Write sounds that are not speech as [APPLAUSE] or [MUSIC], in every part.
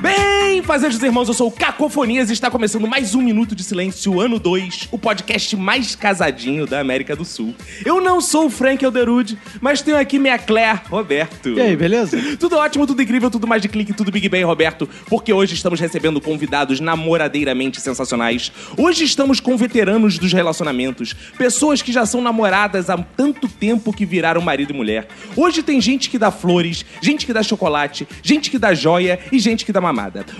Bem, fazejos irmãos, eu sou o Cacofonias e está começando mais um Minuto de Silêncio, ano 2, o podcast mais casadinho da América do Sul. Eu não sou o Frank Elderud, mas tenho aqui minha Claire Roberto. E aí, beleza? Tudo ótimo, tudo incrível, tudo mais de clique, tudo Big Bang, Roberto, porque hoje estamos recebendo convidados namoradeiramente sensacionais. Hoje estamos com veteranos dos relacionamentos, pessoas que já são namoradas há tanto tempo que viraram marido e mulher. Hoje tem gente que dá flores, gente que dá chocolate, gente que dá joia e gente que dá mamada.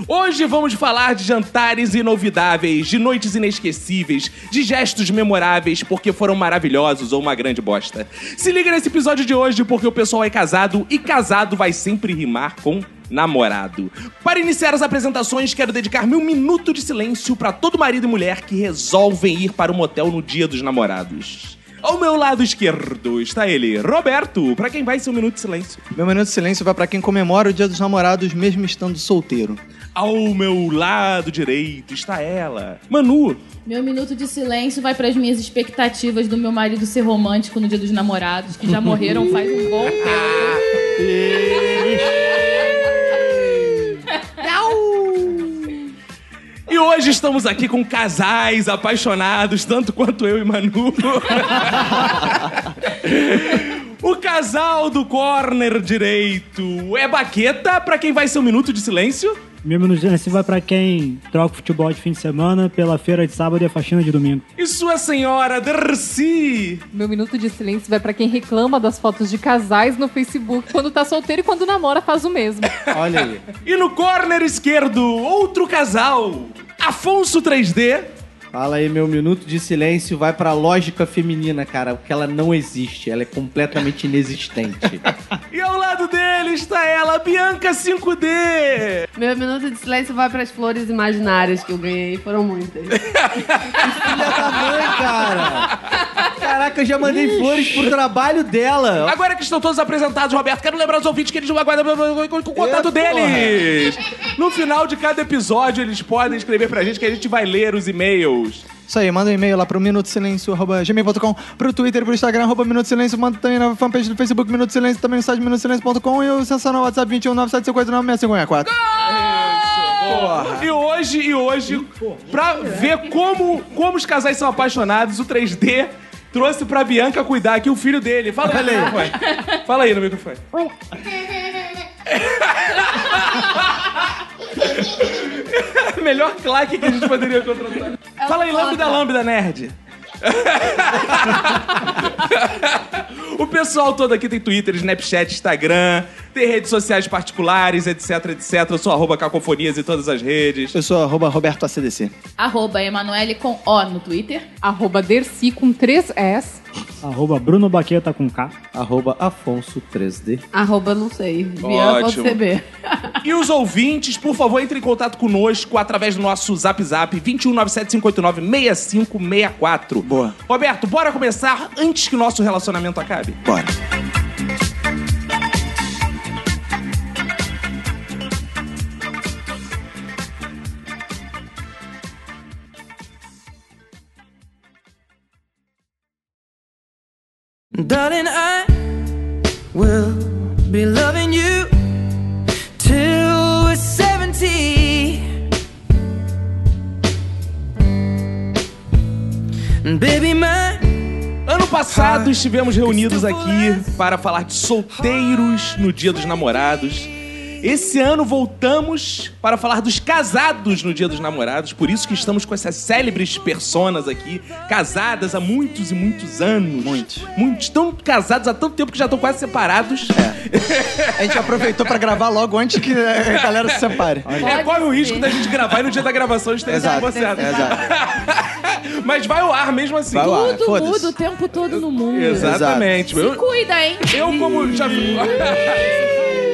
Hoje vamos falar de jantares inovidáveis, de noites inesquecíveis, de gestos memoráveis porque foram maravilhosos ou uma grande bosta. Se liga nesse episódio de hoje porque o pessoal é casado e casado vai sempre rimar com namorado. Para iniciar as apresentações, quero dedicar meu minuto de silêncio para todo marido e mulher que resolvem ir para o motel no dia dos namorados. Ao meu lado esquerdo está ele, Roberto, para quem vai ser um minuto de silêncio. Meu minuto de silêncio vai pra quem comemora o Dia dos Namorados mesmo estando solteiro. Ao meu lado direito está ela, Manu. Meu minuto de silêncio vai para as minhas expectativas do meu marido ser romântico no dia dos namorados, [LAUGHS] que já morreram faz um bom tempo. E hoje estamos aqui com casais apaixonados, tanto quanto eu e Manu. o casal do corner direito é baqueta pra quem vai ser um minuto de silêncio. Meu minuto de silêncio vai pra quem troca o futebol de fim de semana pela feira de sábado e a faxina de domingo. E sua senhora Darcy. Meu minuto de silêncio vai pra quem reclama das fotos de casais no Facebook quando tá solteiro e quando namora faz o mesmo. Olha aí. E no corner esquerdo, outro casal, Afonso 3D. [LAUGHS] Fala aí, meu minuto de silêncio vai pra lógica feminina, cara, porque ela não existe, ela é completamente [LAUGHS] inexistente. E ao lado dele está ela, Bianca 5D. Meu minuto de silêncio vai para as flores imaginárias que eu ganhei, foram muitas. Filha da mãe, cara! Caraca, eu já mandei flores pro trabalho dela. Agora é que estão todos apresentados, Roberto, quero lembrar os ouvintes que eles vão aguardar com o contato É, porra. deles. No final de cada episódio, eles podem escrever pra gente que a gente vai ler os e-mails. Isso aí, manda um e-mail lá pro minutosilencio.gmail.com, pro Twitter, pro Instagram, arroba Minuto Silêncio, manda também na fanpage do Facebook Minuto Silêncio, também no site minutosilencio.com e um o sensacional WhatsApp 21 975496564. E hoje, e hoje, pra ver como, como os casais são apaixonados, o 3D trouxe pra Bianca cuidar aqui o filho dele. Fala aí, no microfone. Fala aí no microfone. [LAUGHS] Melhor claque que a gente poderia contratar. Fala aí, lambda, lambda, nerd. O pessoal todo aqui tem Twitter, Snapchat, Instagram, tem redes sociais particulares, etc, etc. Eu sou arroba cacofonias em todas as redes. Eu sou arroba Roberto ACDC. Arroba Emanuele com O no Twitter. [LAUGHS] Arroba Dercy com 3S. Arroba Bruno Baqueta com K. Arroba Afonso 3D. Arroba não sei. Bianca Ótimo. ou CB. E os ouvintes, por favor, entrem em contato conosco através do nosso zap zap 21975896564. Boa. Roberto, bora começar antes que o nosso relacionamento acabe? Bora. Darling, I will be loving you till we're 70. And baby, my Ano passado estivemos reunidos aqui para falar de solteiros no Dia dos Namorados. Esse ano voltamos para falar dos casados no Dia dos Namorados, por isso que estamos com essas célebres personas aqui, casadas há muitos e muitos anos. Muitos. Muitos. Estão casados há tanto tempo que já estão quase separados. É, A gente aproveitou pra gravar logo antes que a galera se separe. É, corre o ser. risco da gente gravar e no dia da gravação a gente tem Exato, você. exato. [LAUGHS] Mas vai ao ar mesmo assim. Vai ao ar. Ah, Tudo foda-se. muda o tempo todo no mundo. Exatamente. Se Eu, cuida, hein? eu como já... [LAUGHS]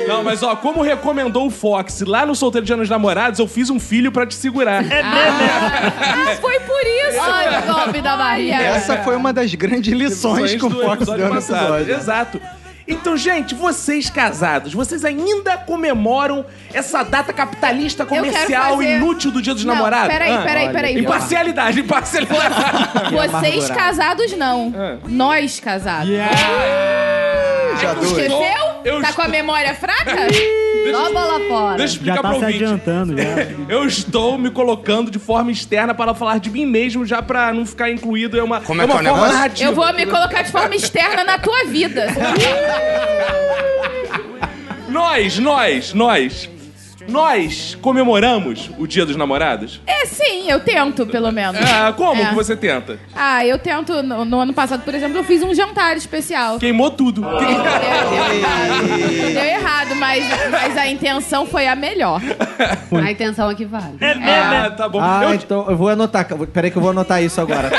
Não, mas ó, como recomendou o Fox lá no Solteiro de Anos Namorados, eu fiz um filho pra te segurar. É Ah, foi por isso! Ai, o golpe da barriga. Essa foi uma das grandes lições que o do Fox episódio deu no passado. episódio. Exato. Então, gente, vocês casados, vocês ainda comemoram essa data capitalista, quero comercial, fazer- inútil do Dia dos Não, Namorados? peraí, Ah. peraí, peraí. Imparcialidade, imparcialidade. Vocês amargurado. casados não. É. Nós casados. Já Eu dois. estou- Esqueceu? Eu tá estou- com a memória fraca? Ó a bola fora. Deixa eu explicar Já tá pro se ouvinte. [LAUGHS] adiantando, já. Eu estou me colocando de forma externa para falar de mim mesmo, já pra não ficar incluído. É uma, Como é uma que é o forma negócio? narrativa. Eu vou me colocar de forma externa na tua [LAUGHS] vida. Nós, nós, nós. Nós comemoramos o Dia dos Namorados? É, sim, eu tento, pelo menos. Ah, como É. que você tenta? Ah, eu tento. No, no ano passado, por exemplo, eu fiz um jantar especial. Queimou tudo. Deu errado, mas, mas a intenção foi a melhor. A intenção aqui vale. É, Ah, tá bom. Ah, eu, então eu vou anotar. ca- Peraí que eu vou anotar isso agora. tá,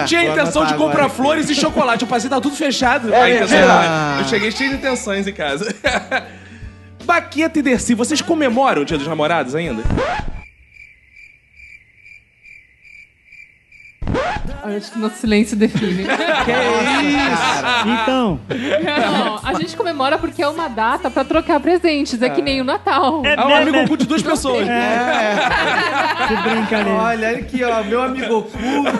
eu tinha a vou intenção de anotar comprar agora. flores e chocolate. Eu passei, tá tudo fechado. É a intenção mentira. Ah. era- Eu cheguei cheio de intenções em casa. [LAUGHS] Baqueta e Dercy, vocês comemoram o Dia dos Namorados ainda? Acho que nosso silêncio [LAUGHS] define. Então, Não, a gente comemora porque é uma data pra trocar presentes. É que nem o Natal. Ah, um amigo oculto de [LAUGHS] É. duas pessoas. que [LAUGHS] brincadeira. Olha olha aqui, ó, meu amigo oculto.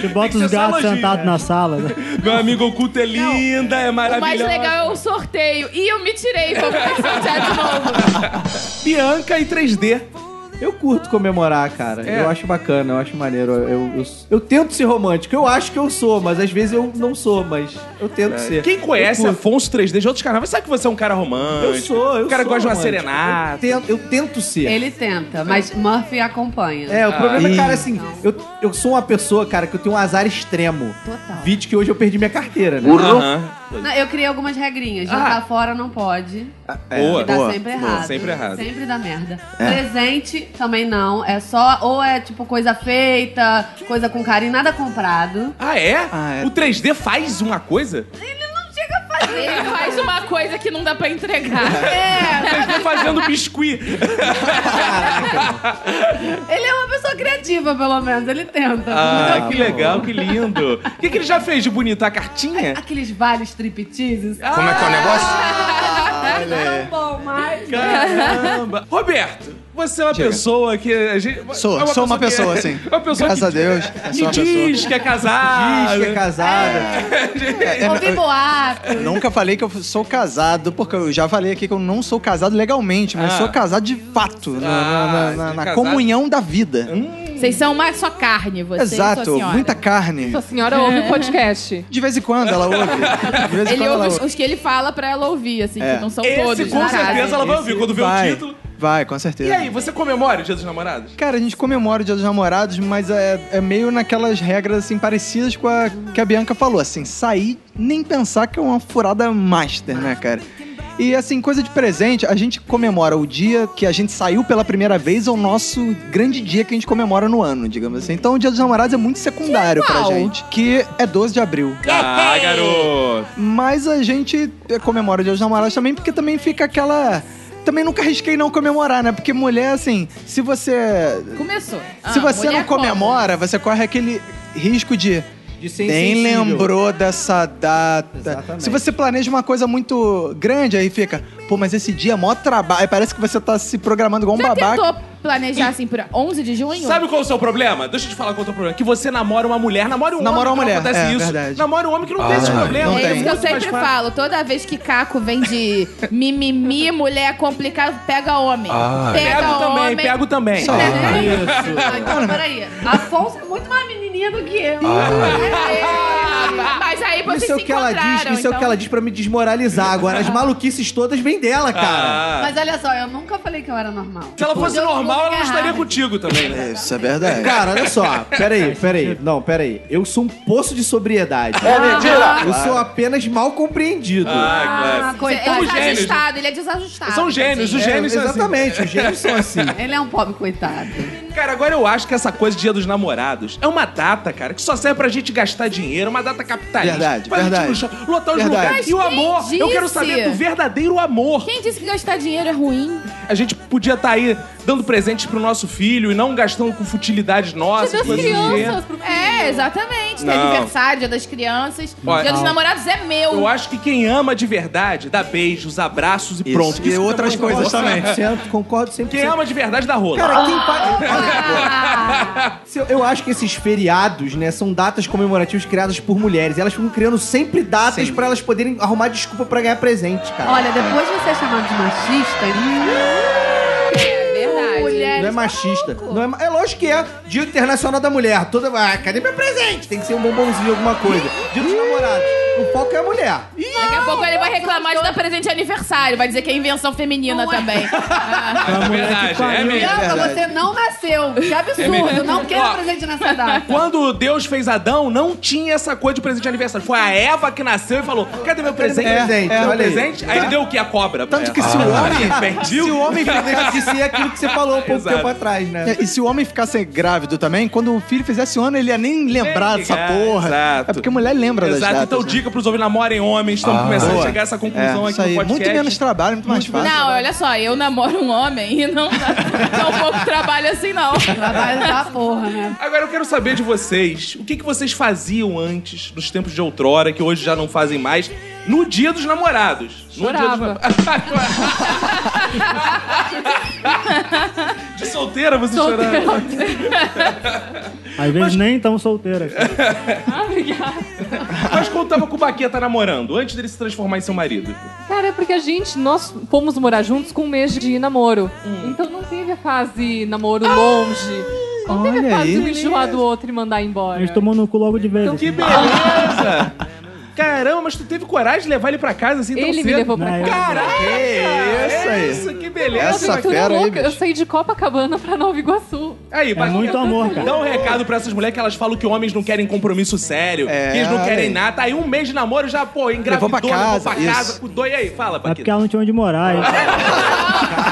Te bota ser os gatos salogia. sentados na sala. Meu amigo oculto é linda, é O mais maravilhosa. legal é o sorteio. E eu me tirei, vou me sortear de novo. Bianca e 3D. Eu curto comemorar, cara. É. Eu acho bacana, eu acho maneiro. Eu, eu, eu, eu tento ser romântico. Eu acho que eu sou, mas às vezes eu não sou, mas eu É. tento ser. Quem conhece Eu curto. Afonso 3D de outros canais sabe que você é um cara romântico. Eu sou, eu O cara sou gosta de uma romântico. serenata. Eu tento, eu tento ser. Ele tenta, mas Murphy acompanha. É, o problema é, cara, Ih. assim, eu, eu sou uma pessoa, cara, que eu tenho um azar extremo. Total. Vide que hoje eu perdi minha carteira, né? Aham. Não, eu criei algumas regrinhas. Jantar Ah. fora não pode. É, Boa. Dá Boa, sempre boa. errado. Sempre errado. É. Sempre dá merda. Presente também não. É só, ou é tipo coisa feita, coisa com carinho, nada comprado. Ah, é? Ah, é. O 3D faz uma coisa? Ele faz uma coisa que não dá pra entregar. [LAUGHS] É, [LAUGHS] 3D fazendo biscuit. ele é uma pessoa criativa, pelo menos. Ele tenta. Ah, que legal, que lindo. O que, que ele já fez de bonito? A cartinha? Aqueles vários stripteases. Ah, Como é que é o negócio? Ah, [LAUGHS] Não bom, mas... Caramba. Roberto, você é uma pessoa que a gente... Sou, é sou uma que- pessoa, sim. [LAUGHS] Uma pessoa Graças que a Deus, sou Me uma diz que é casado. Diz que é casada. É, Ouvi eu- boato. eu nunca falei que eu sou casado, porque eu já falei aqui que eu não sou casado legalmente, mas Ah. sou casado de fato, na- Ah, na, na- de na casado. Hum. comunhão da vida. Vocês são mais só carne, vocês. sua Exato, senhora. muita carne. Sua senhora ouve o podcast. De vez em quando ela ouve. De vez em Ele quando ela ouve os, ouve. os que ele fala pra ela ouvir, assim, É. que não são Esse todos. com né? certeza ela vai ouvir quando vê Vai, o título. Vai, com certeza. E aí, você comemora o Dia dos Namorados? Cara, a gente comemora o Dia dos Namorados, mas é, é meio naquelas regras assim parecidas com a que a Bianca falou, assim, sair nem pensar que é uma furada master, né, cara? E assim, coisa de presente, a gente comemora o dia que a gente saiu pela primeira vez, é o nosso grande dia que a gente comemora no ano, digamos assim. Então o Dia dos Namorados é muito secundário pra gente, que é 12 de abril. Ah, garoto. Mas a gente eh, comemora o Dia dos Namorados também, porque também fica aquela. Também nunca arrisquei não comemorar, né? Porque mulher, assim, se você. Começou. Ah, Se você mulher não comemora, você corre aquele risco de. De ser Nem insensível. lembrou dessa data. Exatamente. Se você planeja uma coisa muito grande, aí fica, pô, mas esse dia é mó trabalho. Aí Parece que você tá se programando é igual um Já babaca. tentou planejar, assim, pra 11 de junho? Sabe qual é o seu problema? Deixa eu te falar qual é o teu problema. Que você namora uma mulher, namora um Namora homem. uma que não mulher, Acontece é isso. verdade. Namora um homem que não Ah, tem esse problema. não É tem. isso que eu Muito mais sempre fácil. falo. Toda vez que Caco vem de mimimi, mulher complicada, pega homem. pega Pego também, homem. pego também. é Só. Não, então, peraí. Afonso é muito mais menininha do que eu. [LAUGHS] Ah, É, Mas aí vocês Isso é o se que ela diz, encontraram, isso é o então. que ela diz pra me desmoralizar agora. As maluquices todas vêm dela, cara. Ah. Mas olha só, eu nunca falei que eu era normal. Se ela fosse Então, Deu normal, tudo ela não estaria errado. contigo também, né? É, Isso é verdade. Cara, olha só. Peraí, peraí. Não, peraí. Eu sou um poço de sobriedade. É Ah. mentira! Eu sou apenas mal compreendido. Ah, Ah, claro. Ele é Como coitado. gênios. desajustado, ele é desajustado. São gênios, os É, gênios são assim. exatamente, os gênios são assim. Ele é um pobre coitado. Cara, agora eu acho que essa coisa de Dia dos Namorados é uma data, cara, que só serve pra gente gastar dinheiro, uma batata capitalista. Verdade, pra verdade. gente puxar- lotar os Verdade. lugares. E o Mas quem amor, eu quero disse? saber do verdadeiro amor. Quem disse que gastar dinheiro é ruim? A gente podia estar aí dando presentes pro nosso filho e não gastando com futilidades nossas. Cadê as coisas do gênero. crianças pro É, exatamente. Tem um Não. aniversário, dia das crianças, Olha, dia dos não. namorados é meu. Eu acho que quem ama de verdade dá beijos, abraços e pronto. E Isso que outras eu tô falando. coisas também. Concordo 100%. Quem é ama de verdade dá rola. Cara, quem paga... é Ah, Se Eu eu acho que esses feriados, né, são datas comemorativas criadas por mulheres. E elas ficam criando sempre datas pra elas poderem arrumar desculpa pra ganhar presente, cara. Olha, depois de você é chamado de machista, é [LAUGHS] verdade. não é mulheres. machista. Não é, ma- é lógico que é. Dia Internacional da Mulher. Toda, ah, cadê meu presente? Tem que ser um bombonzinho, alguma coisa. Dia dos namorados. O foco é a mulher. Daqui a pouco ele vai reclamar de dar presente de aniversário. Vai dizer que é invenção [LAUGHS] feminina também. Ah. É verdade, é mesmo. Bianca, verdade. você não nasceu. Que absurdo. Não quero presente nessa data. Quando Deus fez Adão, não tinha essa coisa de presente de aniversário. Foi a Eva que nasceu e falou: Cadê meu presente? É, é, meu olha aí. presente? Aí ele deu o que? A cobra. Tanto que É. se o [LAUGHS] Ah, homem... perdi. [LAUGHS] Se o homem deixa de ser aquilo que você falou um pouco Exato. tempo atrás, É, né? E se o homem ficasse grávido também, quando o filho fizesse um ano, ele ia nem lembrar Nem dessa ligar, porra. É, exato. É porque mulher lembra das [LAUGHS] Exato, datas, então né? dica pros ouvintes, namorem homens, estamos começando a É boa. chegar a essa conclusão aqui É, isso aí. no podcast. Muito menos trabalho, muito mais fácil. Não, olha só, eu namoro um homem e não dá tão pouco trabalho assim, [LAUGHS] não. Trabalho da porra, né? Agora eu quero saber de vocês, o que, que vocês faziam antes, nos tempos de outrora, que hoje já não fazem mais, no dia dos namorados? Chorava. No dia dos namorados. [LAUGHS] de solteira você Solteira. chorava. Às vezes nem tão assim. solteira. Ah, obrigada. Mas quando tava com o Baqueta namorando, antes dele se transformar em seu marido. Cara, é porque a gente, nós fomos morar juntos com um mês de namoro. Então não teve a fase namoro longe. Não teve a olha fase aí. de um enjoar do outro e mandar A embora. gente tomou no cu logo de vez. Então Que assim. beleza! Caramba, mas tu teve coragem de levar ele pra casa assim tão Ele cedo? me levou pra Não, casa. Caraca! isso aí. É Isso, que beleza! Uma Essa aventura fera aí, louca. bicho. Eu saí de Copacabana pra Nova Iguaçu. Aí, É muito amor, cara. Dá um recado pra essas mulheres que elas falam que homens não querem compromisso sério, É, que eles não querem aí. nada. Aí um mês de namoro já, pô, engravidou, Levou pra levou casa, pra casa. isso. cuidou. E aí, fala, É porque Paquita. ela não tinha onde morar. hein?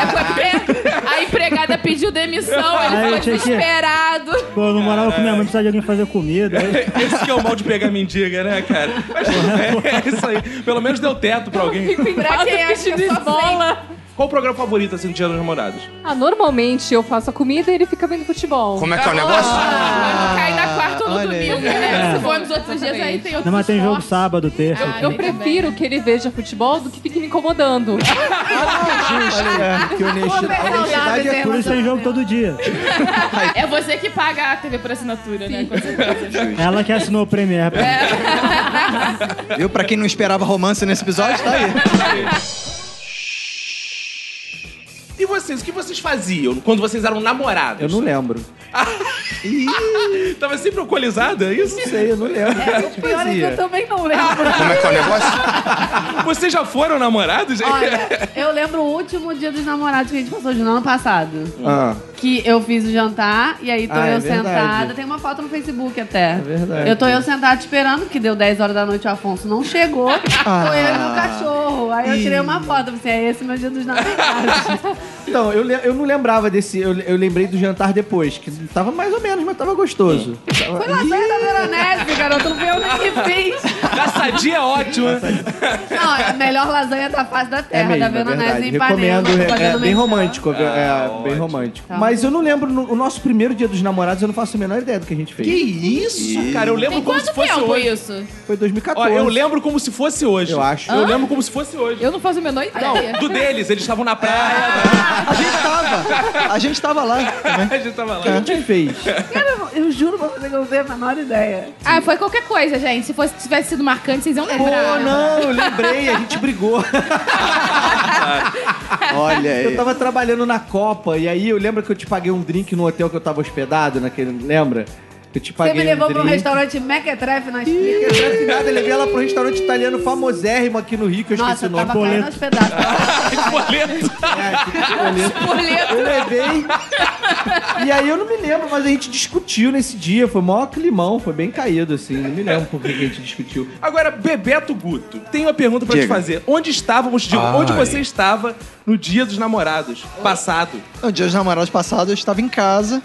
É porque a empregada pediu demissão, Aí ele eu ficou tinha [LAUGHS] que- desesperado. Pô, eu não morava com minha mãe, precisava de alguém fazer comida. Aí- Esse que é o mal de pegar mendiga, né, cara? Mas tudo bem, [LAUGHS] é isso aí. Pelo menos deu teto pra alguém. Fico em Pra casa quem acha pedindo que eu só esmola. Qual o programa favorito, assim, do Dia dos Namorados? Ah, normalmente eu faço a comida e ele fica vendo futebol. Como é que é o negócio? Ah, cai na quarta ou no olha aí. domingo, né? Se for nos outros dias aí tem outro Não, mas tem jogo esporte. sábado, terça. assim. Ah, Eu tem também. prefiro que ele veja futebol do que fique me incomodando. Olha aí, que é honestidade. é Saudáveis, hein, Por isso tem jogo todo dia. É você que paga a TV por assinatura, né? Com certeza. Ela que assinou o Premiere. É, Viu? Pra quem não esperava romance nesse episódio, tá aí. E vocês, o que vocês faziam quando vocês eram namorados? Eu [LAUGHS] não lembro. Tava sempre alcoolizada, é isso? Sei, eu não lembro. O pior é que eu também não lembro. Como é que é o negócio? Vocês já foram namorados? gente? Olha, [LAUGHS] eu lembro o último dia dos namorados que a gente passou de ano passado. Ah, Que eu fiz o jantar e aí tô Ah, é eu verdade. sentada. Tem uma foto no Facebook até. É verdade. Eu tô eu sentada esperando, que deu 10 horas da noite o Afonso não chegou. Ah. Tô eu e meu cachorro. Aí eu tirei uma foto. Falei, é esse meu dia dos namorados. [LAUGHS] Então, eu, le- eu não lembrava desse. Eu, eu lembrei do jantar depois, que tava mais ou menos, mas tava gostoso. Tava- Foi lasanha da Veronese, garoto. Não viu nem que fiz. Da sadia é ótimo, né? Não, é a melhor lasanha da face da É terra, tá mesmo, da é Veronese em verdade. Ipanema. Recomendo, tô é, é fazendo bem menção. romântico, é, bem romântico. Tá. Mas eu não lembro, no- o nosso primeiro dia dos namorados, eu não faço a menor ideia do que a gente fez. Que isso, cara? Eu lembro Tem como quanto se fosse tempo hoje. isso? Foi 2014. Olha, eu lembro como se fosse hoje. Eu acho. Eu lembro como se fosse hoje. Eu não faço a menor ideia. Do deles, eles estavam na praia. A gente tava. A gente tava lá. Ah. A gente tava lá. O que a gente fez? Cara, eu- eu juro pra você que eu não tenho a menor ideia. Ah, foi qualquer coisa, gente. Se fosse, tivesse sido marcante, vocês iam Pô, lembrar. não, eu lembrei, a gente brigou. Olha Eu aí. tava trabalhando na Copa e aí eu lembro que eu te paguei um drink no hotel que eu tava hospedado naquele. Lembra? Eu Você te paguei me levou um pra um drink. restaurante Mequetrefe na esquina. Atrás de nada, eu levei ela pra um restaurante italiano famosérrimo aqui no Rio, que eu Nossa, esqueci o nome. tava caindo aos pedaços. Boleto. Boleto. Eu levei. e aí eu não me lembro, mas a gente discutiu nesse dia. Foi maior climão, foi bem caído, assim. Não me lembro por que que a gente discutiu. Agora, Bebeto Guto, tem uma pergunta pra te Diga. fazer. Onde estávamos, digo, Ai. onde você estava no dia dos namorados passado? Um No dia dos namorados passado, eu estava em casa.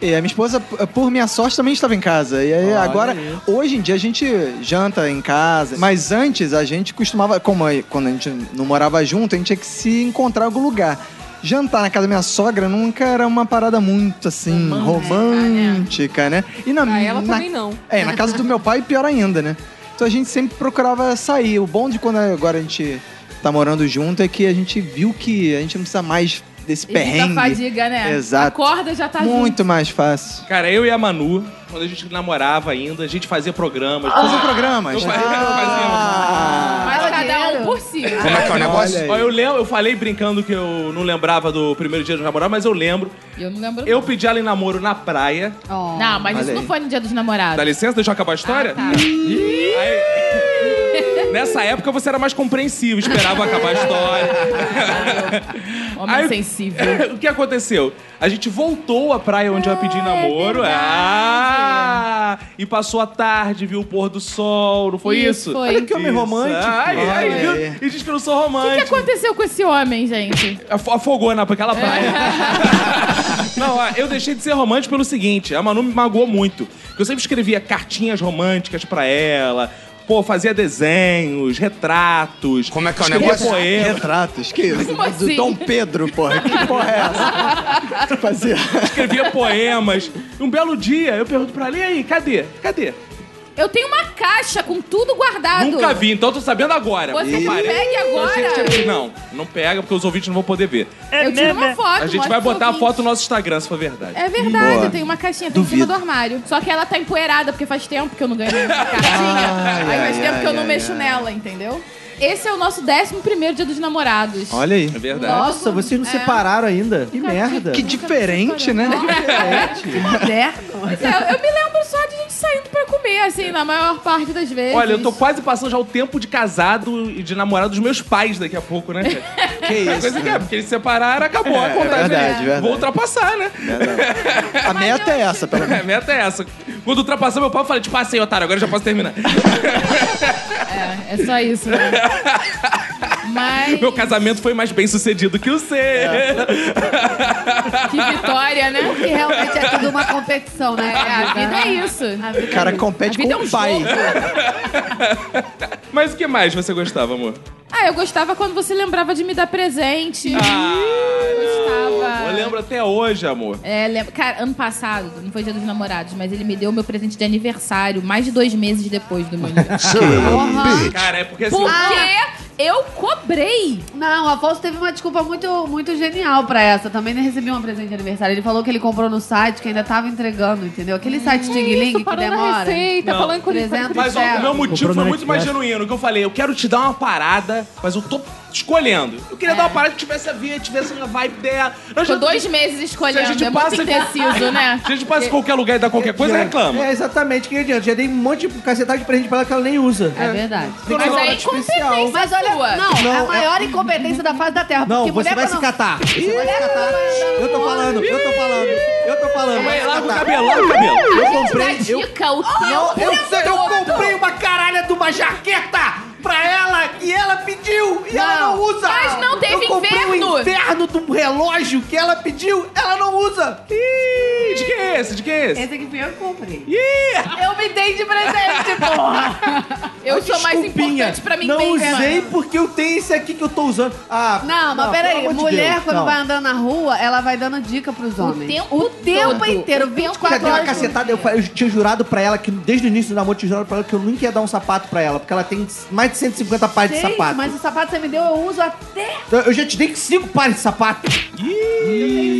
E a minha esposa, p- por minha sorte, também estava em casa. E aí, Olha agora, aí. hoje em dia a gente janta em casa. Mas antes a gente costumava, como a- quando a gente não morava junto, a gente tinha que se encontrar em algum lugar. Jantar na casa da minha sogra nunca era uma parada muito assim, romântica, né? E na Pra ela na- também não. É, na casa do meu pai, pior ainda, né? Então a gente sempre procurava sair. O bom de quando agora a gente tá morando junto é que a gente viu que a gente não precisa mais desse tá Evita perrengue. a fadiga, é, né? Exato. Acorda já tá Muito mais fácil. Cara, eu e a Manu, quando a gente namorava ainda, a gente fazia programas. Fazer programas. Eu fazia- eu junto. Ah! fazia- Mas cada dinheiro. um por si. Como é que é o negócio? Ó, eu, lembro, eu falei brincando que eu não lembrava do primeiro dia dos namorados, mas eu lembro. Eu não lembro. Eu pedi ela em namoro na praia. Ah. Não, mas isso Olha não aí. foi no dia dos namorados. Dá licença, deixa eu acabar a história? Ih, aí- nessa época você era mais compreensivo, esperava acabar a história. Ah, Homem sensível. [LAUGHS] o que aconteceu? A gente voltou à praia onde eu ia pedir namoro. Ah! E passou a tarde, viu o pôr do sol, não foi Isso, isso? foi. Olha que homem Isso. romântico. Ai, ai, Olha viu? aí. E diz que eu não sou O que, é que romântico. aconteceu com esse homem, gente? Af- Afogou naquela praia. [LAUGHS] Não, ó, eu deixei de ser romântico pelo seguinte: a Manu me magoou muito. Eu sempre escrevia cartinhas românticas pra ela. Pô, fazia desenhos, retratos. Como é que é o negócio? Retratos, que isso? Como Do assim? Dom Pedro, porra. Que porra é essa? Fazia. Escrevia poemas. E um belo dia eu pergunto pra ela: e aí, cadê? Cadê? Eu tenho uma caixa com tudo guardado. Nunca vi, então eu tô sabendo agora. Você que Parei. pegue Então, agora. gente, gente, Não, não pega porque os ouvintes não vão poder ver. É eu tirei uma foto. É, né, a gente mostra vai pro botar a ouvinte. foto no nosso Instagram, se for verdade. É verdade, Boa. eu tenho uma caixinha, tem em cima do armário. Só que ela tá empoeirada, porque faz tempo que eu não ganho [LAUGHS] nenhuma Ah, caixinha. Ai, Aí faz ai, tempo que eu ai, não ai, mexo ai. nela, entendeu? Esse é o nosso 11 dia dos namorados. Olha aí. É verdade. Nossa, vocês não É. separaram ainda. Que merda. Que diferente, né? Pois é, eu, eu me lembro só de gente saindo pra comer, assim, na maior parte das vezes. Olha, eu tô quase passando já o tempo de casado e de namorado dos meus pais daqui a pouco, né? [LAUGHS] que isso, coisa que né? é, porque eles se separaram, acabou É, a contagem. verdade, verdade. É Vou ultrapassar, né? A meta é essa, pelo menos. [LAUGHS] A meta é essa. Quando ultrapassar meu pai, eu falei, tipo, passei, otário, agora eu já posso terminar. É só isso, [LAUGHS] né? Mas Meu casamento foi mais bem sucedido que o seu. É. que vitória, né? Porque realmente é tudo uma competição, né? a vida um é isso. O cara compete é com o é um pai. [LAUGHS] Mas o que mais você gostava, amor? Ah, eu gostava quando você lembrava de me dar presente. Ah. gostava. Ah. Eu lembro até hoje, amor. É, lembra... Cara, ano passado, não foi dia dos namorados, mas ele me deu meu presente de aniversário mais de dois meses depois do meu aniversário. Porra. Cara, é porque assim... Porque eu cobrei. Não, o Afonso teve uma desculpa muito, muito genial pra essa. Também recebi um presente de aniversário. Ele falou que ele comprou no site que ainda tava entregando, entendeu? Hum, Aquele site Tigling que parou na demora. receita, Não. falando com ele, 300 Mas ó, o meu motivo foi Comprou no muito mais Express. genuíno, que eu falei, eu quero te dar uma parada, mas eu tô escolhendo. Eu queria dar uma parada que tivesse a ver, tivesse a vibe dela. Nós já- É. Tô dois meses Se escolhendo, a gente é passa muito [LAUGHS] indeciso, né? Se a gente passa em qualquer lugar e dá qualquer coisa, Já- reclama. É, exatamente. Que adianta? Já dei um monte de cacetagem de presente pra ela que ela nem usa. É verdade. Tem que ser uma hora especial. Mas olha, não, é a maior incompetência da face da Terra. Não, porque você mulher vai se quando- catar. Você vai se Mulher catar. Eu tô falando, eu tô falando, eu tô falando. Mas Vai se larga o catar. cabelo, larga o cabelo. A Eu gente comprei, dá eu dica o Não, tempo eu, sei, eu todo. comprei uma caralha de uma jaqueta pra ela e ela pediu e ela não usa. mas não teve eu comprei inverno. o inverno de um relógio que ela pediu, ela não usa. Ih, de que é esse? De que é esse? Esse aqui foi eu que comprei. Ih! Eu me dei de presente, porra. Eu sou mais Desculpinha, importante pra mim Não mesma. usei porque eu tenho esse aqui que eu tô usando. Ah, Não, mas pelo peraí, amor de mulher Deus, quando não. vai andando na rua, ela vai dando dica pros homens. tempo tempo todo. inteiro, O tempo 24 Já deu uma horas. cacetada, eu, fa- eu tinha jurado pra ela que desde o início do namoro eu tinha jurado pra ela que eu nunca ia dar um sapato pra ela, porque ela tem mais de 150 pares de Gente, sapato. mas o sapato que você me deu, eu uso até. Então, Eu já te dei cinco pares de sapato.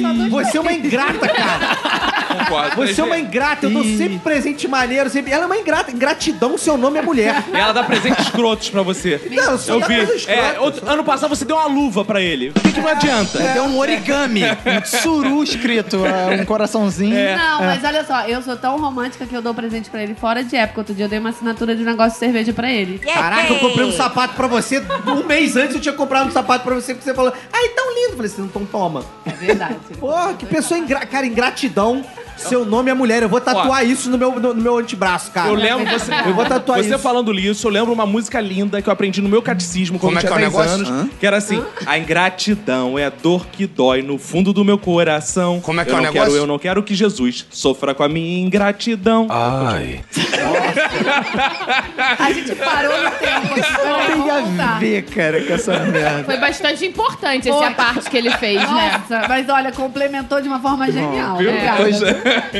só dois Você é uma ingrata, cara. Concordo. Você é uma ingrata. Eu dou sempre presente maneiro. Sempre... Ela é uma ingrata. Gratidão, seu nome é mulher. E Ela dá presentes escrotos pra você. Não, eu só eu dá vi. coisa escrota. É, outro- ano passado você deu uma luva pra ele. Por que, que não adianta? É um [LAUGHS] origami, um tsuru escrito, é, um coraçãozinho. Não, é. mas olha só, eu sou tão romântica que eu dou presente pra ele fora de época. Outro dia eu dei uma assinatura de um negócio de cerveja pra ele. Caraca, eu comprei um sapato pra você. Um mês antes eu tinha comprado um sapato pra você, porque você falou, ai, tão lindo. Eu falei assim, então toma. É verdade. Porra, que pessoa ingrata. Cara, ingratidão. Seu nome é mulher. Eu vou Ó. tatuar isso no meu, no, no meu antebraço, cara. Eu lembro você. Eu vou tatuar é Você isso. falando isso, eu lembro uma música linda que eu aprendi no meu catecismo quando Como é eu tinha que é o 10 negócio? anos. Hã? Que era assim: a ingratidão é a dor que dói no fundo do meu coração. Como é que eu é o não negócio? Quero, eu não quero que Jesus sofra com a minha ingratidão. Ai. A gente parou no tempo. Tem a ver, cara, com [LAUGHS] essa merda. Foi bastante importante essa Foi. parte que ele fez, né? Nossa, mas olha, complementou de uma forma genial. É. viu? É. né, cara? Pois [LAUGHS]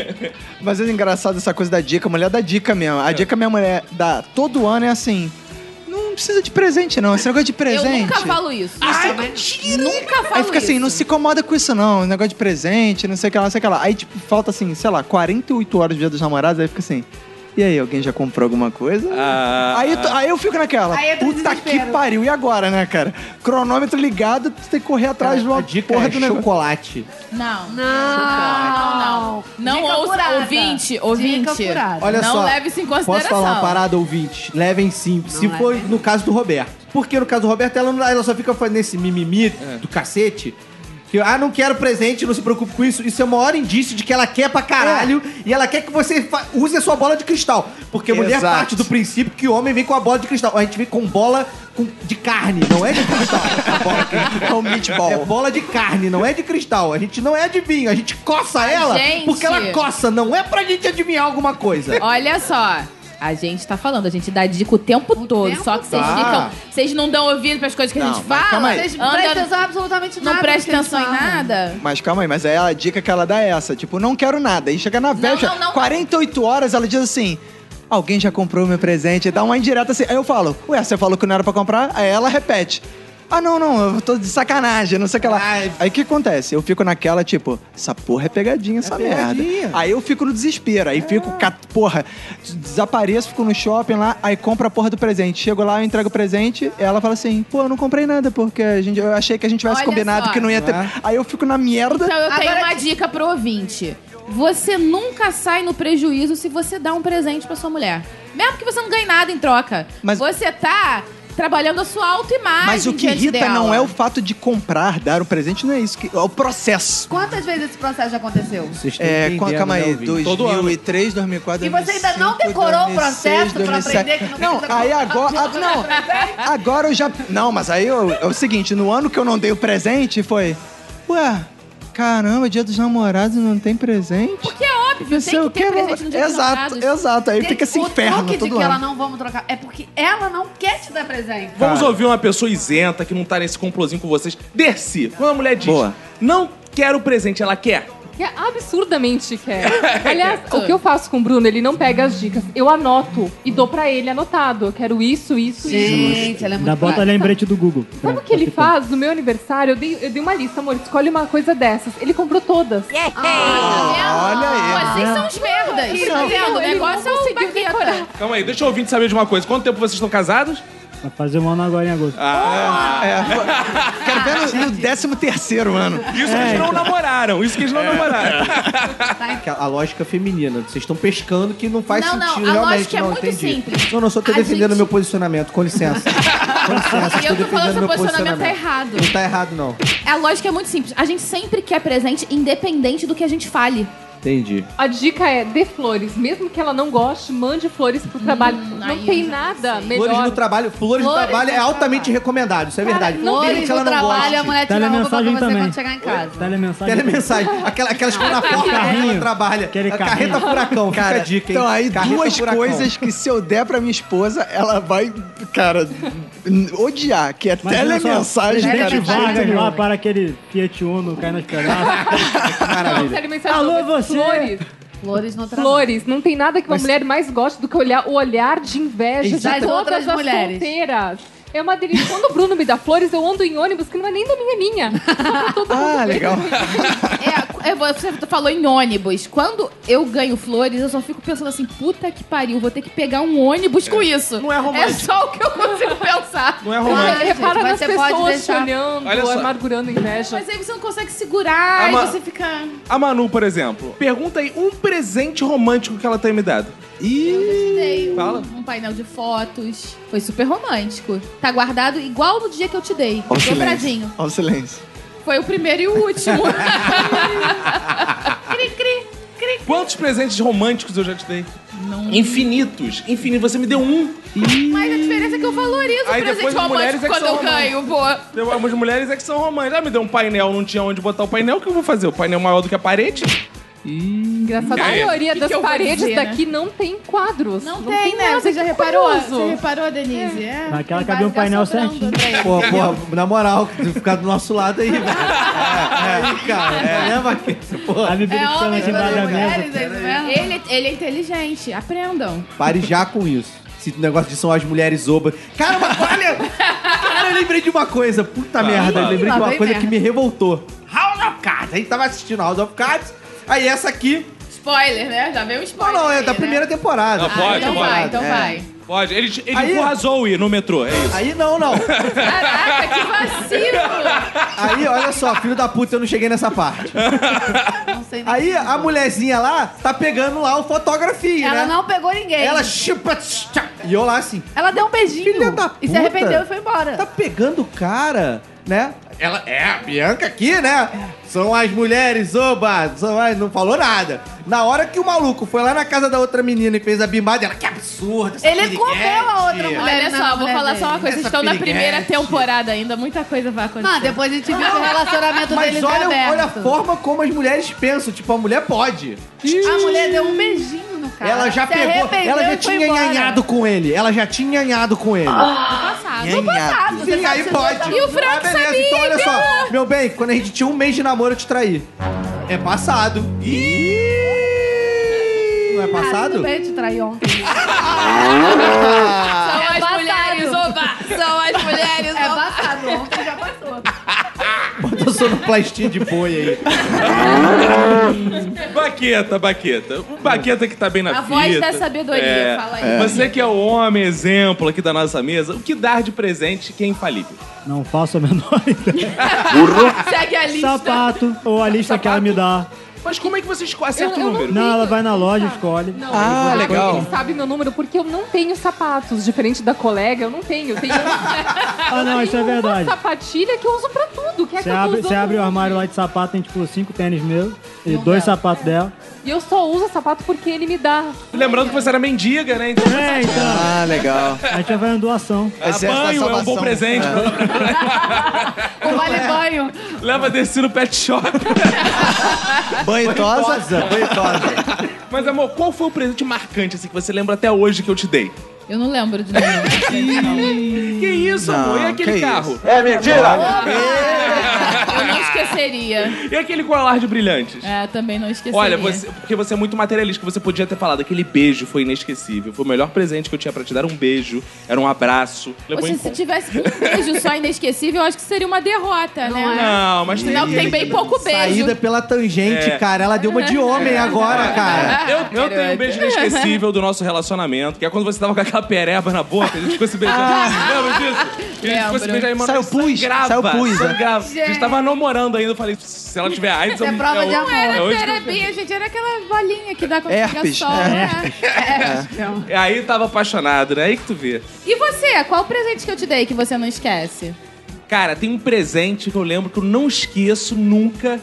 Mas é engraçado essa coisa da dica. A mulher dá dica mesmo. É. A dica minha mulher dá todo ano é assim... Não precisa de presente, não. Esse negócio de presente... Eu nunca falo isso. Ah. Ai, mentira! Nunca falo Aí fica assim, isso. não se incomoda com isso, não. Esse negócio de presente, não sei o que lá, não sei o que lá. Aí, tipo, falta assim, sei lá, 48 horas do dia dos namorados, aí fica assim. E aí, alguém já comprou alguma coisa? Aí, eu tô- aí eu fico naquela. Aí entra o Puta que desespero. pariu, e agora, né, cara? Cronômetro ligado, tu tem que correr atrás de uma porra é do negócio. chocolate. Não. Não, não, não. Não Dica ouça, furada. ouvinte, ouvinte. Dica furada. Olha não só. leve isso em consideração. Posso falar uma parada, ouvinte? Levem sim. se levem. for no caso do Roberto. Porque no caso do Roberto, ela, não- ela só fica fazendo esse mimimi do cacete. Que, ah, não quero presente, não se preocupe com isso. Isso é o maior indício de que ela quer pra caralho e ela quer que você fa- use a sua bola de cristal. Porque mulher Exato. parte do princípio que o homem vem com a bola de cristal. A gente vem com bola com- de carne, não é de cristal. [LAUGHS] A bola de cristal. É um meatball. É bola de carne, não é de cristal. A gente não é adivinho, a gente coça ela gente. porque ela coça, não é pra gente adivinhar alguma coisa. Olha só. A gente tá falando, a gente dá dica o tempo todo. só que vocês todo. ficam. Vocês não dão ouvido pras coisas que a Não, gente mas fala. calma aí. Vocês Não presta andam, atenção em Ah, absolutamente nada. não do que prestam eles atenção em falam. nada. Mas calma aí, mas aí a dica que ela dá é essa. Tipo, não quero nada. E chega na véspera, não, não. 48 horas, ela diz assim... Alguém já comprou meu presente? Dá uma indireta assim. Aí eu falo, ué, você falou que não era pra comprar? Aí ela repete. Ah, não, não, eu tô de sacanagem, não sei o que lá. Aí o que acontece? Eu fico naquela, tipo, essa porra é pegadinha, essa merda. Aí eu fico no desespero, aí fico, É. ca- porra, desapareço, fico no shopping lá, aí compro a porra do presente. Chego lá, eu entrego o presente, ela fala assim, pô, eu não comprei nada, porque a gente, eu achei que a gente tivesse Olha combinado só. que não ia ter. é? Aí eu fico na merda. Então eu tenho Agora uma dica pro ouvinte. Você nunca sai no prejuízo se você dá um presente pra sua mulher. Mesmo que você não ganhe nada em troca. Mas- Você tá trabalhando a sua autoimagem. Mas o que diante irrita dela. não é o fato de comprar, dar um presente, não é isso. Que, é o processo. Quantas vezes esse processo já aconteceu? É, com- calma aí, né, Todo ano. 2003, 2004, E você ainda não 2005, decorou o processo pra 2007. aprender que não Não, precisa né? aí agora... ah, não, agora eu já... Não, mas aí eu- é o seguinte, no ano que eu não dei o presente, foi... Ué, caramba, dia dos namorados não tem presente? Porque é óbvio, tem Não sei que o ter que... presente no dia dos Exato, namorados. exato. Aí Gente, fica esse o inferno truque de todo que ela ano. não vamos trocar é porque ela não quer te dar presente. Vamos ouvir uma pessoa isenta que não tá nesse complozinho com vocês. Dercy, quando a mulher diz, Boa. não quero presente, ela quer. Que é absurdamente quer. Aliás, o que eu faço com o Bruno, ele não pega as dicas. Eu anoto e dou pra ele anotado. Eu quero isso, isso, isso. Gente, ela é Dá muito bota clara. lembrete do Google. Sabe o que ele faz? No meu aniversário, eu dei, eu dei uma lista, amor. Escolhe uma coisa dessas. Ele comprou todas. Ah, Olha aí. é tá Vocês são os merdas. Ele tá vendo? O ele negócio é o conseguiu decorar. baqueta. Calma aí, deixa eu ouvir saber de uma coisa. Quanto tempo vocês estão casados? Vai fazer um ano agora em agosto. Ah, É, foi- quero ver no, no décimo terceiro ano. Isso que eles não namoraram, isso que eles não namoraram. Que a- A lógica feminina. Vocês estão pescando que não faz Não, não, sentido a realmente. lógica é não, muito entendi. simples. Não, não, só tô A defendendo gente- meu posicionamento. Com licença. [LAUGHS] com licença, E eu tô falando que o meu posicionamento tá errado. Não tá errado, não. A lógica é muito simples. A gente sempre quer presente independente do que a gente fale. Entendi. A dica é dê flores. Mesmo que ela não goste, mande flores pro trabalho. Hum, aí né? não eu tem já nada melhor. Flores no trabalho. Flores no Flores trabalho no é altamente recomendado. Isso é verdade. não Mesmo Flores que ela no não trabalho, a goste. mulher tira roupa pra Telemensagem você também. quando chegar em casa. Telemensagem. Telemensagem. Aquela, aquelas que estão na porta carrinho. ela trabalha. Aquele A Carreta carrinho. furacão. Fica a dica, hein? Então, aí Carreta duas furacão. coisas que se eu der pra minha esposa, ela vai, cara, n- odiar, que é Imagina só, telemensagem, cara. Presidente de jeito Vargas nenhum. lá para aquele Fiat Uno cai nas [LAUGHS] pedaças. Não, Maravilha. sério, mensagem Alô, não, mas você? Flores. Flores no trabalho. Flores. Não tem nada que uma mulher mais goste do que olhar o olhar de inveja Exato. de Das outras todas as mulheres. solteiras. É uma delícia. Quando o Bruno me dá flores, eu ando em ônibus que não é nem da minha linha. Ah, legal. É, é, você falou em ônibus. Quando eu ganho flores, eu só fico pensando assim, puta que pariu, vou ter que pegar um ônibus com isso. Não é romântico. É só o que eu consigo pensar. Não é Olha, romântico. gente, repara mas nas você pode pessoas te deixar- olhando, Olha só. amargurando inveja. Mas aí você não consegue segurar, aí Ama- você fica... A Manu, por exemplo, pergunta aí um presente romântico que ela tenha me dado. Ih, Te dei um- Fala. um painel de fotos. Foi super romântico. Tá guardado igual no dia que eu te dei. Olha o silêncio. Dobradinho. Olha o silêncio. [LAUGHS] Foi o primeiro e o último. cri, cri, cri, Quantos presentes românticos eu já te dei? Infinitos. Infinitos. Você me deu um. Mas a diferença é que eu valorizo Aí o presente depois as mulheres é romântico que quando são eu ganho, pô. Deu algumas mulheres é que são românticas. Ah, me deu um painel, não tinha onde botar o painel. O que eu vou fazer? O painel maior do que a parede? Engraçado, a É. maioria Que que das eu vou paredes dizer, né? daqui não tem quadros. Não, tem, né? nada, Você já que reparou? curioso. Você reparou, Denise? É. Naquela cabia um painel certinho. Porra, porra, na moral, ficar do nosso [LAUGHS] lado aí, velho. É, é, cara, é, né, Marquinhos? Porra. A bebida É que chama homem de que embaixo da mesa. mulheres, é isso mesmo? Ele, ele é inteligente, aprendam. Pare já com isso. Se o negócio de são as mulheres obas. Cara, mas olha! Cara, eu lembrei de uma coisa. Puta merda, eu lembrei Lá de uma vem coisa merda. que me revoltou. House of Cards. A gente tava assistindo House of Cards. Aí essa aqui. Spoiler, né? Já veio um Não, spoiler. não, é aí, da né? primeira temporada. Ah, pode, então pode. vai, então É. vai. Pode. Ele, ele Aí- empurra a Zoe no metrô, é isso. Aí não, não. Caraca, que vacilo! Aí, olha só, filho da puta, eu não cheguei nessa parte. Não sei nem. é. Aí a mulherzinha lá tá pegando lá o fotografia, Ela né? não pegou ninguém. Ela chupa. tchá, E eu lá assim. Ela deu um beijinho. Filha da E se puta. arrependeu e foi embora. tá pegando o cara, né? Ela é a Bianca aqui, né? São as mulheres, oba! São as... Não falou nada. Na hora que o maluco foi lá na casa da outra menina e fez a bimbada, ela, que absurdo! essa Ele comeu a outra piriguete." mulher. Olha só, vou falar só uma coisa. Vocês Essa estão na primeira piriguete. temporada ainda, muita coisa vai acontecer. Não, depois a gente viu que o relacionamento Mas deles olha, é aberto. olha a forma como as mulheres pensam. Tipo, a mulher pode. A mulher deu um beijinho no cara. ela já se pegou, arrependeu ela já e foi tinha embora. nhanhado com ele. Ela já tinha nhanhado com ele. Tá passado. Nhanhado. passado, você Sim, sabe aí que você pode. tá- E o Frank ah, beleza, sabia, então olha entendeu? só. Meu bem, quando a gente tinha um mês de namoro, eu te traí. É passado. Ih! Não é Ah, passado? tudo bem, te traí ontem. Ah, São as passado. mulheres, oba! São as mulheres, É oba! passado, ontem já passou. Bota sonoplastia de [LAUGHS] boi aí. Baqueta, baqueta. Um baqueta que tá bem na A fita. voz da sabedoria, É. fala aí. Você que é o homem exemplo aqui da nossa mesa, o que dar de presente que é infalível? Não faço a menor [LAUGHS] ideia. Segue a lista. Sapato ou a lista que ela me dá. Mas como é que você esco- acerta Eu- eu o número? não- Não, ela vai na loja, escolhe. Não, Ah, ele- legal. Ele sabe meu número porque eu não tenho sapatos. Diferente da colega, eu não tenho. um Eu tenho, [LAUGHS] Ah, não, isso é uma verdade. sapatilha que eu uso pra tudo. Que é Você que eu tô abre, você usando abre o hoje. armário lá de sapato, tem tipo cinco tênis meus e dois sapatos dela. E eu só uso sapato porque ele me dá. Lembrando que você era mendiga, né? Então, É, então. Ah, legal. A gente vai fazendo doação. ah, banho é um bom presente. O vale banho. Leva descer no pet shop. [LAUGHS] Banhitosa? Banhitosa. Mas, amor, qual foi o presente marcante assim, que você lembra até hoje que eu te dei? Eu não lembro de [LAUGHS] nenhum. Que isso, amor? E Não, aquele que carro? Eu não esqueceria. E aquele colar de brilhantes? É, também não esqueceria. Olha, você, porque você é muito materialista, que você podia ter falado, aquele beijo foi inesquecível. Foi o melhor presente que eu tinha pra te dar, era um beijo, era um abraço, levou Poxa, em se conta. tivesse um beijo só inesquecível, eu acho que seria uma derrota, né? é. Não, mas tem... Não, tem bem pouco beijo. Saída pela tangente, É. cara. Ela deu uma de homem agora, cara. Eu, eu tenho um beijo inesquecível do nosso relacionamento, que é quando você tava com aquela pereba na boca, a gente ficou se beijando. Lembra disso? E a gente ficou se Lembro. beijando. e, mano, Saiu pus, sangrava, saiu pus, né? sangrava. A gente tava namorando ainda, eu falei, se ela tiver AIDS... eu- é prova de eu- amor. Era é hoje que eu- terapia, gente. Era aquela bolinha que dá com Herpes, sol, é. né? E Aí tava apaixonado, né? Aí que tu vê. E você? Qual o presente que eu te dei que você não esquece? Cara, tem um presente que eu lembro que eu não esqueço nunca,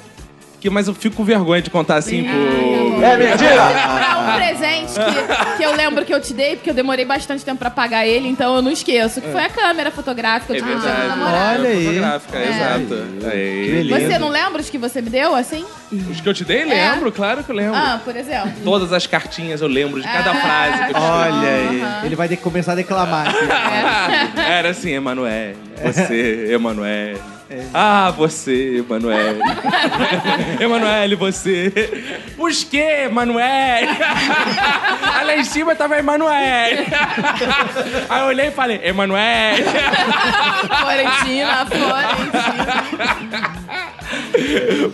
que, mas eu fico com vergonha de contar assim pro. Ah, um presente que, que eu lembro que eu te dei, porque eu demorei bastante tempo pra pagar ele, então eu não esqueço. Que foi a câmera fotográfica É de um verdade. namorado. Olha aí. Fotográfica, exato. Aí. Você não lembra os que você me deu, assim? Os que eu te dei, lembro, claro que eu lembro. Ah, por exemplo. Todas as cartinhas eu lembro de cada frase que eu te Olha aí. Ele vai ter que começar a declamar. aqui. dei. [LAUGHS] Era assim, Emanuel. É. Você, Emanuel. Ah, você, [LAUGHS] Emanuel. Emanuel, você. Os que, Emanuel? Aí [LAUGHS] lá em cima tava Emanuel. [LAUGHS] Aí eu olhei e falei, Emanuel. Florentina, Florentina.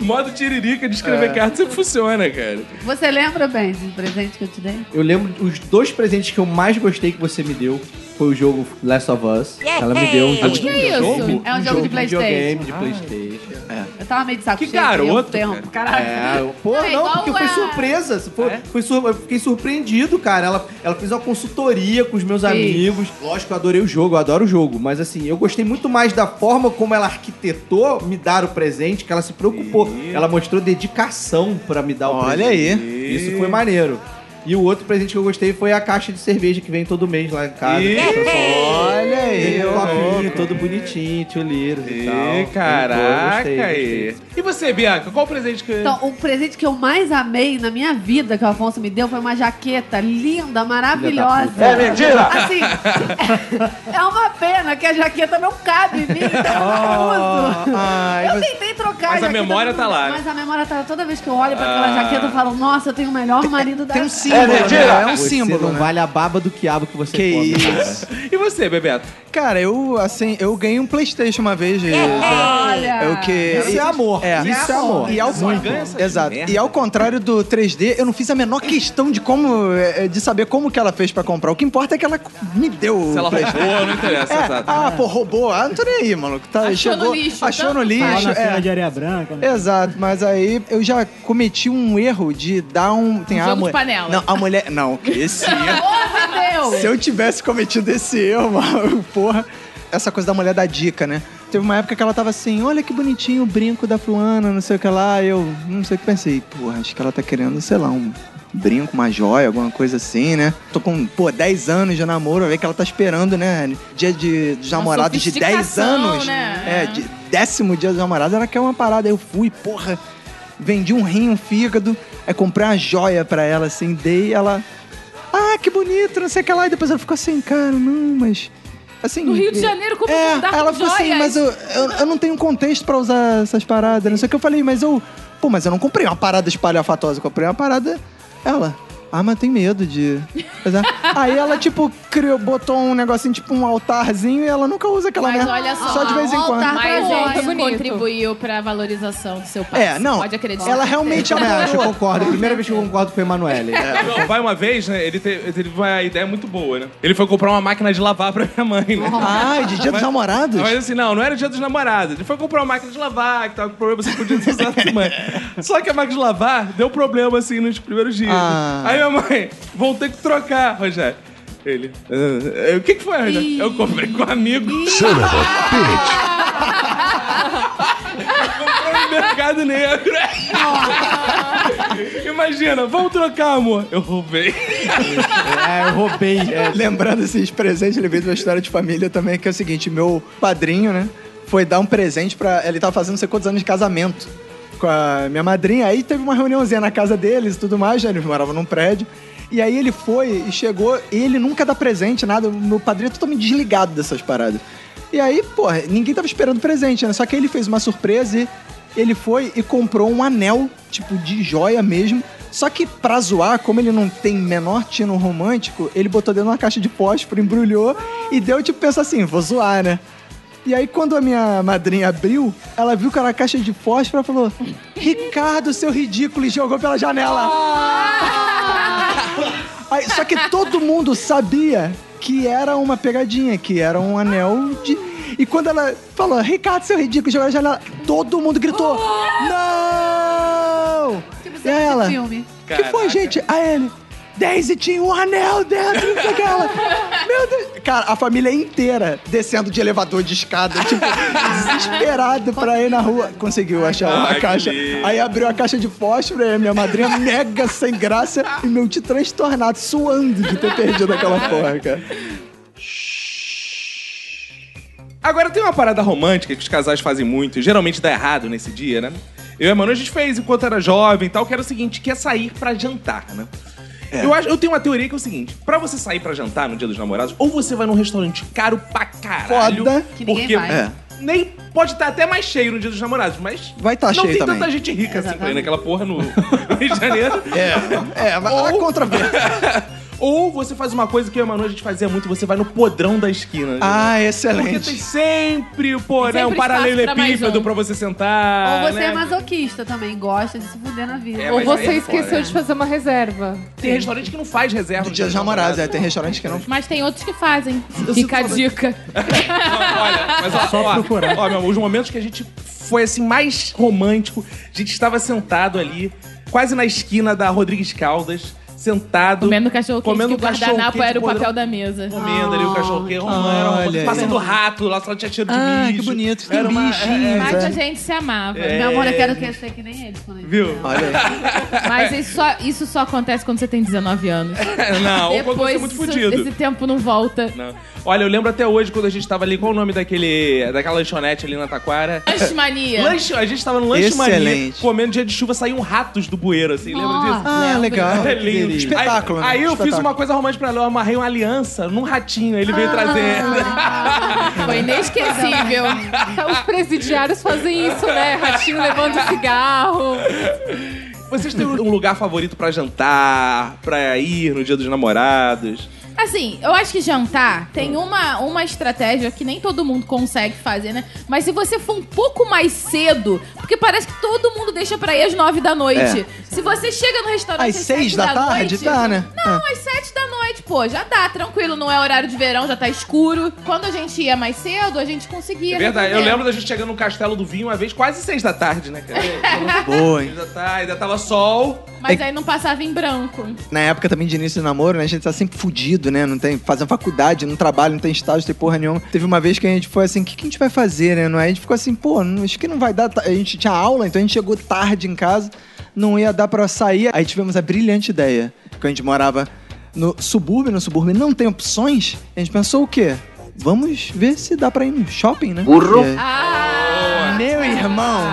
[LAUGHS] Modo tiririca de escrever É. carta sempre funciona, cara. Você lembra, Ben, do um presente que eu te dei? Eu lembro os dois presentes que eu mais gostei que você me deu. foi o jogo Last of Us. que Ela me deu um O jogo. que é isso? É um jogo de Playstation. Ah. videogame de Playstation. É. Eu tava meio de saco Que cheio. tem garoto, um tempo, cara. caralho. É, pô, Não, não, igual porque foi a- surpresa. Foi, foi sur- Eu fiquei surpreendido, cara. Ela, ela fez uma consultoria com os meus Sim. amigos. Lógico, eu adorei o jogo, eu adoro o jogo. Mas assim, eu gostei muito mais da forma como ela arquitetou me dar o presente, que ela se preocupou. Ela mostrou dedicação pra me dar o Olha presente. aí. Isso foi maneiro. E o outro presente que eu gostei foi a caixa de cerveja que vem todo mês lá em casa. Então, Olha aí, Tem um ô, copinho, todo bonitinho, tioleiros e, tal. Eu Ih, caraca! gostei, gostei. aí. E você, Bianca, qual o presente que. Então, o presente que eu mais amei na minha vida que o Afonso me deu foi uma jaqueta linda, maravilhosa. É mentira! Assim, [LAUGHS] é uma pena que a jaqueta não cabe em mim, então eu não uso. ai, eu mas- tentei trocar. Oh. Mas a jaqueta, memória não- tá lá, né? Mas a memória tá lá. Toda vez que eu olho pra Ah. aquela jaqueta, eu falo, nossa, eu tenho o melhor marido da Tem um símbolo, né? É um Você símbolo, não né? vale a baba do quiabo que você Que come. cara. isso. [LAUGHS] E você, Bebeto? Cara, eu, assim, eu ganhei um Playstation uma vez. gente. Olha! É o que... Isso é amor. É. Isso é amor. E ao, Só ganha essas Exato. merda. E ao contrário do 3D, eu não fiz a menor questão de como é, de saber como que ela fez pra comprar. O que importa é que ela me deu Se ela o PlayStation. roubou, não interessa. [LAUGHS] É, exato. ah, pô, roubou. Ah, não tô nem aí, maluco. Tá, Achou chegou, no lixo, Achou tanto no Lá lixo. na é. feira de areia branca. né? Exato, mas aí eu já cometi um erro de dar um. Tem Um a jogo de mulher- panela. Não, a mulher. Não, esse erro. Pelo amor de Se Deus! eu tivesse cometido esse erro, [LAUGHS] mano, porra. Essa coisa da mulher da dica, né? Teve uma época que ela tava assim, olha que bonitinho o brinco da Fluana, não sei o que lá. Eu não sei o que pensei. Porra, acho que ela tá querendo, sei lá, um brinco, uma joia, alguma coisa assim, né? Tô com, pô, 10 anos de namoro, ver que ela tá esperando, né? Dia de, dos namorados de 10 sofisticação, anos. né? É, de décimo dia dos namorados, ela quer uma parada. Eu fui, porra, vendi um rim, um fígado, aí comprei uma joia pra ela, assim, dei, ela. Ah, que bonito, não sei o que lá. E depois ela ficou assim, cara, não, mas. Assim, No Rio de Janeiro, como é, mudar ela com falou assim, joias? mas eu, eu, eu não tenho contexto pra usar essas paradas, não sei o que. Eu falei, mas eu. Pô, mas eu não comprei uma parada espalhafatosa, eu comprei uma parada. Ela. Ah, mas eu tenho medo de. Mas [LAUGHS] é- Aí ela, tipo, criou, botou um negocinho, tipo um altarzinho, e ela nunca usa aquela Mas merda. olha só, de vez em um quando. altar Mas Foi gente, bonito. contribuiu pra valorização do seu pai. É, não. Pode acreditar. Ela realmente é Também acho, eu adorou. concordo. Primeira vez que eu concordo foi o Emanuele. Meu pai, uma vez, né, ele te- ele teve uma ideia muito boa, né? Ele foi comprar uma máquina de lavar pra minha mãe, né? [LAUGHS] Ai, de dia dos Mas- namorados? Mas assim, não, não era dia dos namorados. Ele foi comprar uma máquina de lavar, que tava com problema, você podia usar a sua mãe. [LAUGHS] Só que a máquina de lavar deu problema, assim, nos primeiros dias. Ah. Aí minha mãe, vão ter que trocar, Rogério. Ele, "Ah, o que que foi, Rogério? Ih. Eu comprei com um amigo. Cinema Pit. Comprou no mercado [LAUGHS] negro. Imagina, vamos trocar, amor. Eu roubei. É, eu roubei. É. [LAUGHS] Lembrando esses presentes, ele veio de uma história de família também, que é o seguinte: meu padrinho, né? Foi dar um presente pra. Ele tava fazendo não sei quantos anos de casamento com a minha madrinha. Aí teve uma reuniãozinha na casa deles e tudo mais, né? Eles moravam num prédio. E aí ele foi e chegou, e ele nunca dá presente, nada. O Meu padrinho é totalmente desligado dessas paradas. E aí, porra, ninguém tava esperando presente, né? Só que aí ele fez uma surpresa e ele foi e comprou um anel, tipo, de joia mesmo. Só que pra zoar, como ele não tem menor tino romântico, ele botou dentro de uma caixa de fósforo, embrulhou e deu, tipo, pensar assim, vou zoar, né? E aí, quando a minha madrinha abriu, ela viu que era a caixa de fósforo e falou: Ricardo, seu ridículo, e jogou pela janela. Aí, só que todo mundo sabia que era uma pegadinha, que era um anel de. E quando ela falou, Ricardo, seu ridículo, e jogou pela janela, todo mundo gritou: Não! Oh! Tipo, E você aí ela. assiste filme. O que foi, gente? A ele. Daisy tinha um anel dentro daquela. Meu Deus. Cara, a família inteira descendo de elevador de escada, tipo, desesperado pra ir na rua. Conseguiu achar Ai, a que caixa. lindo. Aí abriu a caixa de fósforo e a minha madrinha mega sem graça e meu tio transtornado, suando de ter perdido aquela porra, cara. Agora tem uma parada romântica que os casais fazem muito, e geralmente dá errado nesse dia, né? Eu e a Manu, a gente fez enquanto era jovem e tal, que era o seguinte, que é sair pra jantar, né? Eu, acho, eu tenho uma teoria que é o seguinte: pra você sair pra jantar no dia dos namorados, ou você vai num restaurante caro pra caralho. Foda. Que ninguém porque vai. É. nem pode estar até mais cheio no dia dos namorados, mas. Vai tá não cheio tem também. tanta gente rica assim pra ir [LAUGHS] Exatamente. naquela porra no Rio de Janeiro. É, mas há Ou- contra Ou Ou você faz uma coisa que eu e a Manu a gente fazia muito, você vai no podrão da esquina. né? Ah, entendeu? excelente. Porque tem sempre o porão, Sempre um espaço pra mais paralelepípedo um. pra você sentar. Ou você né? é masoquista também, gosta de se fuder na vida. É, Ou mas aí você é foda, esqueceu né? de fazer uma reserva. Tem restaurante que não faz reserva. Dia dos namorados, é, tem restaurante que não Mas tem outros que fazem. Fica a dica. Mas ó, ó, ó, meu amor, os momentos que a gente foi assim mais romântico, a gente estava sentado ali, quase na esquina da Rodrigues Caldas, sentado. Comendo cachorro quente, que o guardanapo cachorro-quente, era o podrão, papel da mesa. Comendo ali o cachorro quente, romano, passando rato, lá só tinha cheiro de Ah, bicho. que bonito. Tem Era uma- é, é, Mas né? é. a gente se amava. É. Meu amor, eu quero que eu sei que nem eles quando eles Viu? Mas isso só, isso só acontece quando você tem 19 anos. [LAUGHS] Não, ou quando você é muito isso- fudido. esse tempo não volta. Não. Olha, eu lembro até hoje quando a gente tava ali, qual o nome daquele, daquela lanchonete ali na Taquara? Lanchemania. Lanche- a gente tava no lanche mania, Excelente. comendo dia de chuva, saíam ratos do bueiro, assim, lembra Nossa, disso? Ah, legal. É lindo. Delícia. Espetáculo, Aí, né? aí eu fiz Espetáculo. Ah. uma coisa romântica pra ela, eu amarrei uma aliança num ratinho, ele veio trazer. Foi inesquecível. [LAUGHS] Os presidiários fazem isso, né? Ratinho levando cigarro. Vocês têm um lugar favorito pra jantar, pra ir no dia dos namorados? Assim, eu acho que jantar tem uma, uma estratégia que nem todo mundo consegue fazer, né? Mas se você for um pouco mais cedo, porque parece que todo mundo deixa pra ir às nove da noite. É. Se você chega no restaurante Às seis da tarde, noite, tá, né? Não, às sete da noite, pô, já dá, tranquilo, não é horário de verão, já tá escuro. Quando a gente ia mais cedo, a gente conseguia. É verdade, eu resolver. lembro da gente chegando no Castelo do Vinho uma vez, quase seis da tarde, né, cara? Boa, hein? Seis da tarde, ainda tava sol. Mas aí não passava em branco. Na época também de início de namoro, né? A gente tá sempre fudido, né? Não tem fazendo faculdade, não trabalha, não tem estágio, não tem porra nenhuma. Teve uma vez que a gente foi assim, o que, que a gente vai fazer, né? Não é? A gente ficou assim, pô, não- acho que não vai dar. ta- A gente tinha aula, então a gente chegou tarde em casa, não ia dar pra sair. Aí tivemos a brilhante ideia, que a gente morava no subúrbio, no subúrbio não tem opções. A gente pensou o quê? Vamos ver se dá pra ir no shopping, né? Burro! Ah, Meu irmão!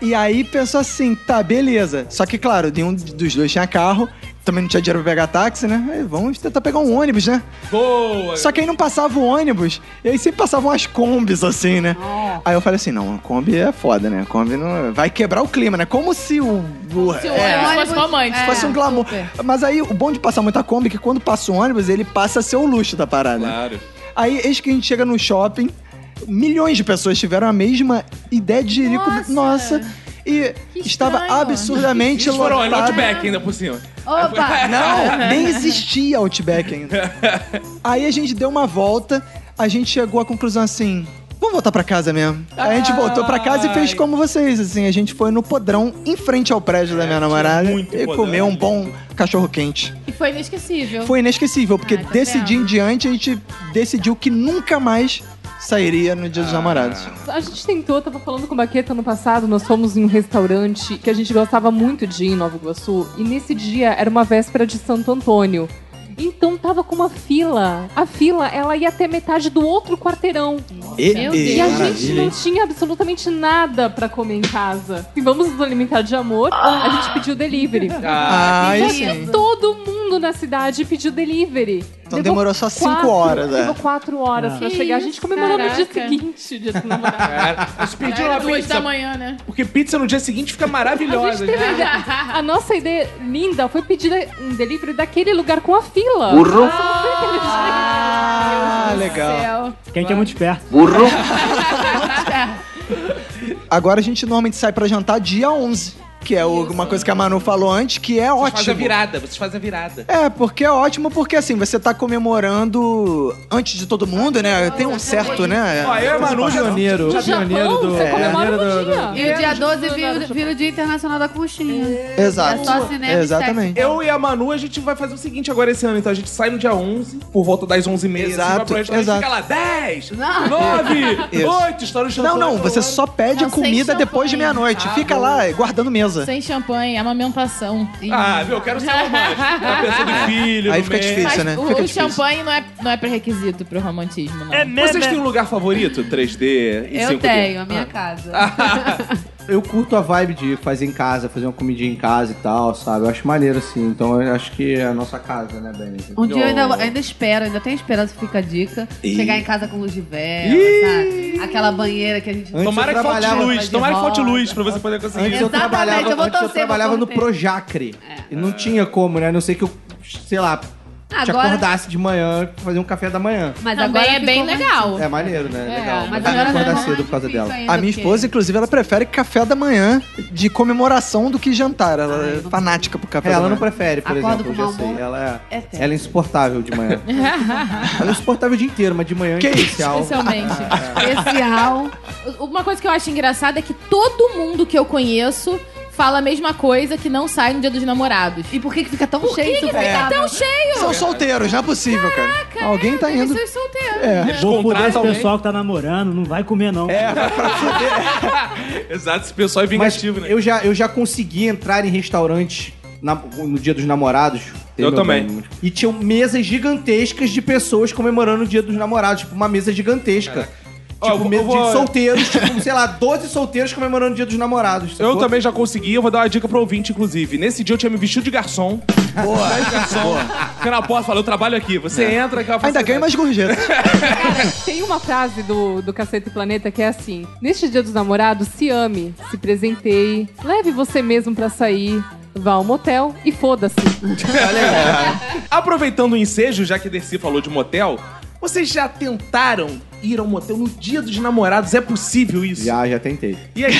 E aí pensou assim, tá, beleza. Só que, claro, nenhum dos dois tinha carro, também não tinha dinheiro pra pegar táxi, né? Aí, vamos tentar pegar um ônibus, né? Boa! Só que aí não passava o ônibus, e aí sempre passavam as combis, assim, né? Aí eu falei assim, não, a Kombi é foda, né? A Kombi não... vai quebrar o clima, né? Como se o... o- Se o é, ônibus fosse romântico. É. fosse um glamour. Mas aí, o bom de passar muita Kombi é que quando passa o ônibus, ele passa a ser o luxo da parada. Claro. Aí, eis que a gente chega no shopping, milhões de pessoas tiveram a mesma ideia de Jerico. Nossa. Nossa! E estava estranho. absurdamente Eles foram em lotado. Outback ainda por cima. Opa! [LAUGHS] Não, nem existia Outback [LAUGHS] ainda. Aí a gente deu uma volta, a gente chegou à conclusão assim... Vamos voltar pra casa mesmo. Aí a gente voltou pra casa e fez Ai. como vocês, assim. A gente foi no podrão, em frente ao prédio da minha namorada, É, muito e podrão, né? comeu um lindo. bom cachorro-quente. E foi inesquecível. Foi inesquecível, porque Ah, tá desse vendo? dia em diante a gente decidiu que nunca mais sairia no Ah. Dia dos Namorados. A gente tentou, tava falando com o Baqueta no passado, nós fomos em um restaurante que a gente gostava muito de ir em Nova Iguaçu, e nesse dia era uma véspera de Santo Antônio. Então tava com uma fila. A fila, ela ia até metade do outro quarteirão. E, Meu e- E a gente maravilha, não hein? tinha absolutamente nada pra comer em casa. E vamos nos alimentar de amor, a gente pediu delivery. Ah, Só isso. que todo mundo na cidade pediu delivery. Então demorou só cinco quatro- horas, é. Levou quatro horas pra Que chegar. A isso, gente comemorou no dia caraca. seguinte, [LAUGHS] dia do namorado. Ah, Cara, eles pediram a Era duas da pizza. manhã, né? Porque pizza no dia seguinte fica A maravilhosa. gente teve a ideia- A nossa ideia linda foi pedir um delivery daquele lugar com a fila. Ah, legal. Céu. Quem que é muito esperto. Agora a gente normalmente sai pra jantar dia 11, que é o- uma coisa que a Manu falou antes, que é Vocês fazem a ótimo. virada, vocês fazem a virada. É, porque é ótimo, porque assim, você tá comemorando antes de todo mundo, né? Tem um certo, né? Ó, eu e a Manu já... pioneiro, No Japão, você comemora um dia. E o dia 12 do- vira, vira o Dia Internacional da Conchinha. Exato. É só cinema e Exatamente. Eu e a Manu, a gente vai fazer o seguinte agora esse ano. Então a gente sai no dia 11, por volta das 11h30. Exato, vai pro restaurante, exato. fica lá 10, Não. 9, [LAUGHS] Isso. 8, estoura o champanhe. Não, não, você só pede Não, sem comida depois de champanhe. meia-noite. Fica lá guardando mesa. Sem champanhe, amamentação. Ah, meu, eu quero ser romântico. A pessoa do filho, Aí do fica mês. difícil. Mas né? o, Fica o difícil. champanhe não é, não é pré-requisito pro romantismo, não. Vocês têm um lugar favorito? 3D e 5D? Eu [LAUGHS] tenho, a minha casa. Ah. Eu curto a vibe de fazer em casa, fazer uma comidinha em casa e tal, sabe? Eu acho maneiro assim. Então eu acho que é a nossa casa, né, Dani? Um dia eu Oh. ainda, ainda espero, ainda tenho esperança, fica a dica. Chegar em casa com luz de vela, sabe? Aquela banheira que a gente... Antes Tomara eu que falte trabalhava luz, de tomara que falte roda. luz pra você poder conseguir. Antes eu Exatamente, trabalhava, eu vou antes eu torcer, vou trabalhava no torcer. Projacre. E não tinha como, né? A não sei que eu, sei lá, te agora- acordasse de manhã, fazer um café da manhã. Mas Também agora é bem ficou mais- legal. É maneiro, né? É, legal. mas Dá pra agora acordar não é cedo mais por causa dela. difícil ainda. A minha esposa, inclusive, ela prefere café da manhã de comemoração do que jantar. Ela é fanática pro café É, da ela manhã. não prefere, por Acordo exemplo, com eu já mau humor. sei. Ela é, É ela é insuportável [LAUGHS] de manhã. ela é insuportável o dia inteiro, mas de manhã é Que isso? especial. Especialmente. [LAUGHS] Especial. Uma coisa que eu acho engraçada é que todo mundo que eu conheço fala a mesma coisa que não sai no dia dos namorados. Então, E por que, que fica tão cheio? Por que, que fica supermercado? tão cheio? São solteiros, não é possível, cara. Alguém tá indo. É. Vocês solteiros. Vou foder esse Contratam pessoal que tá namorando, não vai comer não. É, Exato, esse pessoal é Mas vingativo, né? eu já, eu já consegui entrar em restaurantes na- no dia dos namorados. Eu Meu também. bem, E tinham mesas gigantescas de pessoas comemorando o dia dos namorados. Tipo, uma mesa gigantesca. Ó, eu Tipo, vou- mesa eu vou- de solteiros. tipo, sei lá, 12 solteiros comemorando o dia dos namorados. Eu sacou? também já consegui, eu vou dar uma dica pro ouvinte, inclusive. Nesse dia eu tinha me vestido de garçom. Boa. Mas garçom. Fica na porta, fala, eu trabalho aqui. Você É. entra que eu faço- Ainda ganha mais gorjetas. Tem uma frase do, do Cacete Planeta que é assim: Neste dia dos namorados, se ame, se presenteie, leve você mesmo pra sair, vá ao motel e foda-se. Aproveitando o ensejo, já que Dercy falou de motel, vocês já tentaram ir ao motel no dia dos namorados? É possível isso? Já, já tentei. E aí?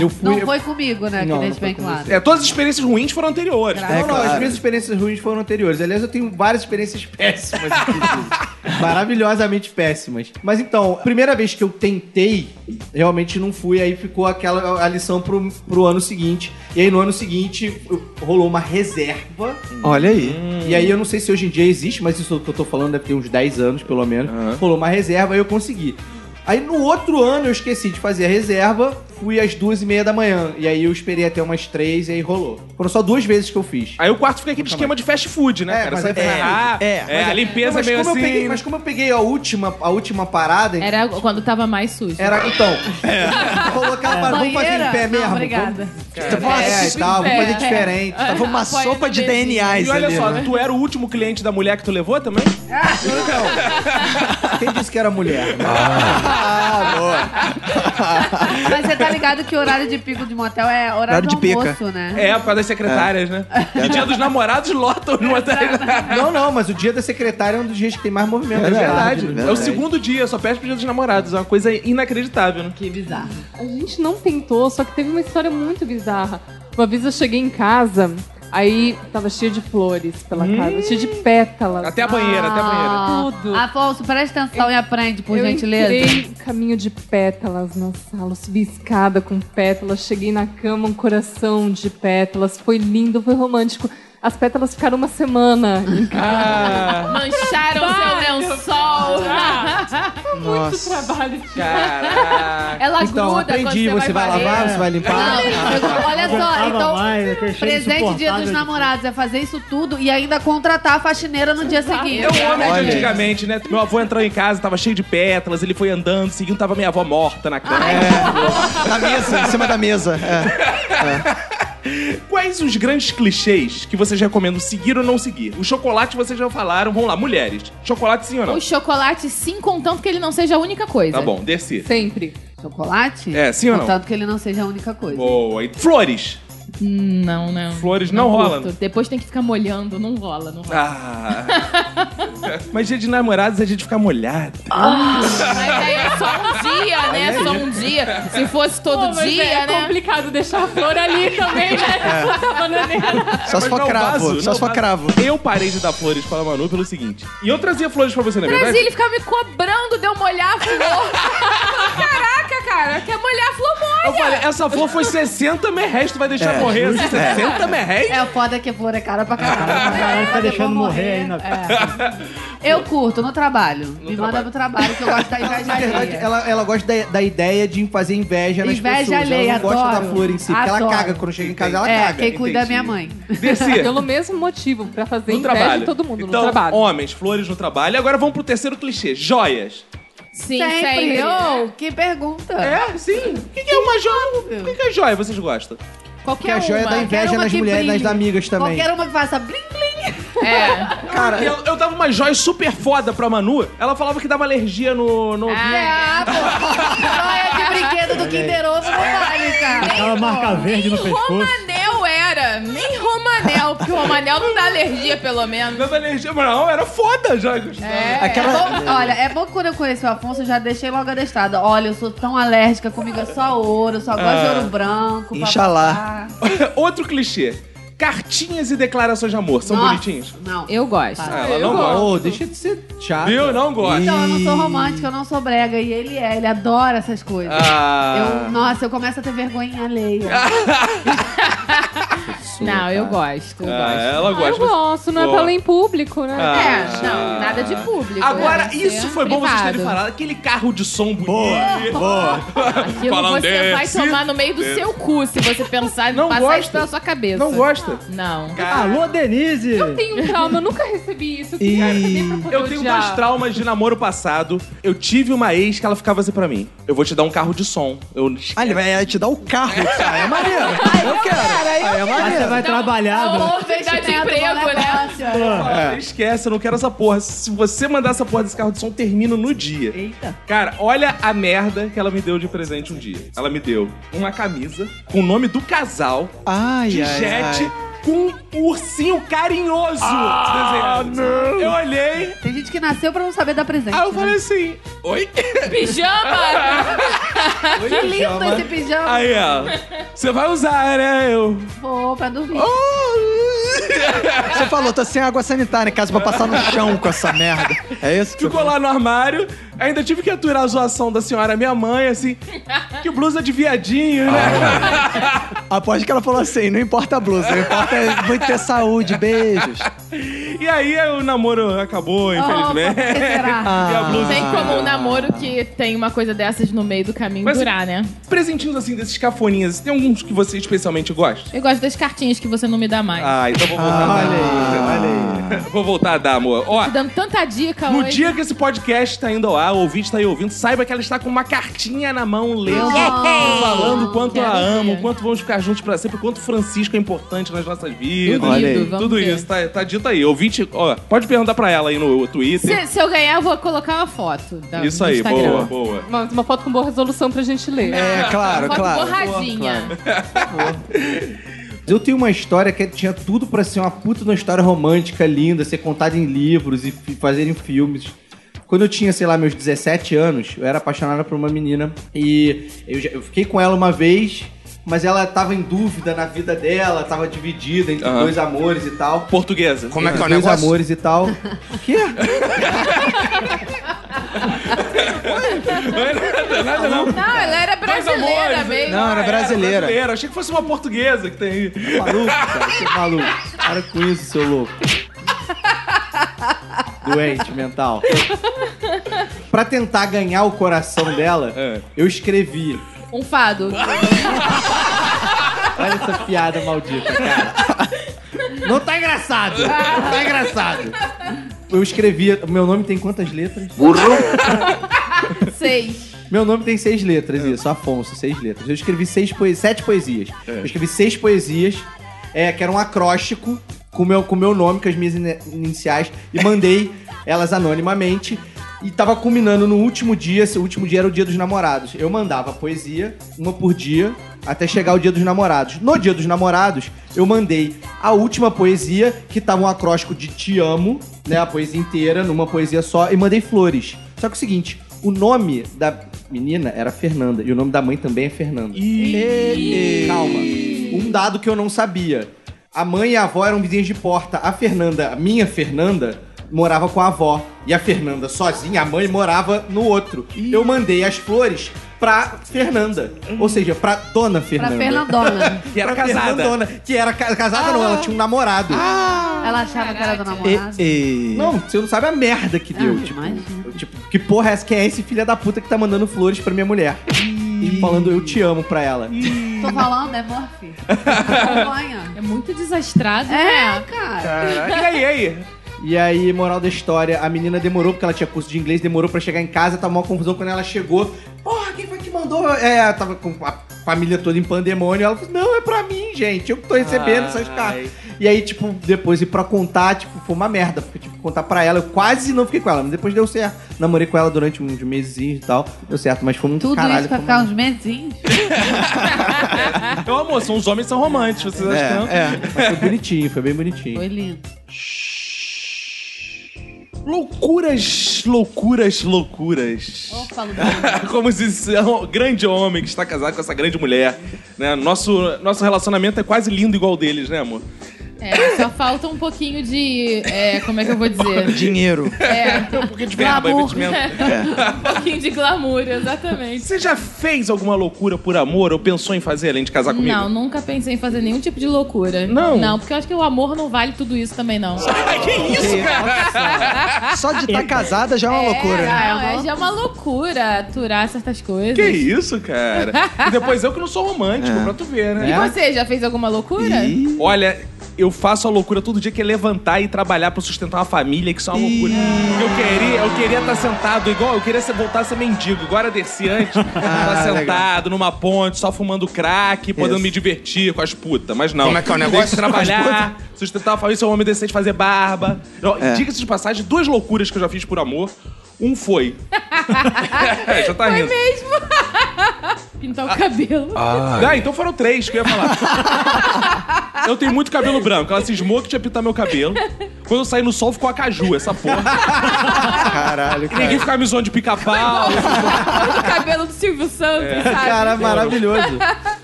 Eu fui. Não eu- foi comigo, né? que deixe bem claro. É, todas as experiências ruins foram anteriores. Não, não, as minhas experiências ruins foram anteriores. Aliás, eu tenho várias experiências [LAUGHS] péssimas. inclusive. Maravilhosamente péssimas. Mas então, primeira vez que eu tentei, realmente não fui. Aí ficou aquela a lição pro, pro ano seguinte. E aí no ano seguinte eu- rolou uma reserva. Olha aí. E aí eu não sei se hoje em dia existe, mas isso que eu tô falando deve ter uns 10 anos, pelo menos. Rolou uma reserva, aí eu consegui. Aí no outro ano eu esqueci de fazer a reserva, fui às duas e meia da manhã. E aí eu esperei até umas três e aí rolou. Foram só duas vezes que eu fiz. Aí o quarto fica aquele esquema de fast food, né, É, cara? mas Você é vai fast pra- food. Ah, É, é, a limpeza é Não, meio mas como assim... eu peguei- mas como eu peguei a última, a última parada, Era quando tava mais sujo. era [LAUGHS] então. É. Rolou aquela parada, É, vamos fazer em pé Banheira? mesmo. Não, obrigada. Vamos, é, e tal, vamos fazer diferente. tá? tal. Tava uma Foi sopa de no beijinho. DNAs E olha ali, só, né? tu era o último cliente da mulher que tu levou também? Quem disse que era [LAUGHS] mulher? né? Mas você tá ligado que horário de pico de motel é horário Horário de de pica. almoço, né? É, por causa das secretárias, né? E dia dos namorados lotam no hotel. Não, não, mas o dia da secretária é um dos dias que tem mais movimento. É né? verdade, Dia dos né? É o segundo dia, só perde pro dia dos namorados. É uma coisa inacreditável, né? Que bizarro. A gente não tentou, só que teve uma história muito bizarra. Uma vez eu cheguei em casa, aí tava cheio de flores pela Hum. casa, cheio de pétalas. Até a banheira, até a banheira. Tudo. Afonso, presta atenção e aprende, por eu gentileza. entrei em caminho de pétalas na sala, subi escada com pétalas, cheguei na cama, um coração de pétalas. Foi lindo, foi romântico. As pétalas ficaram uma semana em casa. Ah, Mancharam seu lençol. Então, Muito trabalho. caraca. Ela Então, gruda aprendi, quando você vai varrer. lavar, você vai limpar. Não, olha só, então. Presente dia dos namorados. namorados é fazer isso tudo e ainda contratar a faxineira no dia seguinte. É um homem Olha de aí. antigamente, né? Meu avô entrou em casa, tava cheio de pétalas, ele foi andando, seguindo, tava minha avó morta na cama. Na mesa, em cima da mesa. É. Quais os grandes clichês que vocês recomendam seguir ou não seguir? O chocolate vocês já falaram, vamos lá, mulheres. Chocolate sim ou não? O chocolate, sim, contanto que ele não seja a única coisa. Tá bom, desci. Sempre. Chocolate? É, sim ou não? Contanto que ele não seja a única coisa. Boa. E flores. Não, não. Flores não rola. curto. Depois tem que ficar molhando, não rola, não rola. Ah. [LAUGHS] Mas dia de namorados é dia de ficar molhado. Mas aí é só um dia, né? é Só um dia. Se fosse todo Pô, mas dia, é né? complicado deixar a flor ali também, né? É. [LAUGHS] Da bananeira. É, Tá Só se Mas for não cravo, vaso, só não se for vaso. cravo. Eu parei de dar flores para a Manu pelo seguinte. E eu trazia flores pra você, na Brasil, verdade? ele ficava me cobrando de eu molhar a flor. [LAUGHS] Caraca, cara, quer molhar a flor, molha. Eu falei, essa flor foi 60 merréis, tu vai É. deixar morrer assim, 60 merréis? É, o foda é que a flor é cara pra caralho. Caralho, tá Eu deixando vou morrer aí na- É. Eu curto, no trabalho. Me manda pro trabalho que [LAUGHS] eu gosto da Na verdade, inveja ela, ela gosta da, da ideia de fazer inveja, nas Inveja pessoas. Ela não alheia, gosta adoro. da flor em si, porque ela Adoro. caga. Quando chega em casa, ela É, caga. quem cuida é entendi. minha mãe. Desci. Pelo mesmo motivo, pra fazer No inveja trabalho. em todo mundo então, no trabalho. homens, flores no trabalho. E agora vamos pro terceiro clichê, joias. Sim, Sempre. sempre. Ô, que pergunta. É, sim. O que, que é uma joia? O que, que é joia vocês gostam? Porque a Qualquer joia uma. É. da inveja Quero uma nas que mulheres, brilhe. nas amigas também. Qualquer uma que faça blim blim. É. Cara, eu, eu dava uma joia super foda pra Manu. Ela falava que dava alergia no... no... É. É. Ah, pô. Joia é de brinquedo do Kinder Ovo não vale, cara. Aquela marca verde no Nem pescoço. Romaneu era. Nem Romaneu Romanel, porque o Romanel não dá alergia, pelo menos. Não dá alergia, mas não, era foda já. É, é bom- olha, é bom que quando eu conheci o Afonso, eu já deixei logo adestada. Olha, eu sou tão alérgica, comigo é só ouro, só gosto de Ah. ouro branco. Inxalá. Outro clichê. Cartinhas e declarações de amor. São Nossa. bonitinhos? Não. Eu gosto. Ah, ela não gosta. deixa de ser chato. Viu? Não gosta. Então, eu não sou romântica, eu não sou brega. E ele é, ele adora essas coisas. Ah. Eu- nossa, eu começo a ter vergonha alheia. Não, eu gosto. Eu Ah, gosto. ela gosta. Eu gosto, não é Boa. pra ler em público, né? Ah. É, não, nada de público. Agora, deve isso ser foi bom vocês terem é privado. falado. Aquele carro de som bonito. Boa, Aquilo você vai tomar no meio do seu cu se você pensar e Não passar isso gosta? pela sua cabeça. Não gosta? Ah, Não. Alô, Denise! Eu tenho um trauma, eu nunca recebi isso. que cara, nem pra poder Eu tenho odiar. dois traumas de namoro passado. Eu tive uma ex que ela ficava assim pra mim. Eu vou te dar um carro de som. Eu... Ah, ele vai te dar o carro. É maneiro. Eu quero. Aí é Mas você maneiro. vai trabalhar, Não, né? ontem dá de Neto, emprego, bom né? negócio. É. Ah, Esquece, eu não quero essa porra. Se você mandar essa porra desse carro de som, eu termino no dia. Eita. Cara, olha a merda que ela me deu de presente um dia. Ela me deu uma camisa com o nome do casal Ai, de ai, jet ai. com um ursinho carinhoso desenhado. Eu olhei, Tem gente que nasceu pra não saber dar presente. aí eu né? falei assim: Oi? Pijama! Que lindo esse pijama. Aí ela, você vai usar, né? Eu. Vou pra dormir. Oh, Você falou, tô sem água sanitária em casa pra passar no chão com essa merda. É isso que você Ficou lá no armário, ainda tive que aturar a zoação da senhora, minha mãe, assim. Que blusa de viadinho, né? Aposto que ela falou assim: não importa a blusa, o que importa é muito ter saúde, beijos. E aí é, o namoro Ah, acabou, infelizmente. Por que será? tá E a blusa. Tem como um namoro que tem uma coisa dessas no meio do caminho Mas- durar, né? Presentinhos assim desses cafoninhas, tem alguns que você especialmente gosta? Eu gosto das cartinhas que você não me dá mais. Ah, então vou voltar a Ah, dar. Olha aí. Vou voltar a dar, amor. Ó, Tô dando tanta dica no hoje. dia que esse podcast tá indo ao ar, o ouvinte tá aí ouvindo, saiba que ela está com uma cartinha na mão lendo. Falando o quanto Uhum. Quero a amo, ver. o quanto vamos ficar juntos pra sempre, o quanto Francisco é importante nas nossas vidas. Olha aí. vamos Tudo ver. isso, tá, tá dito aí. Ouvinte, ó, pode perguntar pra ela aí no Twitter. Se, se eu ganhar, eu vou colocar uma foto. da- Isso no aí, Instagram. boa, boa. Uma, uma foto com boa resolução pra gente ler. É, claro, foto claro. borradinha. Eu tenho uma história que é, tinha tudo pra ser uma puta de uma história romântica, linda, ser contada em livros e fi- fazerem filmes. Quando eu tinha, sei lá, meus 17 anos, eu era apaixonada por uma menina e eu, já- eu fiquei com ela uma vez, mas ela tava em dúvida na vida dela, tava dividida entre Aham. dois amores e tal. Portuguesa. Como [LAUGHS] é que é o dois negócio? amores [LAUGHS] e tal. O quê? nada, nada não. Não, ela era brasileira amores, né? mesmo. Não, era brasileira. Brasileira. Achei que fosse uma portuguesa que tem aí. Maluco, cara, você é maluco. Para com isso, seu louco. Doente mental. Pra tentar ganhar o coração dela, É. eu escrevi. Um fado. Ah. Olha essa piada maldita, cara. Não tá engraçado. Não tá engraçado. Eu escrevi. Meu nome tem quantas letras? Seis. Meu nome tem seis letras, isso, Afonso, seis letras. Eu escrevi seis poe- sete poesias. Eu escrevi seis poesias, é, que era um acróstico com meu, o com meu nome, com as minhas ini- iniciais, e mandei elas anonimamente. E tava culminando no último dia, esse último dia era o dia dos namorados. Eu mandava poesia, uma por dia, até chegar o dia dos namorados. No dia dos namorados, eu mandei a última poesia, que tava um acróstico de Te Amo, né? A poesia inteira, numa poesia só, e mandei flores. Só que é o seguinte, o nome da menina era Fernanda, e o nome da mãe também é Fernanda. Calma. Um dado que eu não sabia. A mãe e a avó eram vizinhas de porta. A Fernanda, a minha Fernanda, morava com a avó. E a Fernanda, sozinha, a mãe morava no outro. Eu mandei as flores pra Fernanda. Ou seja, pra dona Pra Fernanda. Fernandona. Que era Hum. Pra casada. Fernandona, que era ca- casada não, ela tinha um namorado. Ela achava que era né? do namorado. E, e... Não, você não sabe a merda que deu. Não, tipo, Ah, imagina. Tipo, que porra é essa? Quem é esse filho da puta que tá mandando flores pra minha mulher? E falando eu te amo pra ela. Tô falando, é morfe. Vergonha. É muito desastrado, É, né? cara. E aí, e aí? E aí, moral da história, a menina demorou, porque ela tinha curso de inglês, demorou pra chegar em casa, tava uma confusão quando ela chegou. Porra, quem foi que mandou? É, tava com a família toda em pandemônio. Ela falou, não, é pra mim, gente, eu que tô recebendo essas Ai. cartas. E aí, tipo, depois ir pra contar, tipo, foi uma merda, porque eu tive que contar pra ela. Eu quase não fiquei com ela, mas depois deu certo. Namorei com ela durante uns meses e tal. Deu certo, mas foi muito Tudo caralho. isso pra foi ficar uns mesinhos. Meu Então, amor, são- os homens são românticos, vocês É, acham que não? é. Mas foi bonitinho, foi bem bonitinho. Foi lindo. Loucuras, loucuras, loucuras. Opa, [LAUGHS] Como se esse ho- grande homem que está casado com essa grande mulher. Né? Nosso, nosso relacionamento é quase lindo igual o deles, né, amor? É, só falta um pouquinho de. é, como é que eu vou dizer? Dinheiro. É, Um pouquinho de verba, investimento. [LAUGHS] um pouquinho de glamour, exatamente. Você já fez alguma loucura por amor ou pensou em fazer além de casar Tá comigo? Não, nunca pensei em fazer nenhum tipo de loucura. Não? Não, porque eu acho que o amor não vale tudo isso também, não. que isso, cara? Só de estar casada já é uma loucura. né? Não, é já uma loucura aturar certas coisas. Que isso, cara? E depois eu que não sou romântico, É. pra tu ver, né? E você, já fez alguma loucura? Olha, eu faço a loucura todo dia que é levantar e trabalhar pra sustentar uma família, que isso é uma loucura. Eu queria, eu queria estar sentado igual, eu queria ser- voltar a ser mendigo, igual era [LAUGHS] Dercy antes. Ah, tá sentado numa ponte, só fumando crack, podendo me divertir com as putas, mas não. Como é que é o Tem negócio? trabalhar, sustentar a família, ser um homem decente, fazer barba. Ó, É. Diga-se de passagem, duas loucuras que eu já fiz por amor. Um foi. [LAUGHS] já tá rindo. [LAUGHS] Pintar o cabelo. Ah, então foram três que eu ia [LAUGHS] falar. eu tenho muito cabelo branco. Ela cismou que tinha pintar meu cabelo. Quando eu saí no sol, ficou a caju, essa porra. Caralho, E ninguém cara. ficava me zoando de pica-pau. o cabelo do Silvio Santos, É. sabe? Cara, maravilhoso.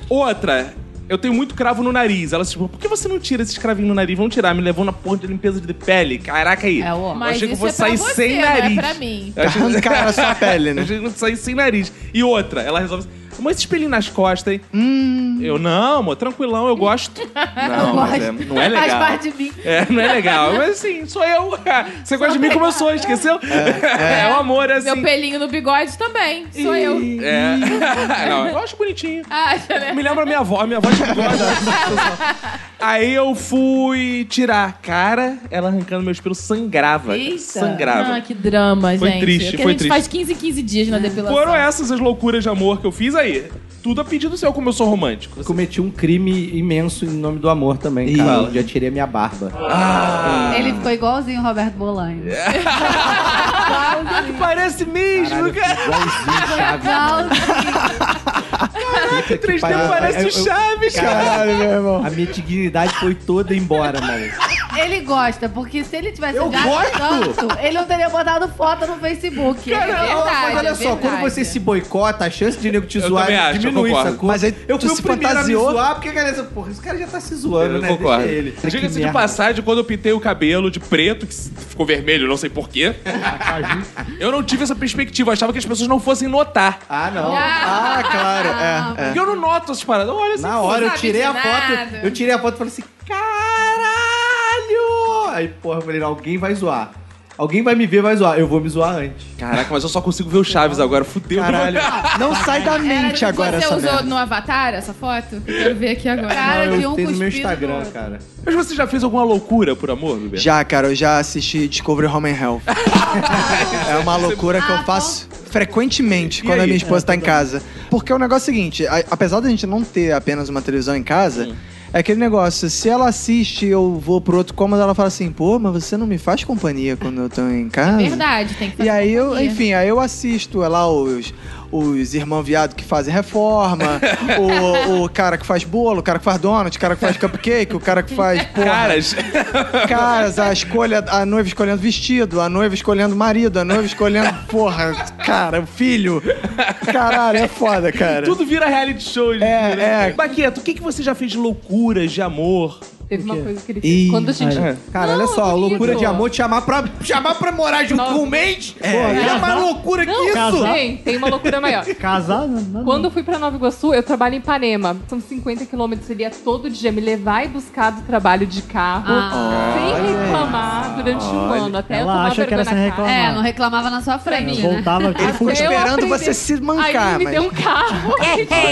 Outra, eu tenho muito cravo no nariz. Ela cismou, por que você não tira esses cravinhos no nariz? Vão tirar, me levou na porra de limpeza de pele. Caraca aí. É, ó. eu Mas achei que eu isso vou é pra sair você, sem não é nariz. pra mim. Eu achei- Arrancar a sua pele, Eu né? achei que eu saí sem nariz. E outra, ela resolve assim, mas esse espelhinho nas costas, hein? Eu, não, amor, tranquilão, eu gosto. Hum. Não, mas é- não é legal. Faz parte de mim. É, não é legal. Mas assim, sou eu. Você gosta de mim como eu sou, esqueceu? [LAUGHS] É, o amor, é assim. Meu pelinho no bigode também. Sou eu. É. [LAUGHS] Não, eu acho bonitinho. [LAUGHS] Acha, né? Me lembra minha avó, minha avó de bigode. Aí eu fui tirar. Cara, ela arrancando meus pelos sangrava. cara. Eita. Sangrava. Ah, que drama, Foi gente. triste, Porque foi a gente triste. É. faz 15 em 15 dias na depilação. Foram essas as loucuras de amor que eu fiz aí. Tudo a pedido seu, como eu sou romântico. Cometi um crime imenso em nome do amor também, Ih. cara. Eu já tirei a minha barba. Ele ficou igualzinho o Roberto Bolanho. É. Parece mesmo, cara. [LAUGHS] Igualzinho, chave. Então, Puta que 3D pariu. parece Eu- o eu- Chaves, cara. Caralho, meu irmão. A minha dignidade foi toda embora, mano. Ele gosta, porque se ele tivesse Eu gosto? tanto, ele não teria botado foto no Facebook. Cara, Ele- É verdade, mas olha é só, quando verdade. você se boicota, a chance de nego te Eu zoar também acho, eu diminui, concordo. sacou? Mas aí eu tu fui o se primeiro a fantasiou? me zoar, porque a galera, pensa, porra, esse cara já tá se zoando, Eu né? concordo. Deixa ele. Que Diga-se de merda. passagem, quando eu pintei o cabelo de preto, que ficou vermelho, não sei porquê, eu não tive essa perspectiva. Eu achava que as pessoas não fossem notar. Ah, não. Ah, claro. É, é. Porque eu não noto essas paradas. Olha assim, Na hora eu sabe tirei de a foto, nada. eu tirei a foto e falei assim, caralho! Aí, porra, eu falei, não, alguém vai zoar. Alguém vai me ver, vai zoar. Eu vou me zoar antes. Caraca, mas eu só consigo ver o Chaves agora. Fudeu. Caralho. Não sai da mente agora Você essa usou merda. no Avatar essa foto? Quero ver aqui agora. Cara, Não, de eu um tenho no meu cuspido no Instagram, outro. cara. [LAUGHS] Mas você já fez alguma loucura por amor, Bebê? Já, cara, eu já assisti Discovery Home and Health. é uma loucura que eu faço frequentemente quando a minha esposa tá em casa. Porque o negócio é o seguinte, a- apesar da gente não ter apenas uma televisão em casa, é aquele negócio, se ela assiste e eu vou pro outro cômodo, ela fala assim, pô, mas você não me faz companhia quando eu tô em casa? É Verdade, tem que fazer. um E aí eu, companhia. enfim, aí eu assisto é lá os, os irmãos viado que fazem reforma, o, o cara que faz bolo, o cara que faz donut, o cara que faz cupcake, o cara que faz porra, Caras. caras, a escolha, a noiva escolhendo vestido, a noiva escolhendo marido, a noiva escolhendo, porra, cara, o filho. Caralho, é foda, cara. Tudo vira reality show. hoje em É, dia, né? é. Baqueto, o que, que você já fez de loucuras de amor? Teve uma coisa que ele fez. Ih, Quando a gente. Cara, Não, olha só, a bonito. loucura de amor te chamar pra, chamar pra morar junto com um mês? Pô, que é mais loucura que isso? casar. Tem, tem uma loucura maior. Casar? Não, não, Quando eu fui pra Nova Iguaçu, eu trabalho em Ipanema. São 50 quilômetros, ele ia todo dia me levar e buscar do trabalho de carro, Ah. sem reclamar durante um ano, até eu Ela tomar acha que era vergonha sem na cara. reclamar. É, não reclamava na sua Eu frente, né? voltava aqui. Ele ficou Eu esperando aprendi. você se Aí mancar, ele me mas... deu um carro.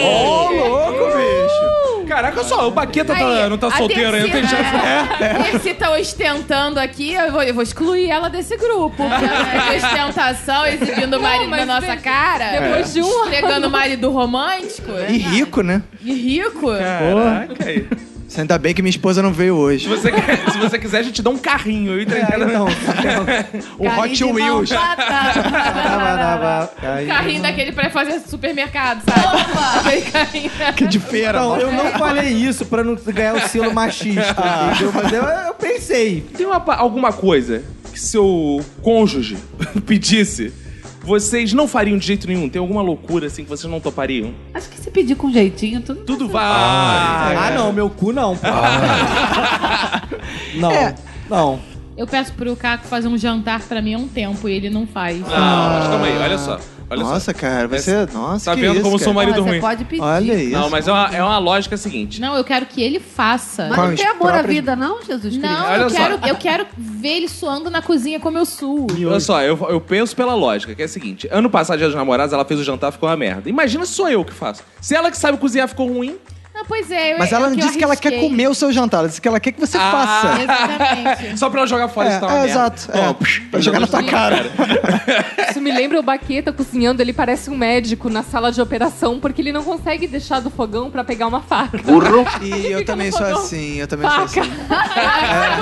Ô, louco, bicho. Caraca, olha só, o Baqueta tá- Aí, não tá a solteiro ainda. Tem Dercy- gente... É. Dercy tá ostentando aqui, eu vou, eu vou excluir ela desse grupo. porque é ostentação, exibindo o marido na mas nossa depois- cara. depois de um É. Entregando o marido romântico. E rico, né? E rico. Caraca aí. Você ainda bem que minha esposa não veio hoje. Se você, quer- se você quiser, a gente dá um carrinho. Eu entendo. o Carrinho Hot de Wheels. [LAUGHS] Carrinho daquele pra fazer supermercado, sabe? [LAUGHS] Aquele carrinho. Que de feira. Não, Então, eu não falei isso pra não ganhar o selo machista, Ah. entendeu? Mas eu, eu pensei. Tem uma, pa- alguma coisa que seu cônjuge [LAUGHS] pedisse, vocês não fariam de jeito nenhum? Tem alguma loucura assim que vocês não topariam? Acho que se pedir com jeitinho, tudo. Tudo vai. Ah, não, meu cu não. pô. Não, não. Eu peço pro Caco fazer um jantar pra mim há um tempo e ele não faz. Não, mas calma aí, olha só. Olha só. Nossa, cara, você. Nossa, Tá que vendo isso, como eu sou cara. marido Você ruim? pode pedir. Olha isso. Não, mas é uma, é uma lógica seguinte. Não, eu quero que ele faça. Mas Com não as tem amor à próprias- vida, não, Jesus Cristo? Não, Olha eu só. quero, eu quero ver ele suando na cozinha como eu suo. Olha só, eu, eu penso pela lógica, que é a seguinte: ano passado, dia dos namorados, ela fez o jantar ficou uma merda. Imagina se sou eu que faço. Se ela que sabe cozinhar ficou ruim, Não, pois é. eu- Mas é ela o não eu disse que ela quer arrisquei. comer o seu jantar, ela disse que ela quer que você Ah. faça. [LAUGHS] Exatamente. só pra ela jogar fora É, isso tá uma é, merda. exato, Toma, é. psh, Pra jogar na tua cara. Isso me lembra o Baqueta cozinhando, ele parece um médico na sala de operação, porque ele não consegue deixar do fogão pra pegar uma faca. E Fica eu no também sou fogão. assim, eu também sou Faca! [LAUGHS] assim.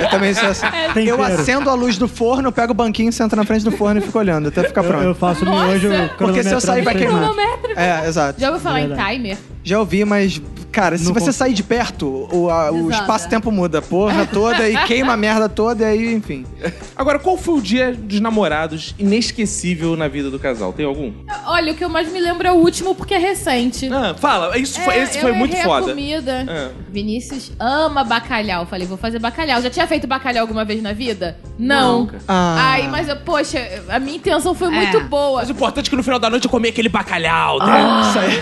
Eu também sou assim. Eu É. Tempero. acendo a luz do forno, pego o banquinho, sento na frente do forno e fico olhando até ficar Eu, eu pronto. faço miojo Nossa! Porque se eu sair, vai cronometrando queimar. Cronométrico. É, exato. Já ouviu falar em Verdade. timer? Já ouvi, mas, cara, se Não você con- sair de perto, o, a- o Desanda. é. espaço-tempo muda a porra toda e queima a merda toda e aí, enfim. Agora, qual foi o dia dos namorados inesquecível na vida do casal? Tem algum? Olha, o que eu mais me lembro é o último porque é recente. Ah, fala, isso foi, É, esse foi eu muito errei a foda. comida. Ah. Vinícius ama bacalhau. Falei, vou fazer bacalhau. Já tinha feito bacalhau alguma vez na vida? Não. Ah. Ai, mas, eu- poxa, a minha intenção foi É. muito boa. Mas o importante é que no final da noite eu comi aquele Ah, bacalhau. né? Isso aí.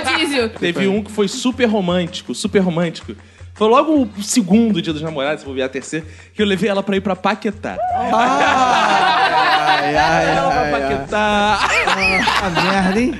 [LAUGHS] Rodízio. Teve um que foi super romântico, super romântico. Foi logo o segundo dia dos namorados, vou ver a terceira, que eu levei ela pra ir pra Paquetá. Ai, ai, ela ai, pra ai, ai. Paquetá. A merda, hein?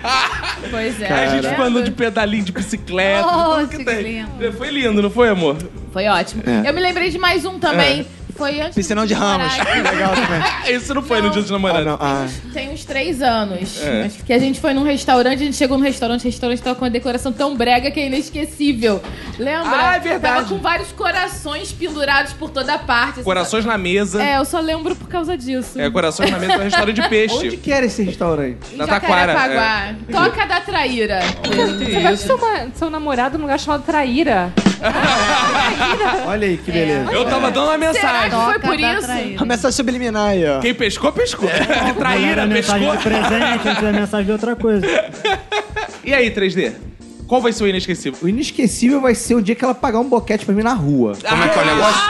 Pois é. Aí a gente Tá ficou andando de vendo? pedalinho, de bicicleta. Oh, tudo que que tem. lindo. Foi lindo, não foi, amor? Foi ótimo. É. Eu me lembrei de mais um também. É. Foi antes. Piscinão dos de ramos. namorados. Legal [LAUGHS] também. Isso não foi no Não. dia dos Ah, namorados. não, ah. Tem uns três anos. É. Acho que a gente foi num restaurante, a gente chegou num restaurante, o restaurante tava com uma decoração tão brega que é inesquecível. Lembra? Ah, é verdade. Tava com vários corações pendurados por toda parte. Corações na mesa. É. É, eu só lembro por causa disso. corações na mesa do restaurante de Onde peixe. que era esse restaurante? Em Na Taquara, Jacarepaguá. Toca da traíra. Você vai com seu, ma- seu namorado num lugar chamado Traíra. Olha aí que beleza. Eu tava dando uma Será que mensagem. foi Toca por da isso? traíra. A mensagem subliminar aí, ó. Quem pescou, pescou. [LAUGHS] Traíra, Mandaram mensagem pescou. de presente, antes da mensagem de outra coisa. E aí, 3D? Qual vai ser o inesquecível? O inesquecível vai ser o dia que ela pagar um boquete pra mim na rua. Como é que é o negócio?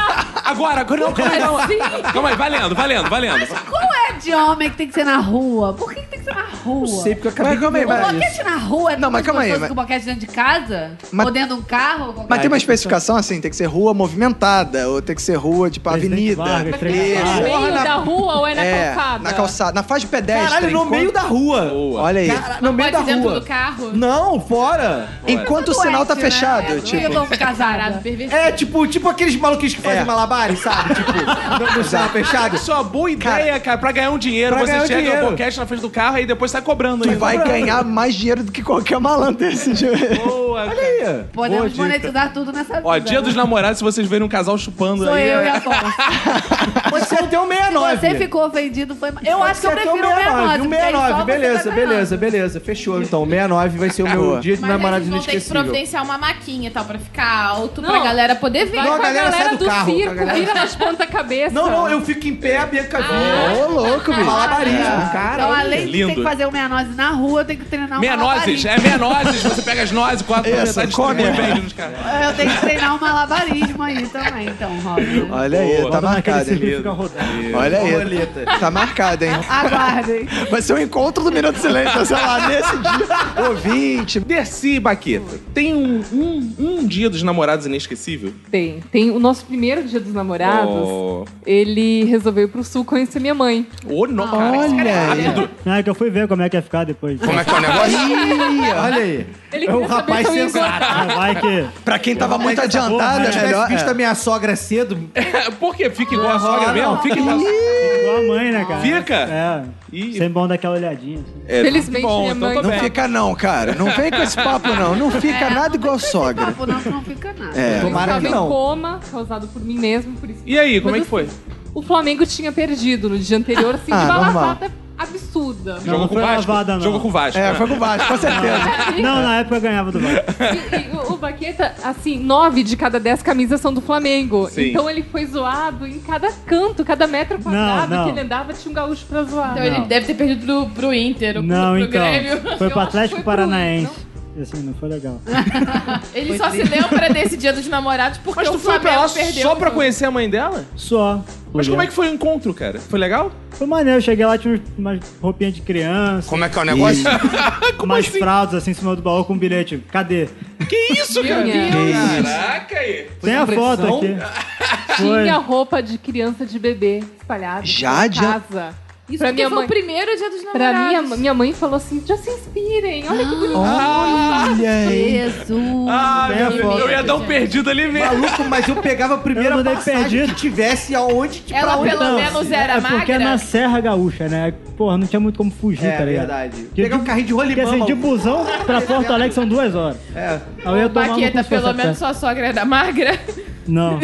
Agora, agora não, calma aí, não. Calma aí, valendo, valendo, valendo. Como é de homem que tem que ser na rua? Por que, que tem que ser na rua? Não sei, porque eu acabei Mas calma aí, de O lembrar mas- disso. boquete na rua é Não, mas muito calma aí, gostoso mas- que o boquete dentro de casa? Mas- Ou dentro de um carro? ou Mas tem uma qualquer- especificação assim, tem que ser rua movimentada, ou tem que ser rua, tipo, Presidente avenida. Vargas, Presidente Isso. No Vargas. meio da rua ou é na é, calçada? na calçada, na faixa de pedestre. Caralho, no enquanto- meio da rua. Boa. Olha aí. No meio da Pode dentro rua. do carro. Não, fora. enquanto o Doente, sinal tá assim, né? fechado, É, tipo. Eu tô Parado, casada. pervertido. É, tipo, tipo aqueles maluquinhos que fazem É. malabares, sabe? Tipo, [LAUGHS] no, no sinal fechado. Isso é uma boa ideia, cara. Pra ganhar um dinheiro, Pra você ganhar um chega o dinheiro. podcast na frente do carro e depois sai cobrando. Tu ainda. vai ganhar mais dinheiro do que qualquer malandro desse jeito. Boa, cara. Podemos dica. monetizar tudo nessa vida. né? Ó, dia dos namorados, se vocês verem um casal chupando Sou aí. eu e é- a [LAUGHS] Ponce. Você até o Se 69. você ficou ofendido, foi... Eu acho que eu Você até prefiro o 69. O porque aí só 69, você beleza, tá beleza, ganhando. beleza. Fechou, então. O 69 vai ser o meu Boa. dia de Mas aí namorado eles vão ter que é inesquecível. providenciar uma maquinha e tal pra ficar alto, pra Não. galera poder ver. Vai Não, com a a galera galera, sai do do, carro, circo, a galera- vira nas ponta-cabeça. Não, não, eu fico em pé, a Bianca Ah, vira. Ô, louco, bicho. Malabarismo, cara. É. Então, além de ter Lindo. que fazer o meia nozes na rua, eu tenho que treinar um uma Meia nozes, malabarista. é meia nozes. Você pega as nozes, corta pra Isso, metade, come. distribui bem nos caras. Eu tenho que treinar um malabarismo aí também, então, Robin. Olha aí, Boa. tá Bota naquele marcado, hein? circuito fica rodando. Olha aí. Roleta. Tá marcado, hein? Aguardem. Vai ser o encontro do Minuto de Silêncio, sei lá, nesse dia. Ouvinte. Dercy e Baqueta, tem um, um, um dia dos namorados inesquecível? Tem, tem o nosso primeiro dia dos namorados. Oh, Ele resolveu ir pro sul conhecer minha mãe. oh não, cara. Olha esse cara é aí. rápido. Não, é que eu fui ver como é que ia ficar depois. Como é que é o negócio? Ih, olha aí. Ele É um queria saber rapaz se eu ia sensato. gostar. É, Vai que... Pra quem tava muito adiantado, é se eu tivesse melhor, visto é. a minha sogra cedo. Por quê? Fica igual a sogra mesmo? Fica igual a igual a mãe, né, cara? Fica? É. Sempre bom dar aquela olhadinha. assim. É, Felizmente, bom, minha então mãe- tá Não bem. fica não, cara. Não vem com esse papo não. Não fica É. nada igual sogra. Pô, não, não fica nada. É. Tomara Tomara que em não. coma, causado por mim mesmo, por isso. E aí, como é que foi? O Flamengo tinha perdido no dia anterior, assim, Ah, de uma normal. lavada absurda. Jogo com o Vasco? Jogo com o Vasco. né? É, foi com o Vasco, com certeza. Não, na época eu ganhava do Vasco. E o, o Baqueta, assim, nove de cada dez camisas são do Flamengo. Sim. Então ele foi zoado em cada canto, cada metro quadrado não. que ele andava tinha um gaúcho pra zoar. Então ele Não. deve ter perdido pro, Inter ou Não, então. [LAUGHS] Foi pro Atlético Paranaense. Assim, não foi legal. Ele só se lembra desse dia dos namorados porque Mas o tu foi pra Flamengo lá perdeu. só pra conhecer a mãe dela? Só. Mas Olhar. como é que foi o encontro, cara? Foi legal? Foi maneiro, eu cheguei lá, tinha uns- umas roupinhas de criança. Como é que é o negócio? umas fraldas assim em cima do baú com um bilhete. Cadê? Que [LAUGHS] isso, Meu cara? É. Deus. Que isso. Caraca aí. Tem a foto aqui. Tinha roupa de criança de bebê espalhada Já, pela já- casa. Isso pra porque minha foi mãe. o primeiro dia dos namorados. Pra minha, minha mãe falou assim: já se inspirem, olha que bonito. Olha aí. Jesus. Ah, Tem meu a Deus, foto. eu ia dar um perdido ali mesmo. Maluco, mas eu pegava a primeira passagem que tivesse aonde Ela pra onde pelo não. menos é porque é na Serra Gaúcha, né? Porra, não tinha muito como fugir, É, tá ligado? verdade. Porque Pegar um de- carrinho de rolimão, Porque assim, de maluco. busão pra Porto Alegre são duas horas. É. Aí eu ia tomar no cu Baqueta, se fosse pelo a pé. menos sua sogra era é magra. Não.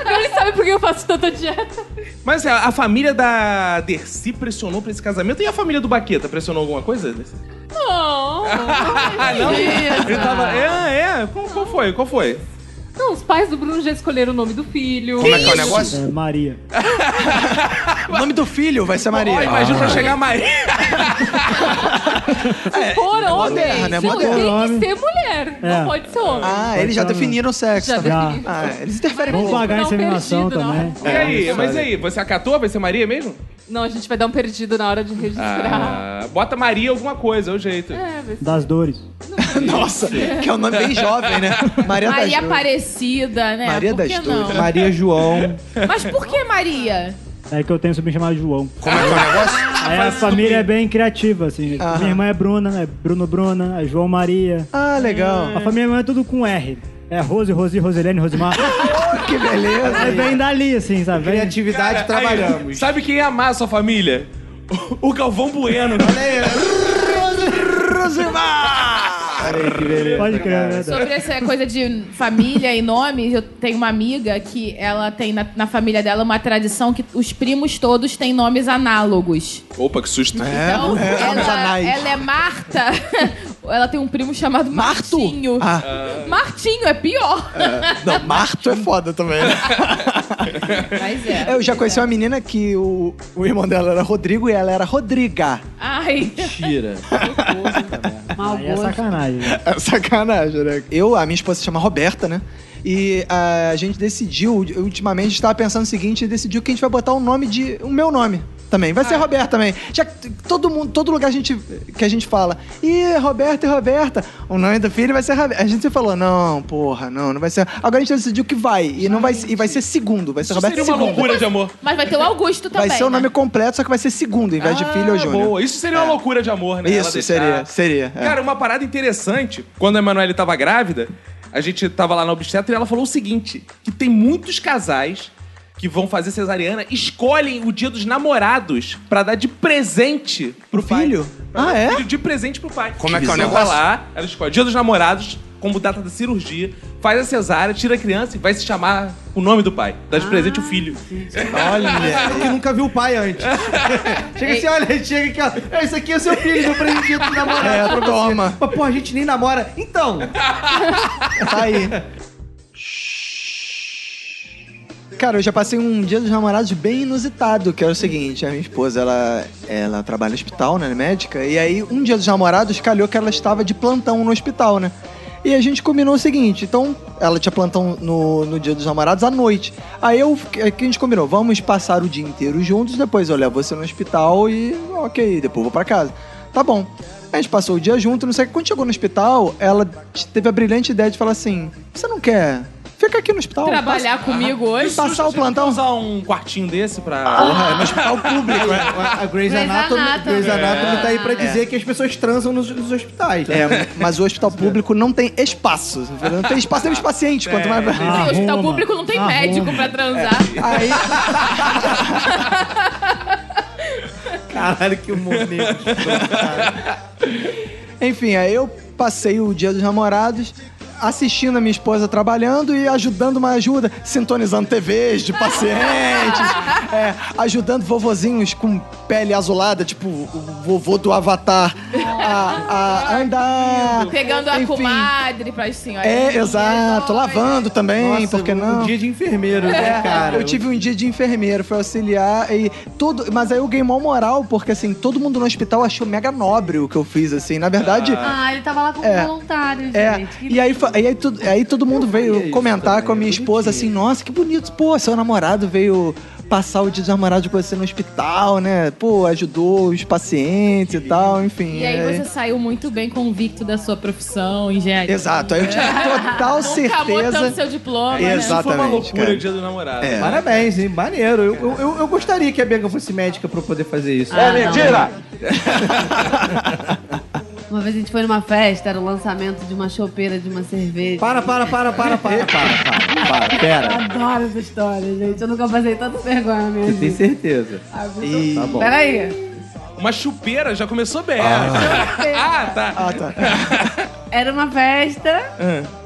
Agora ele sabe por que eu [LAUGHS] faço tanta dieta. Mas é, a, a família da Dercy pressionou pra esse casamento. E a família do Baqueta pressionou alguma coisa? Não. Ah, não? Beleza. Ele tava. É, é. Qual, qual foi? Qual foi? Não, os pais do Bruno já escolheram o nome do filho. Como é que é o negócio? É, Maria. O nome do filho vai ser Maria. Ó, Ah, imagina pra chegar a Maria. Se for homem, moderno, é não, moderno. tem Homem. que ser mulher. É. Não pode ser homem. Ah, eles já definiram o sexo. Já também. definiram. Ah, eles interferem Vamos pouco. pagar a inseminação Não, também. E aí? Mas e aí? Você acatou? Vai ser Maria mesmo? Não, a gente vai dar um perdido na hora de registrar. Ah, bota Maria alguma coisa, é o jeito. É, vai ser- Das dores. Nossa, que é um nome bem jovem, né? Maria, Maria das Dores. Aparecida, né? Maria por que das não? Dores. Maria João. Mas por que Maria? É que eu tenho um sobrinho chamado João. Como é que é o negócio? Aí a família é bem criativa, assim. Minha irmã é Bruna, né? Bruno Bruna, é João Maria. Ah, legal. A família minha é tudo com R. É Rose, Rosi, Roselene, Rosimar. [LAUGHS] Que beleza. Aí né? vem dali, assim, sabe? Vem... Criatividade trabalhando. Aí, sabe quem ia amar a sua família? O Galvão Bueno. né? tá Pode crer, é [LAUGHS] verdade. Sobre essa coisa de família e nomes, eu tenho uma amiga que ela tem na, na família dela uma tradição que os primos todos têm nomes análogos. Opa, que susto. É, Então, ela, ela é Marta. [LAUGHS] ela tem um primo chamado Martinho. Ah. Martinho é pior. Não, Marto é foda também. né? Mas é. Eu já conheci uma menina que o, o irmão dela era Rodrigo e ela era Rodriga. Ai. Mentira. Aí é sacanagem. né? É sacanagem, né? Eu, a minha esposa se chama Roberta, né? E a gente decidiu, ultimamente, a gente tava pensando o seguinte, e decidiu que a gente vai botar o nome de. o meu nome também. Vai ser Ah. Roberta também. Já que t- todo mundo, todo lugar a gente, que a gente fala, ih, Roberta e Roberta, o nome do filho vai ser Roberta. A gente falou, não, porra, não, não vai ser. Agora a gente decidiu que vai. E não vai e vai ser segundo, vai ser Isso Roberta seria uma segundo. loucura de amor. Mas vai ter o Augusto também. Vai ser o né? nome completo, só que vai ser segundo, em vez é de filho ou Ah, júnior. É. Boa. Isso seria uma loucura de amor, né? Ela Isso, deixar- seria, seria. é. Cara, uma parada interessante, quando a Emanuele tava grávida, a gente tava lá na obstetra e ela falou o seguinte: que tem muitos casais que vão fazer cesariana, escolhem o dia dos namorados pra dar de presente pro pai. filho? Pra Ah, dar é? filho de presente pro pai. Como é que é o Então negócio? Vai lá, ela escolhe dia dos namorados, como data da cirurgia, faz a cesárea, tira a criança e vai se chamar o nome do pai. Dá de Ah, presente o filho. Olha, que nunca viu o pai [LAUGHS] antes. chega assim, olha, chega aqui, ó. "É, Esse aqui é o seu filho, meu presentinho de namorado. É, pra você." toma. Mas, pô, a gente nem namora. Então. Tá aí. Cara, eu já passei um dia dos namorados bem inusitado, que era o seguinte, a minha esposa, ela, ela trabalha no hospital, né, médica, e aí um dia dos namorados calhou que ela estava de plantão no hospital, né? E a gente combinou o seguinte, então, ela tinha plantão no, no dia dos namorados à noite. Aí eu, é que a gente combinou, vamos passar o dia inteiro juntos, depois eu levo você no hospital e, ok, depois eu vou pra casa. Tá bom. A gente passou o dia junto, não sei o que. Quando chegou no hospital, ela teve a brilhante ideia de falar assim, você não quer Fica aqui no hospital. Trabalhar comigo Ah. hoje. Passar o plantão. Ah, usar um quartinho desse pra. Porra, é no hospital público. A Grey's Grey's Anatomy, Anatomy. Grey's Anatomy tá aí pra É. dizer que as pessoas transam nos, nos hospitais. É, mas o hospital público não tem espaço. Não tem espaço nem os pacientes. Quanto mais. Sim, o hospital público não Ah, tem médico pra transar. Aí... Caralho, que humor [LAUGHS] negro. Enfim, aí eu passei o dia dos namorados assistindo a minha esposa trabalhando e ajudando uma ajuda, sintonizando TVs de pacientes, é, ajudando vovozinhos com pele azulada, tipo o vovô do Avatar, a, a andar. Pegando a Enfim, comadre pras senhoras. É, exato. Lavando também, Nossa, por que não? um dia de enfermeiro, né, cara? Eu tive um dia de enfermeiro, foi auxiliar e todo, mas aí eu ganhei mal moral porque assim, todo mundo no hospital achou mega nobre o que eu fiz assim. Na verdade, Ah, ele tava lá como É. voluntário, gente. é, e aí, fa- e aí, tu- aí todo mundo veio comentar com a minha esposa assim: nossa, que bonito, pô, seu namorado veio passar o dia dos namorados com você no hospital, né? Pô, ajudou os pacientes e tal, enfim. E aí é. você saiu muito bem convicto da sua profissão, engenharia. Exato, aí eu É. tinha total Nunca certeza. amou tanto seu Exato. diploma, né? Isso foi uma exatamente, loucura cara. o dia do namorado. É. Parabéns, hein? Maneiro. Eu, eu, eu, eu gostaria que a Bianca fosse médica pra eu poder fazer isso. Ah, É mentira! Uma vez a gente foi numa festa, era o lançamento de uma chopeira de uma cerveja. [LAUGHS] Para, para, para, para, para, para, para, para. Pera. Adoro essa história, gente. Eu nunca passei tanta vergonha na minha Você tem vida. certeza? Ih. Tá bom. Peraí. Uma chupeira já começou bem. Ah, tá. Ah, tá. Era uma festa,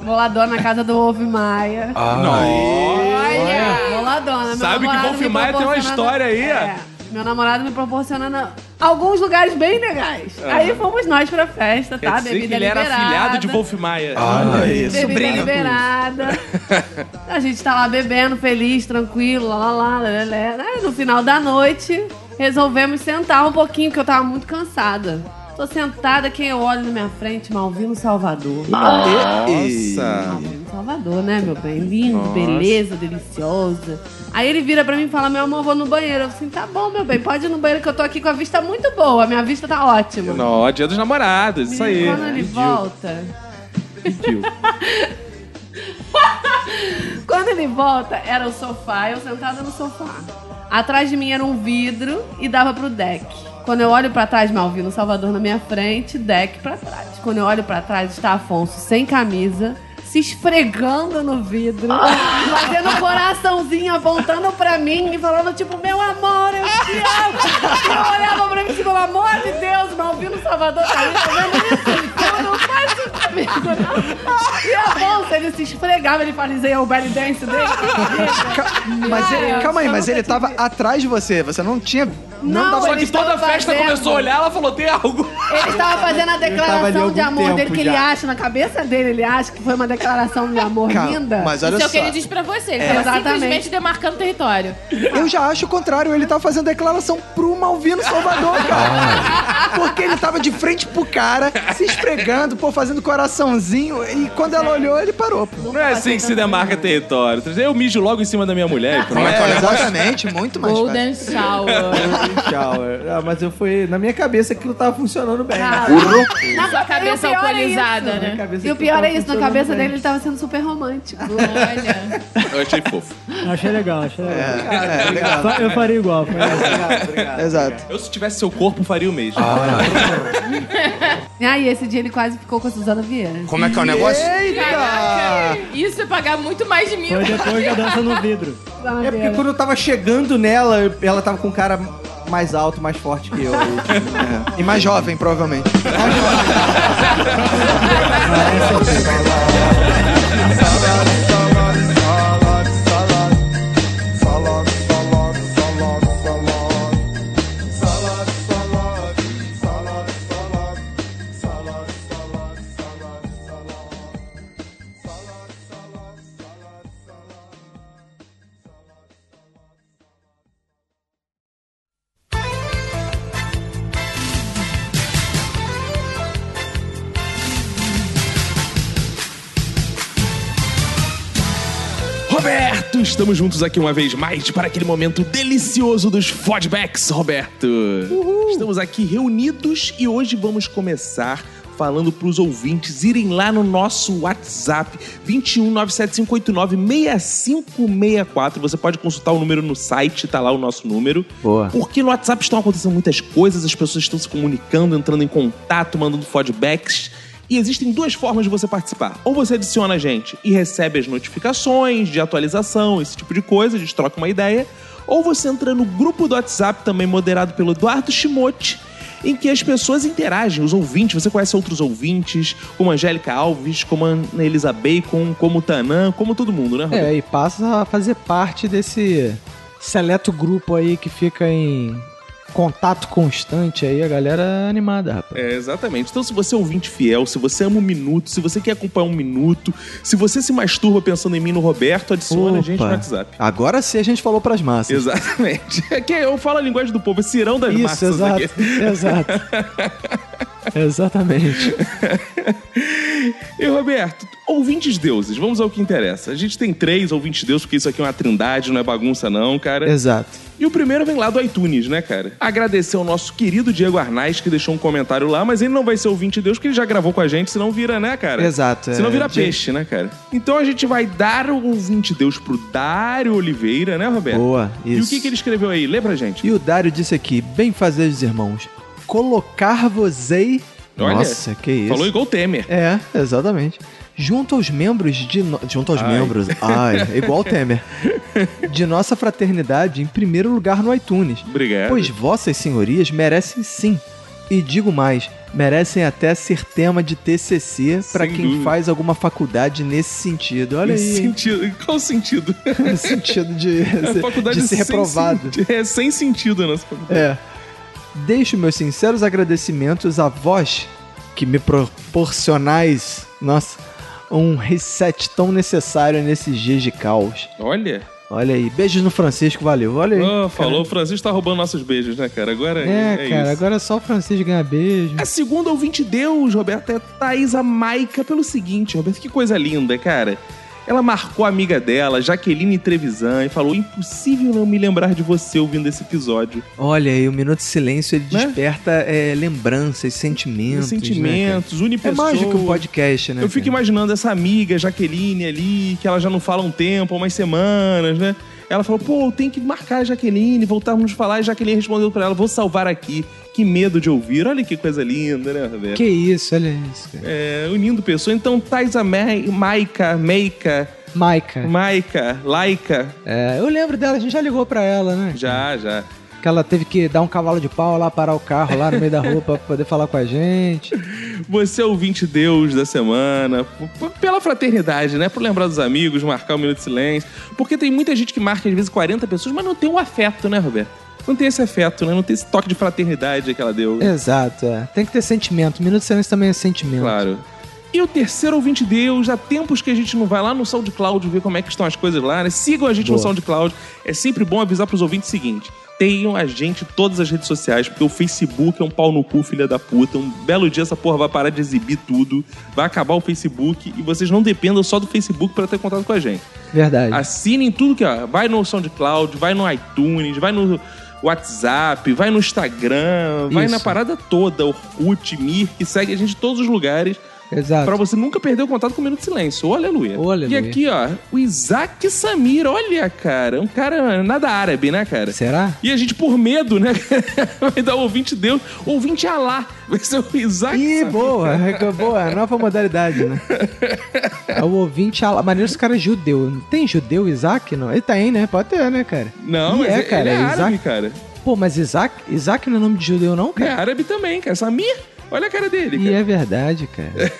boladona na casa do Wolf Maia. Olha! Boladona. Meu Ah, Sabe que namorado Wolf me Maia tem uma proporcionando- história aí. É. Meu namorado me proporcionando alguns lugares bem legais. Ah. Aí fomos nós pra festa, Quer tá? dizer que Bebida ele era liberada. afilhado de Wolf Maia. é. Olha isso. Bebida liberada. [LAUGHS] A gente tá lá bebendo, feliz, tranquilo, lá, lá, lá, lá, lá, lá. Aí, No final da noite, resolvemos sentar um pouquinho, porque eu tava muito cansada. Tô sentada, quem eu olho na minha frente, Malvino Salvador. Nossa. Malvino Salvador, né, meu bem? Lindo, Ah, Nossa. beleza, deliciosa. Aí ele vira pra mim e fala, meu amor, vou no banheiro. Eu falei assim, tá bom, meu bem, pode ir no banheiro que eu tô aqui com a vista muito boa. Minha vista tá ótima. Não, dia dos namorados, isso aí. Quando ele volta. [LAUGHS] Quando ele volta, era o sofá, eu sentada no sofá. Atrás de mim era um vidro e dava pro deck. Quando eu olho pra trás, Malvino Salvador na minha frente, deck pra trás. Quando eu olho pra trás, está Afonso sem camisa, se esfregando no vidro, fazendo um coraçãozinho, apontando pra mim e falando tipo, meu amor, eu te amo. E eu olhava pra mim e pelo amor de Deus, Malvino Salvador tá aí, tá vendo isso? Eu não faço isso comigo, não. E Afonso, ele se esfregava, ele fazia o belly dance dele. Mas Ah, ele, eu calma aí, só mas nunca ele tava atrás de você, você não tinha. Não, Não, tá dava ele estava fazendo- ela falou: tem algo. Ele estava fazendo a tava ali há declaração algum de amor tempo dele, que ele já. acha, na cabeça dele, ele acha que foi uma declaração de amor Calma, linda. mas olha Isso é o que só. ele diz pra você. Ele É. tava simplesmente Exatamente. demarcando território. Eu já acho o contrário, ele tá fazendo declaração pro Malvino [LAUGHS] Salvador, cara. Porque ele tava de frente pro cara, se esfregando, pô, fazendo coraçãozinho, e quando ela olhou, ele parou. Pô. Não é assim que se demarca território. Eu mijo logo em cima da minha mulher. e pronto. É, exatamente, muito mais fácil. Golden Shower. Shower. Ah, mas eu fui. Na minha cabeça aquilo tava funcionando bem. Ah, [LAUGHS] Na Sua cabeça e o pior é alcoolizada, isso. né? cabeça E o que pior tava é isso, na funcionando cabeça bem. dele ele tava sendo super romântico. Olha. Eu achei fofo. Eu achei legal, achei legal. É, legal. Fa- Eu faria [LAUGHS] igual. faria igual. Exato. Eu, se tivesse seu corpo, faria o mesmo. E aí, esse dia ele quase ficou com a Suzana Vieira. Como é que é o negócio? Caraca, isso é pagar muito mais de mil. Foi depois da dança no vidro. Suzana É porque Vieira. quando eu tava chegando nela, eu- ela tava com um cara mais alto, mais forte que eu. É. E mais jovem, provavelmente. Roberto, estamos juntos aqui uma vez mais para aquele momento delicioso dos Fodbacks, Roberto. Estamos aqui reunidos e hoje vamos começar falando pros ouvintes irem lá no nosso WhatsApp 21975896564. Você pode consultar o número no site, tá lá o nosso número. Boa. Porque no WhatsApp estão acontecendo muitas coisas, as pessoas estão se comunicando, entrando em contato, mandando feedbacks. E existem duas formas de você participar. Ou você adiciona a gente e recebe as notificações de atualização, esse tipo de coisa, a gente troca uma ideia. Ou você entra no grupo do WhatsApp, também moderado pelo Eduardo Shimote, em que as pessoas interagem, os ouvintes. Você conhece outros ouvintes, como a Angélica Alves, como a Ana Elisa Bacon, como o Tanã, como todo mundo, né, Roberto? É, e passa a fazer parte desse seleto grupo aí que fica em contato constante aí, a galera é animada, rapaz. É, exatamente. Então, se você é ouvinte fiel, se você ama um minuto, se você quer acompanhar um minuto, se você se masturba pensando em mim no Roberto, adiciona a gente no Opa. WhatsApp. [LAUGHS] Agora sim a gente falou pras massas. Exatamente. É que eu falo a linguagem do povo, é cirão das Isso, massas exato, aqui. [LAUGHS] exato. Exatamente. E Roberto, ouvintes deuses, vamos ao que interessa. A gente tem três ouvintes deuses, porque isso aqui é uma trindade, não é bagunça, não, cara. Exato. E o primeiro vem lá do iTunes, né, cara? Agradecer ao nosso querido Diego Arnaz, que deixou um comentário lá, mas ele não vai ser ouvinte deus, porque ele já gravou com a gente, senão vira, né, cara? Exato, Senão é, vira de- peixe, né, cara? Então a gente vai dar o ouvinte deus pro Dário Oliveira, né, Roberto? Boa, E o isso. que, que ele escreveu aí? Lê pra gente. E o Dário disse aqui, bem fazer os irmãos, colocar vosei... Olha, Nossa, que isso. Falou igual o Temer. É, exatamente. Junto aos membros de... no- Junto aos Ai. membros... Ai, [LAUGHS] é igual o Temer. De nossa fraternidade em primeiro lugar no iTunes. Obrigado. Pois vossas senhorias merecem sim. E digo mais, merecem até ser tema de TCC para Sem quem dúvida. faz alguma faculdade nesse sentido. Olha Em aí. hein? [LAUGHS] sentido- em qual sentido? No sentido de, A faculdade de ser sem reprovado. sen- É sem sentido a nossa faculdade. É. Deixo meus sinceros agradecimentos a vós que me proporcionais, nossa, um reset tão necessário nesses dias de caos. Olha. Olha aí, beijos no Francisco, valeu. Olha aí. Ah, falou, o Francisco tá roubando nossos beijos, né, cara? Agora é, É, cara, isso. agora é só o Francisco ganhar beijo. A segunda ouvinte Deus, Roberto, é Thaisa Maica pelo seguinte, Roberto, que coisa linda, cara. Ela marcou a amiga dela, Jaqueline Trevisan, e falou: impossível não me lembrar de você ouvindo esse episódio. Olha aí, o Minuto de Silêncio ele desperta é, lembranças, sentimentos. né, Sentimentos, cara? une É mágico pessoas. o podcast, né? Eu fico imaginando essa amiga, Jaqueline, ali, que ela já não fala há um tempo, há umas semanas, né? Ela falou, pô, tem que marcar a Jaqueline, voltarmos a falar. E Jaqueline respondeu pra ela, vou salvar aqui. Que medo de ouvir. Olha que coisa linda, né, Roberto? Que isso, olha isso, cara. É, unindo pessoas. Então, Thaisa Mai- Maica, Meica... Maica. Maica, Laica. É, eu lembro dela, a gente já ligou pra ela, né? Já, já. Que ela teve que dar um cavalo de pau lá, parar o carro lá no meio da rua pra poder falar com a gente. Você é ouvinte Deus da semana, p- p- pela fraternidade, né? Por lembrar dos amigos, marcar um minuto de silêncio. Porque tem muita gente que marca, às vezes, 40 pessoas, mas não tem um afeto, né, Roberto? Não tem esse afeto, né? Não tem esse toque de fraternidade que ela deu. Exato, é. Tem que ter sentimento. Minuto de silêncio também é sentimento. Claro. E o terceiro ouvinte Deus, há tempos que a gente não vai lá no SoundCloud ver como é que estão as coisas lá, né? Sigam a gente no Boa. SoundCloud. É sempre bom avisar pros ouvintes o seguinte: tenham a gente em todas as redes sociais, porque o Facebook é um pau no cu, filha da puta. Um belo dia essa porra vai parar de exibir tudo, vai acabar o Facebook e vocês não dependam só do Facebook para ter contato com a gente. Verdade. Assinem tudo que ó, vai no SoundCloud, vai no iTunes, vai no WhatsApp, vai no Instagram, vai Isso. na parada toda, Orkut, Mir, que segue a gente em todos os lugares. Exato. Pra você nunca perder o contato com o Minuto de Silêncio. Ô, aleluia. aleluia. E aqui, ó, o Isaac Samir, olha, cara, um cara nada árabe, né, cara? Será? E a gente, por medo, né, [LAUGHS] vai dar o ouvinte Deus, ouvinte Alá. Vai ser o Isaac Ih, boa, [LAUGHS] é boa, é nova modalidade, [LAUGHS] né? É o ouvinte, a... maneiro esse cara é judeu. Não Tem judeu Isaac? Não? Ele tem, né? Pode ter, né, cara? Não, Ih, mas ele- ele é árabe, cara. Pô, mas Isaac, Isaac não é nome de judeu, não, É cara? árabe também, cara. Samir, olha a cara dele, E é verdade, cara.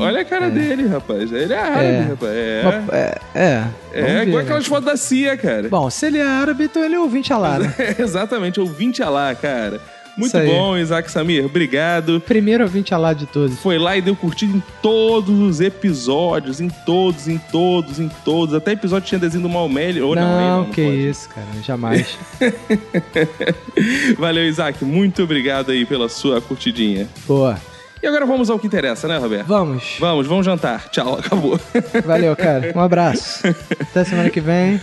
Olha a cara dele, rapaz. Ele é árabe, É. rapaz. É. Mas, é, é. É, Vamos ver, igual né? aquelas fotos da CIA, cara. Bom, se ele é árabe, então ele é ouvinte alá, [LAUGHS] né? [LAUGHS] Exatamente, ouvinte Alá, cara. Muito Isso aí. bom, Isaac Samir. Obrigado. Primeiro ouvinte alá de todos. Foi lá e deu curtida em todos os episódios, em todos, em todos, em todos. Até episódio tinha desenho do Maomé. Ou não, aí não, não que isso, cara, [LAUGHS] jamais. Valeu, Isaac. Muito obrigado aí pela sua curtidinha. Boa. E agora vamos ao que interessa, né, Roberto? Vamos. Vamos, vamos jantar. Tchau, acabou. Valeu, cara. [LAUGHS] Um abraço. Até semana que vem.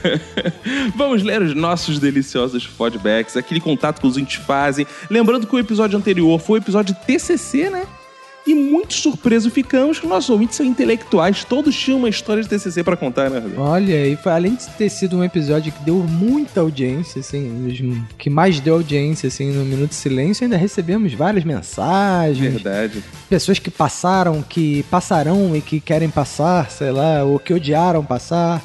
Vamos ler os nossos deliciosos feedbacks, aquele contato que os ouvintes fazem. Lembrando que o episódio anterior foi o episódio TCC, né? E muito surpreso ficamos que nossos ouvintes são intelectuais, todos tinham uma história de TCC pra contar, né, Roberto? Olha, e foi, além de ter sido um episódio que deu muita audiência, assim, um dos que mais deu audiência, assim, no Minuto de Silêncio, ainda recebemos várias mensagens. Verdade. Pessoas que passaram, que passarão e que querem passar, sei lá, ou que odiaram passar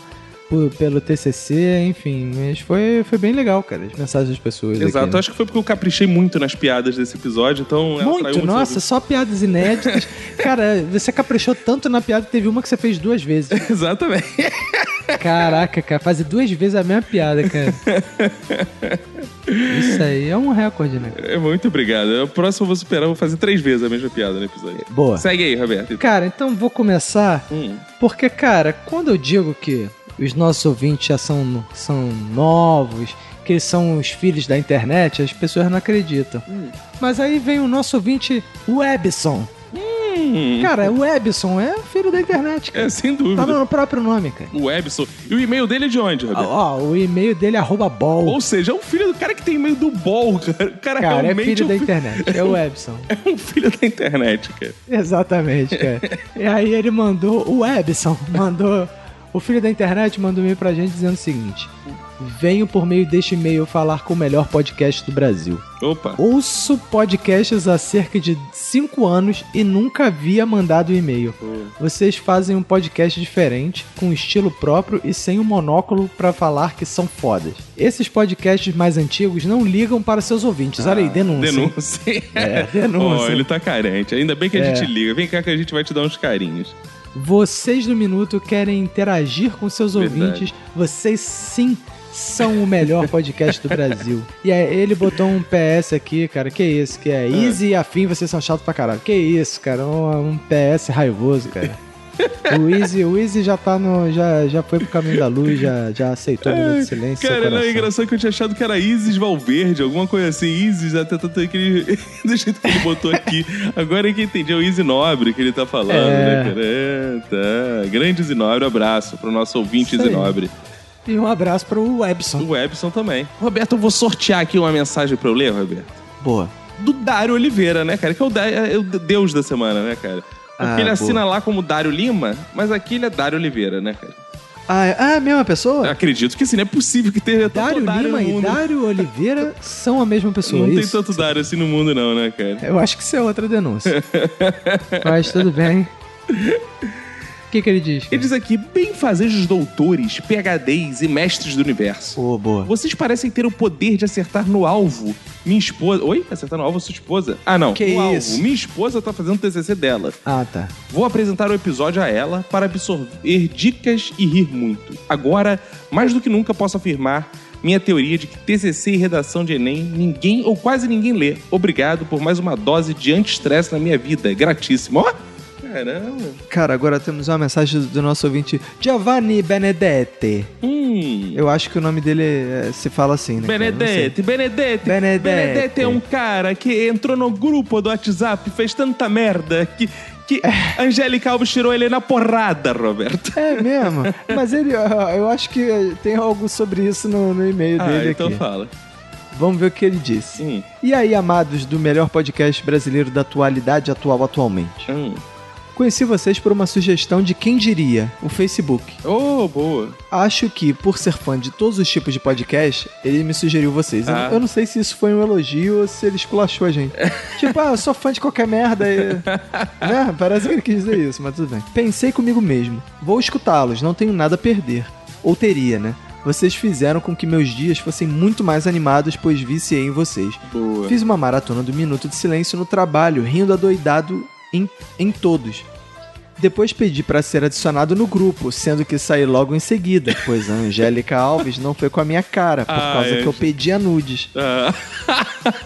por- pelo TCC, enfim. Mas foi, foi bem legal, cara, as mensagens das pessoas. aqui, Exato, né? acho que foi porque eu caprichei muito nas piadas desse episódio, então ela atraiu Muito, muitos nossa, só piadas inéditas. [LAUGHS] Cara, você caprichou tanto na piada que teve uma que você fez duas vezes. [LAUGHS] Exatamente. Caraca, cara, fazer duas vezes a mesma piada, [LAUGHS] cara. Isso aí é um recorde, né? É, Muito obrigado. O próximo eu vou superar, eu vou fazer três vezes a mesma piada no episódio. Boa. Segue aí, Roberto. Cara, então vou começar. Hum. Porque, cara, quando eu digo que os nossos ouvintes já são, são novos, que eles são os filhos da internet, as pessoas não acreditam. Hum. Mas aí vem o nosso ouvinte, o Ebson. Cara, o Ebson é filho da internet. Cara. Hum, É, sem dúvida. Tá no próprio nome, cara. O Ebson. E o e-mail dele é de onde, Roberto? Ó, o e-mail dele é arroba bol. Ou seja, é um filho do cara que tem e-mail do bol, cara. O cara, Cara, é realmente filho um da fi- internet. É o Ebson. [LAUGHS] É um filho da internet, cara. Exatamente, cara. e aí ele mandou, o Ebson mandou, o filho da internet mandou um e-mail pra gente dizendo o seguinte: Venho por meio deste e-mail falar com o melhor podcast do Brasil. Opa. Ouço podcasts há cerca de 5 anos e nunca havia mandado um e-mail. Vocês fazem um podcast diferente, com um estilo próprio e sem um monóculo pra falar que são fodas. Esses podcasts mais antigos não ligam para seus ouvintes. Olha aí, denúncia. Denúncia. É, [LAUGHS] [LAUGHS] denúncia. Ó, ele tá carente. Ainda bem que a É. gente liga. Vem cá que a gente vai te dar uns carinhos. Vocês do Minuto querem interagir com seus Verdade. ouvintes. Vocês sim são o melhor [LAUGHS] podcast do Brasil. E aí ele botou um PS aqui, cara. Que isso, que Ah. é Easy e afim, vocês são chato pra caralho. Que isso, cara. Um, um PS raivoso, [LAUGHS] cara. O Easy, o Easy já tá no. Já, já foi pro caminho da luz, já, já aceitou o minuto de silêncio. seu Cara, não, é coração. engraçado que eu tinha achado que era Isis Valverde, alguma coisa assim. Isis, até tanto que ele. [LAUGHS] do jeito que ele botou aqui. Agora é que eu entendi, é o Easy Nobre que ele tá falando, É. né, cara? É, tá. Grande Easy Nobre, abraço pro nosso ouvinte Isso Easy aí. Nobre. E um abraço pro Ebson. O Ebson também. Roberto, eu vou sortear aqui uma mensagem pra eu ler, Roberto. Boa. Do Dário Oliveira, né, cara? Que é o, Dá- é o deus da semana, né, cara? Porque Ah, ele boa. assina lá como Dário Lima, mas aqui ele é Dário Oliveira, né, cara? Ah, ah, mesma pessoa? Acredito que sim, não é possível que tenha tanto Dário Dário Lima no e mundo. Dário Oliveira são a mesma pessoa, Não é tem isso? tanto Dário assim no mundo, não, né, cara? Eu acho que isso é outra denúncia. [LAUGHS] Mas tudo bem. O que, que ele diz? Ele diz aqui: bem fazejos doutores, PHDs e mestres do universo. Ô, boa. Vocês parecem ter o poder de acertar no alvo. Minha esposa. Oi? Acertar no alvo sua esposa? Ah, não. Que no isso? alvo. Minha esposa tá fazendo o TCC dela. Ah, tá. Vou apresentar o episódio a ela para absorver dicas e rir muito. Agora, mais do que nunca, posso afirmar minha teoria de que TCC e redação de Enem ninguém ou quase ninguém lê. Obrigado por mais uma dose de anti-estresse na minha vida. Gratíssimo. Ó! Caramba. Cara, agora temos uma mensagem do nosso ouvinte Giovanni Benedetti. Hum. Eu acho que o nome dele é, se fala assim, né? cara? Não sei. Benedetti, Benedetti, Benedetti. Benedetti é um cara que entrou no grupo do WhatsApp, fez tanta merda que, que Angélica Alves tirou ele na porrada, Roberto. É mesmo? Mas ele, ó, eu acho que tem algo sobre isso no, no e-mail Ah, É dele então aqui. fala. Vamos ver o que ele disse. Hum. E aí, amados do melhor podcast brasileiro da atualidade atual atualmente? Hum. Conheci vocês por uma sugestão de quem diria, o Facebook. Oh, boa. Acho que, por ser fã de todos os tipos de podcast, ele me sugeriu vocês. Eu- Ah. Eu, não sei se isso foi um elogio ou se ele esculachou a gente. tipo, ah, eu sou fã de qualquer merda e... né? Parece que ele quis dizer isso, mas tudo bem. Pensei comigo mesmo. Vou escutá-los, não tenho nada a perder. Ou teria, né? Vocês fizeram com que meus dias fossem muito mais animados, pois viciei em vocês. Boa. Fiz uma maratona do Minuto de Silêncio no trabalho, rindo adoidado em, em todos. Depois pedi para ser adicionado no grupo, sendo que saí logo em seguida, pois a Angélica Alves não foi com a minha cara, por Ah, causa é. que eu pedia nudes. Ah. [LAUGHS]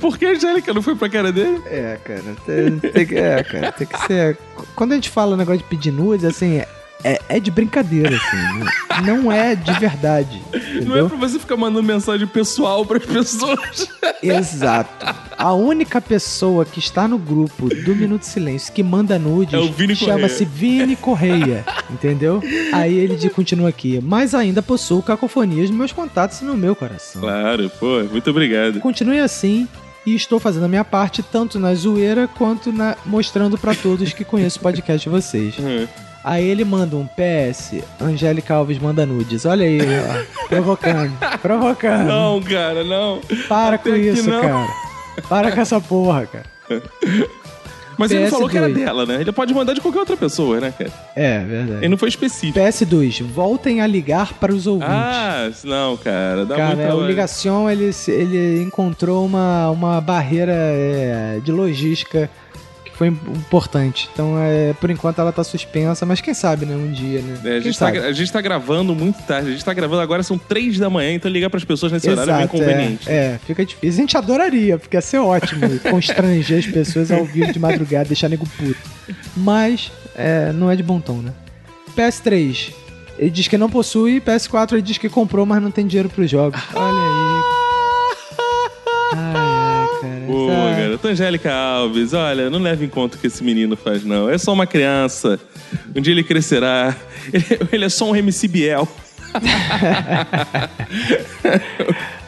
Por que a Angélica não foi pra cara dele? É, cara. Tem- tem que- é, cara, tem que ser. Quando a gente fala negócio de pedir nudes, assim, é, é de brincadeira, assim. né? Não é de verdade. Não é Entendeu? pra você ficar mandando mensagem pessoal pras [LAUGHS] pessoas. Exato. A única pessoa que está no grupo do Minuto de Silêncio que manda nudes É o Vini chama-se Vini Correia, entendeu? Aí ele diz, continua aqui, mas ainda possuo cacofonias nos meus contatos e no meu coração. Claro, pô, muito obrigado. Continue assim e estou fazendo a minha parte tanto na zoeira quanto na mostrando pra todos que conheço o podcast de vocês. Uhum. Aí ele manda um PS, Angélica Alves manda nudes. Olha aí, ó, provocando, provocando. Não, cara, não. Para Até com aqui isso, não. cara. Para com essa porra, cara. Mas ele não falou que era PS2. dela, né? Ele pode mandar de qualquer outra pessoa, né, cara? É, verdade. Ele não foi específico. PS2, voltem a ligar para os ouvintes. Ah, não, cara. Dá Cara, muita é, o hora. Ligação ele, se- ele encontrou uma, uma barreira é, de logística que foi im- importante. Então, é, por enquanto, ela tá suspensa, mas quem sabe, né? Um dia, né? É, a, quem gente tá, sabe? gra- a gente tá gravando muito tarde. A gente tá gravando agora, são três da manhã, então ligar pras pessoas nesse horário é bem Exato, inconveniente. é, é, fica difícil. A gente adoraria, porque ia ser [LAUGHS] ótimo constranger as pessoas ao vivo de madrugada, deixar nego puto. Mas é, não é de bom tom, né? PS3, ele diz que não possui, PS4 ele diz que comprou, mas não tem dinheiro pros jogos. Olha aí. Ai, ai, cara. Pô, Essa- garota Angélica Alves, olha, não leve em conta o que esse menino faz, não. É só uma criança. Um dia ele crescerá. [LAUGHS] Ele, ele é só um MC Biel.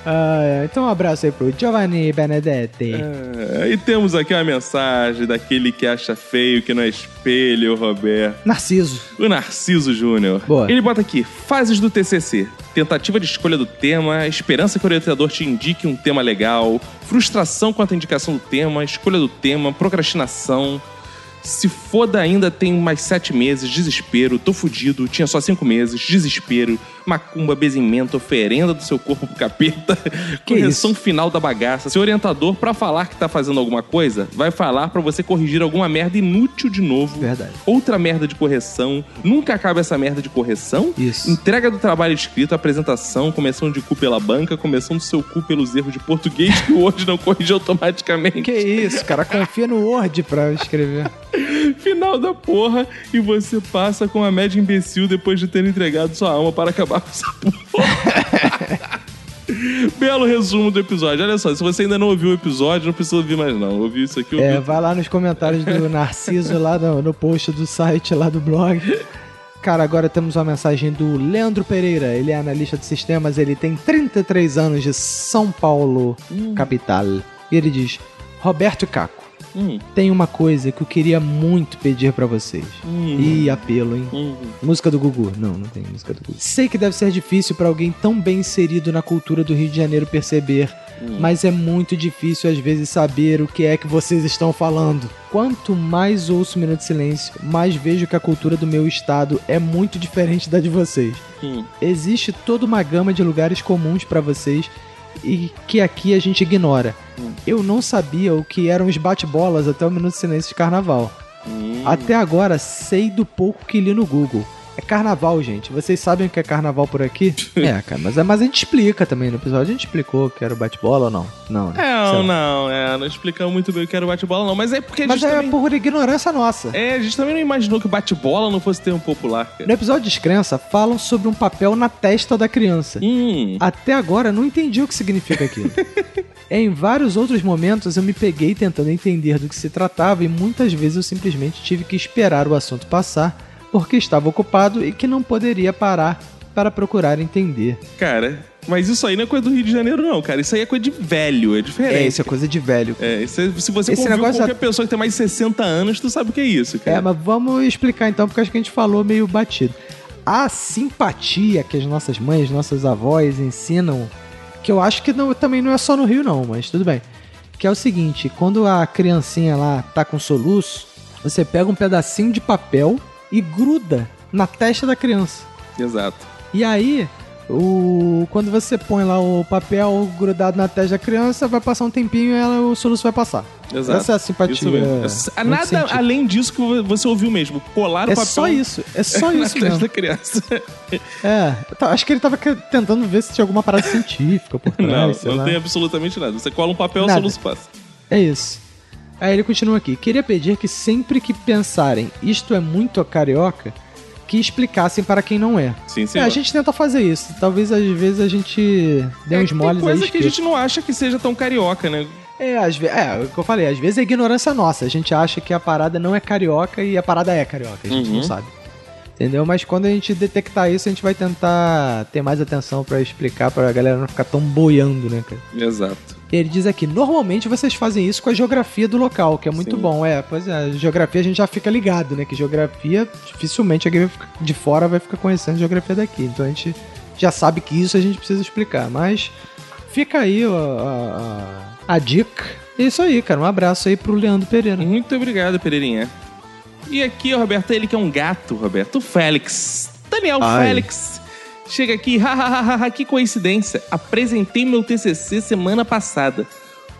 Ah, então um abraço aí pro Giovanni Benedetti. É, e temos aqui uma mensagem daquele que acha feio, que não é espelho, Roberto. Narciso. O Narciso Júnior. Ele bota aqui, fases do TCC. Tentativa de escolha do tema, esperança que o orientador te indique um tema legal, frustração quanto à indicação do tema, escolha do tema, procrastinação. Se foda ainda tem mais sete meses, desespero, tô fudido, tinha só cinco meses, desespero, macumba, bezimento, oferenda do seu corpo pro capeta, correção um final da bagaça. Seu orientador, pra falar que tá fazendo alguma coisa, vai falar pra você corrigir alguma merda inútil de novo. Verdade. Outra merda de correção. Nunca acaba essa merda de correção. Isso. Entrega do trabalho escrito, apresentação, começão de cu pela banca, começão do seu cu pelos erros de português que hoje não corrige automaticamente. Que isso, cara, confia no Word pra escrever. Final da porra e você passa com a média imbecil depois de ter entregado sua alma para acabar com essa porra. [LAUGHS] Belo resumo do episódio. Olha só, se você ainda não ouviu o episódio, não precisa ouvir mais não. Ouviu isso aqui, ouviu É, vai lá nos comentários do Narciso, lá no, no post do site, lá do blog. Cara, agora temos uma mensagem do Leandro Pereira. Ele é analista de sistemas, ele tem 33 anos de São Paulo, Uhum. capital. E ele diz: Roberto e Caco, Hum. tem uma coisa que eu queria muito pedir pra vocês. Hum. Ih, apelo, hein? Música do Gugu. Não, não tem música do Gugu. Sei que deve ser difícil pra alguém tão bem inserido na cultura do Rio de Janeiro perceber, Hum. mas é muito difícil às vezes saber o que é que vocês estão falando. Quanto mais ouço o Minuto de Silêncio, mais vejo que a cultura do meu estado é muito diferente da de vocês. Hum. Existe toda uma gama de lugares comuns pra vocês e que aqui a gente ignora. Eu não sabia o que eram os bate-bolas até o Minuto de Silêncio de Carnaval. Até agora sei do pouco que li no Google. É carnaval, gente. Vocês sabem o que é carnaval [LAUGHS] por aqui? é, cara, mas, é- mas a gente explica também no episódio. A gente explicou que era o bate-bola ou não? Não, né? É, Não, não, é, não explicamos muito bem o que era o bate-bola, não. Mas é porque a Mas gente é também. por ignorância nossa. É, a gente também não imaginou que bate-bola não fosse termo popular, cara. No episódio Descrença, falam sobre um papel na testa da criança. Hum, Até agora, não entendi o que significa aquilo. É, em vários outros momentos, eu me peguei tentando entender do que se tratava e muitas vezes eu simplesmente tive que esperar o assunto passar porque estava ocupado e que não poderia parar para procurar entender. Cara, mas isso aí não é coisa do Rio de Janeiro, não, cara. Isso aí é coisa de velho, é diferente. É, isso é coisa de velho. É, isso é- se você Esse convive com negócio qualquer pessoa que tem mais de 60 anos, tu sabe o que é isso, cara. É, mas vamos explicar então, porque acho que a gente falou meio batido. A simpatia que as nossas mães, nossas avós ensinam, que eu acho que não- também não é só no Rio, não, mas tudo bem. Que é o seguinte: quando a criancinha lá tá com soluço, você pega um pedacinho de papel e gruda na testa da criança. Exato. E aí, o, quando você põe lá o papel grudado na testa da criança, vai passar um tempinho e ela, o soluço vai passar. Exato. Essa é a simpatia. Isso mesmo. Essa- muito Nada científica. além disso que vo- você ouviu mesmo. Colar o É papel. só isso, é só isso [LAUGHS] na testa mesmo. da [LAUGHS] criança. É, eu ta- acho que ele tava que- tentando ver se tinha alguma parada científica por trás, Não, sei não lá. tem absolutamente nada. Você cola um papel, o Nada. soluço passa. É isso. Aí ele continua aqui. Queria pedir que sempre que pensarem isto é muito carioca, que explicassem para quem não é. Sim, sim. É, a gente tenta fazer isso. Talvez às vezes a gente dê uns moles É, Tem coisa aí. que a gente não acha que seja tão carioca, né? É, às ve- é, o que eu falei, às vezes é ignorância nossa. A gente acha que a parada não é carioca e a parada é carioca. A gente Uhum. não sabe. Entendeu? Mas quando a gente detectar isso, a gente vai tentar ter mais atenção pra explicar pra galera não ficar tão boiando, né, cara? Exato. E ele diz aqui: normalmente vocês fazem isso com a geografia do local, que é muito bom. É, pois é, a geografia a gente já fica ligado, né? Que geografia, dificilmente alguém vai ficar de fora vai ficar conhecendo a geografia daqui. Então a gente já sabe que isso a gente precisa explicar. Mas fica aí ó, a, a- a dica. É isso aí, cara. Um abraço aí pro Leandro Pereira. Muito obrigado, Pereirinha. E aqui, Roberto, ele que é um gato, Roberto. O Félix. Daniel Ai. Félix. Chega aqui, [LAUGHS] hahaha, que coincidência. Apresentei meu TCC semana passada.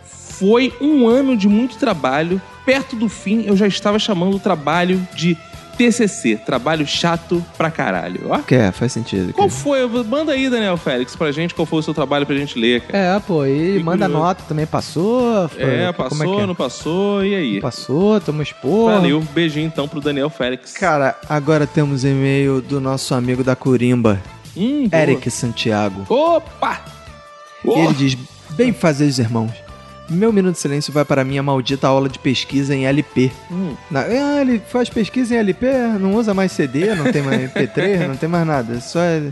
Foi um ano de muito trabalho. Perto do fim, eu já estava chamando o trabalho de TCC. Trabalho chato pra caralho. Ó. Que é, faz sentido. Qual foi? Manda aí, Daniel Félix, pra gente qual foi o seu trabalho pra gente ler, cara. É, pô, e manda nota também. Passou? Foi- É, como passou, que é? não passou, e aí? Passou, tamo expor. Valeu, beijinho então pro Daniel Félix. Cara, agora temos e-mail do nosso amigo da Corimba, Hum, boa. Eric Santiago. Opa! E ele diz: Bem fazer irmãos. Meu minuto de silêncio vai para minha maldita aula de pesquisa em LP. Hum. Na- ah, ele faz pesquisa em LP, não usa mais CD, não tem mais [LAUGHS] MP3, não tem mais nada. Só é.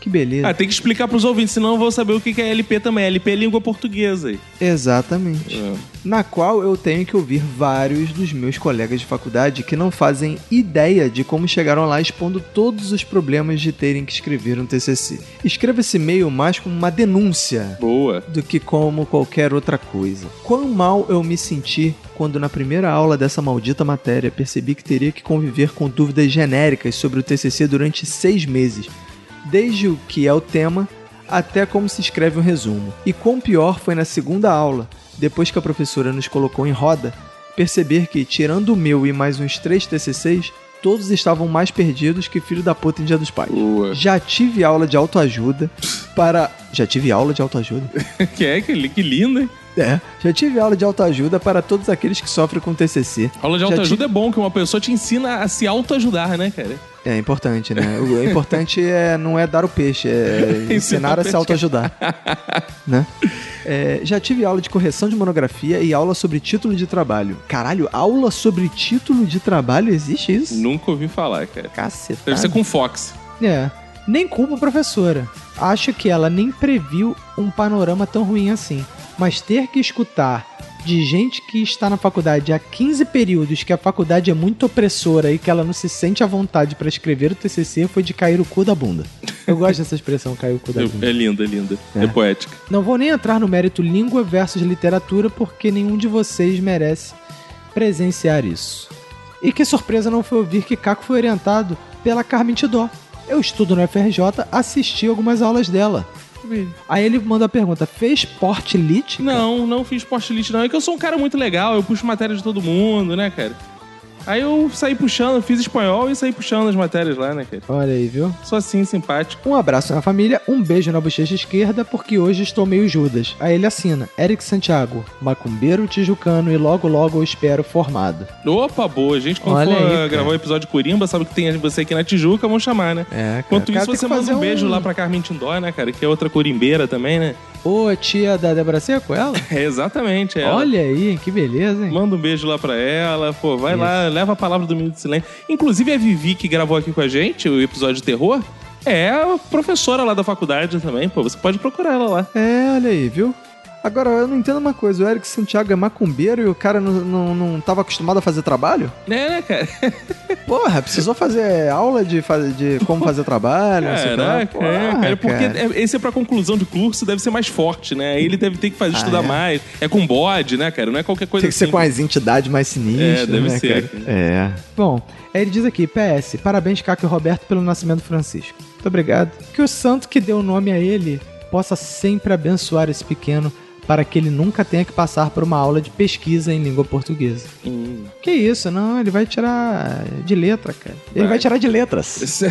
Que beleza. Ah, tem que explicar pros ouvintes, senão eu vou saber o que que é LP também. LP é língua portuguesa aí. Exatamente. Ah. Na qual eu tenho que ouvir vários dos meus colegas de faculdade que não fazem ideia de como chegaram lá expondo todos os problemas de terem que escrever um TCC. Escreva esse e-mail mais como uma denúncia Boa. do que como qualquer outra coisa. Quão mal eu me senti quando na primeira aula dessa maldita matéria percebi que teria que conviver com dúvidas genéricas sobre o TCC durante seis meses, desde o que é o tema até como se escreve um resumo. E quão pior foi na segunda aula, depois que a professora nos colocou em roda, perceber que, tirando o meu e mais uns três TCCs, todos estavam mais perdidos que filho da puta em Dia dos Pais. Já tive aula de autoajuda para... Já tive aula de autoajuda? [LAUGHS] que é, que, li- que lindo, hein? É, já tive aula de autoajuda para todos aqueles que sofrem com TCC. Aula de Já autoajuda é bom, que uma pessoa te ensina a se autoajudar, né, cara? tive- É importante, né? [LAUGHS] O importante é, não é dar o peixe, é ensinar a [LAUGHS] se autoajudar. né? É, já tive aula de correção de monografia e aula sobre título de trabalho. Caralho, aula sobre título de trabalho? Existe isso? Nunca ouvi falar, cara. Caceta. Deve ser com Fox. É. Nem culpa a professora. Acho que ela nem previu um panorama tão ruim assim. Mas ter que escutar de gente que está na faculdade há 15 períodos que a faculdade é muito opressora e que ela não se sente à vontade para escrever o TCC foi de cair o cu da bunda. Eu gosto dessa expressão, cair o cu da bunda. É linda, é linda. É, poética. Não vou nem entrar no mérito língua versus literatura, porque nenhum de vocês merece presenciar isso. E que surpresa não foi ouvir que Caco foi orientado pela Carmen Tidó. Eu estudo no FRJ, assisti algumas aulas dela. Aí ele manda a pergunta: fez porte lit? Não, não fiz post-list, não. É que eu sou um cara muito legal, eu puxo matéria de todo mundo, né, cara? Aí eu saí puxando, fiz espanhol e saí puxando as matérias lá, né, cara? Olha aí, viu? Só assim, simpático. Um abraço na família, um beijo na bochecha esquerda, porque hoje estou meio Judas. Aí ele assina: Eric Santiago, macumbeiro tijucano e logo logo eu espero formado. Opa, boa. A gente, quando for Olha aí, uh, cara. gravar o episódio de Corimba, sabe que tem você aqui na Tijuca, vão chamar, né? É, Enquanto Cara, isso, tem você que manda fazer um beijo um- lá pra Carmen Tindó, né, cara? Que é outra corimbeira também, [LAUGHS] né? Ô, tia da Débora Seco, ela? É, exatamente, é. Olha aí, que beleza, hein? Manda um beijo lá pra ela, pô, vai lá, leva a palavra do Minuto de Silêncio. Inclusive, a Vivi, que gravou aqui com a gente o episódio de terror, é a professora lá da faculdade também, pô, você pode procurar ela lá. É, olha aí, viu? Agora, eu não entendo uma coisa, o Eric Santiago é macumbeiro e o cara não, não, não tava acostumado a fazer trabalho? Né, né, cara? Porra, precisou fazer aula de, fa- de como fazer trabalho, não sei o que lá. Caraca, é, Porra, cara, porque né? cara. é- esse é pra conclusão de curso, deve ser mais forte, né? Aí Ele deve ter que fazer estudar mais. É com bode, né, cara? Não é qualquer coisa Tem que ser com as entidades mais sinistras, É, deve né, ser. cara? É. Bom, aí ele diz aqui, PS, parabéns Caco e Roberto pelo nascimento do Francisco. Muito obrigado. Que o santo que deu nome a ele possa sempre abençoar esse pequeno para que ele nunca tenha que passar por uma aula de pesquisa em língua portuguesa. Que isso, não, ele vai tirar de letra, cara. Ele vai, Vai. tirar [LAUGHS] de letras.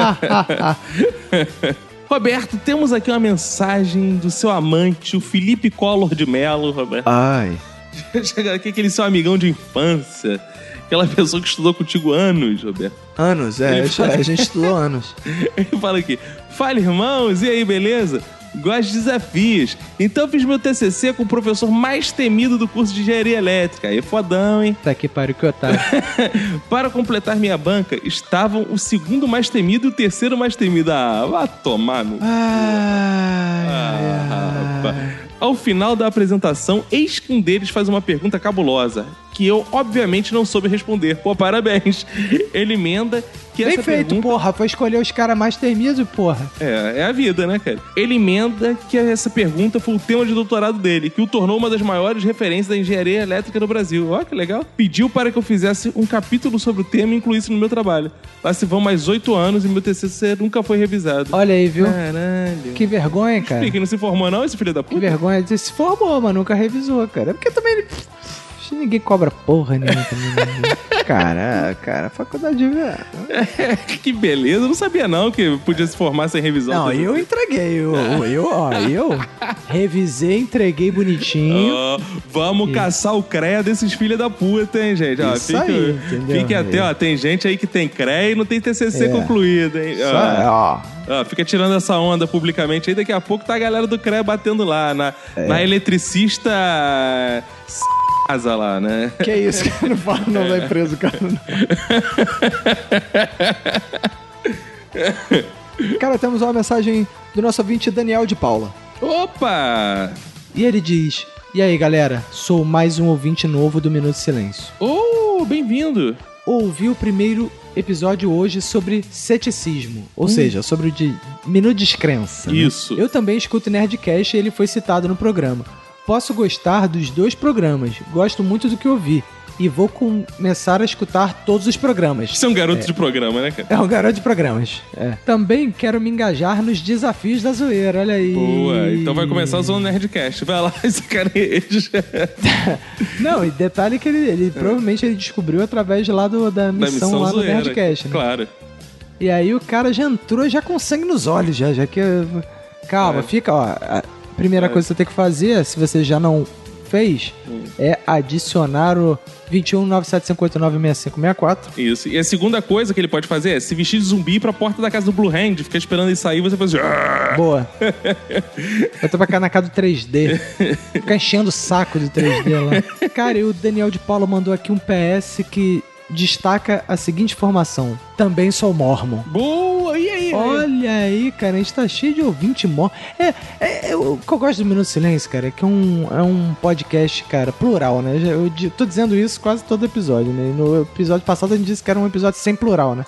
[LAUGHS] [LAUGHS] Roberto, temos aqui uma mensagem do seu amante, o Felipe Collor de Mello, Roberto. [LAUGHS] Ai. Chegaram aqui aquele seu amigão de infância. Aquela pessoa que estudou contigo anos, Roberto. [LAUGHS] Anos, é. Ele eu- fala- A gente estudou anos. Ele fala aqui: Fala, irmãos, e aí, beleza? Gosto de desafios. Então fiz meu TCC com o professor mais temido do curso de engenharia elétrica. Aí é fodão, hein? [LAUGHS] Tá que pariu que otário. Para completar minha banca, estavam o segundo mais temido e o terceiro mais temido. Ah, vá tomar no. Ah, rapaz. Ao final da apresentação, eis que um deles faz uma pergunta cabulosa, que eu, obviamente, não soube responder. Pô, parabéns. Ele emenda que Bem essa feito, pergunta... porra. Foi escolher os caras mais temidos, porra. É, é a vida, né, cara? Ele emenda que essa pergunta foi o tema de doutorado dele, que o tornou uma das maiores referências da engenharia elétrica no Brasil. Olha que legal. Pediu para que eu fizesse um capítulo sobre o tema e incluísse no meu trabalho. Lá se vão mais oito anos e meu TCC nunca foi revisado. Olha aí, É. viu? Caralho. Que vergonha, cara. Explica, não se formou não, esse filho da puta? [LAUGHS] Que vergonha. Ele se formou, mas nunca revisou, cara. É Porque também... ele- Acho que Ninguém cobra porra nenhuma. também, né? [LAUGHS] cara, cara, a faculdade... é- que beleza, eu não sabia não que podia se formar sem revisão. Não, eu entreguei. Eu, eu, ó, eu revisei, entreguei bonitinho. Ó, vamos caçar o CREA desses filhos da puta, hein, gente? Ó, Isso fique, aí, entendeu? fique até, ó, tem gente aí que tem CREA e não tem TCC É. concluído, hein? Isso aí, ó. Ah, é, Ó, fica tirando essa onda publicamente aí, daqui a pouco tá a galera do CREA batendo lá na, É. na eletricista s- casa lá, né? Que isso, cara? Não fala o nome da empresa, cara. não. Cara, temos uma mensagem do nosso ouvinte Daniel de Paula. Opa! E ele diz: E aí, galera, sou mais um ouvinte novo do Minuto de Silêncio. Oh, bem-vindo! Ouvi o primeiro episódio hoje sobre ceticismo, ou Hum. seja, sobre o de Minuto de Descrença. né? Isso. Eu também escuto Nerdcast e ele foi citado no programa. Posso gostar dos dois programas, gosto muito do que ouvi. E vou começar a escutar todos os programas. Você é um garoto É. de programa, né, cara? É um garoto de programas. É. Também quero me engajar nos desafios da zoeira, olha aí. Boa, então vai começar o Zona Nerdcast. Vai lá, [LAUGHS] esse carejo. Não, e detalhe que ele, É. ele provavelmente ele descobriu através lá do, da da missão, missão lá zoeira. no Nerdcast, né? Claro. E aí o cara já entrou já com sangue nos olhos, já, já que. Calma, É. fica, ó. A primeira É. Hum. coisa que você tem que fazer, se você já não fez, é adicionar o 21975896564. Isso. E a segunda coisa que ele pode fazer é se vestir de zumbi e ir pra porta da casa do Blue Hand, ficar esperando ele sair e você faz assim. "Ah!" Boa. Eu tô pra cá na cara do 3D. Ficar enchendo o saco do 3D lá. Cara, e o Daniel de Paula mandou aqui um PS que destaca a seguinte informação. Também sou mormon. Boa, e aí? Olha aí, cara, a gente tá cheio de ouvinte mormon. É, é, é, o que eu gosto do Minuto de Silêncio, cara, é que é um, é um podcast, cara, plural, né? Eu di- tô dizendo isso quase todo episódio, né? E No episódio passado a gente disse que era um episódio sem plural, [LAUGHS] né?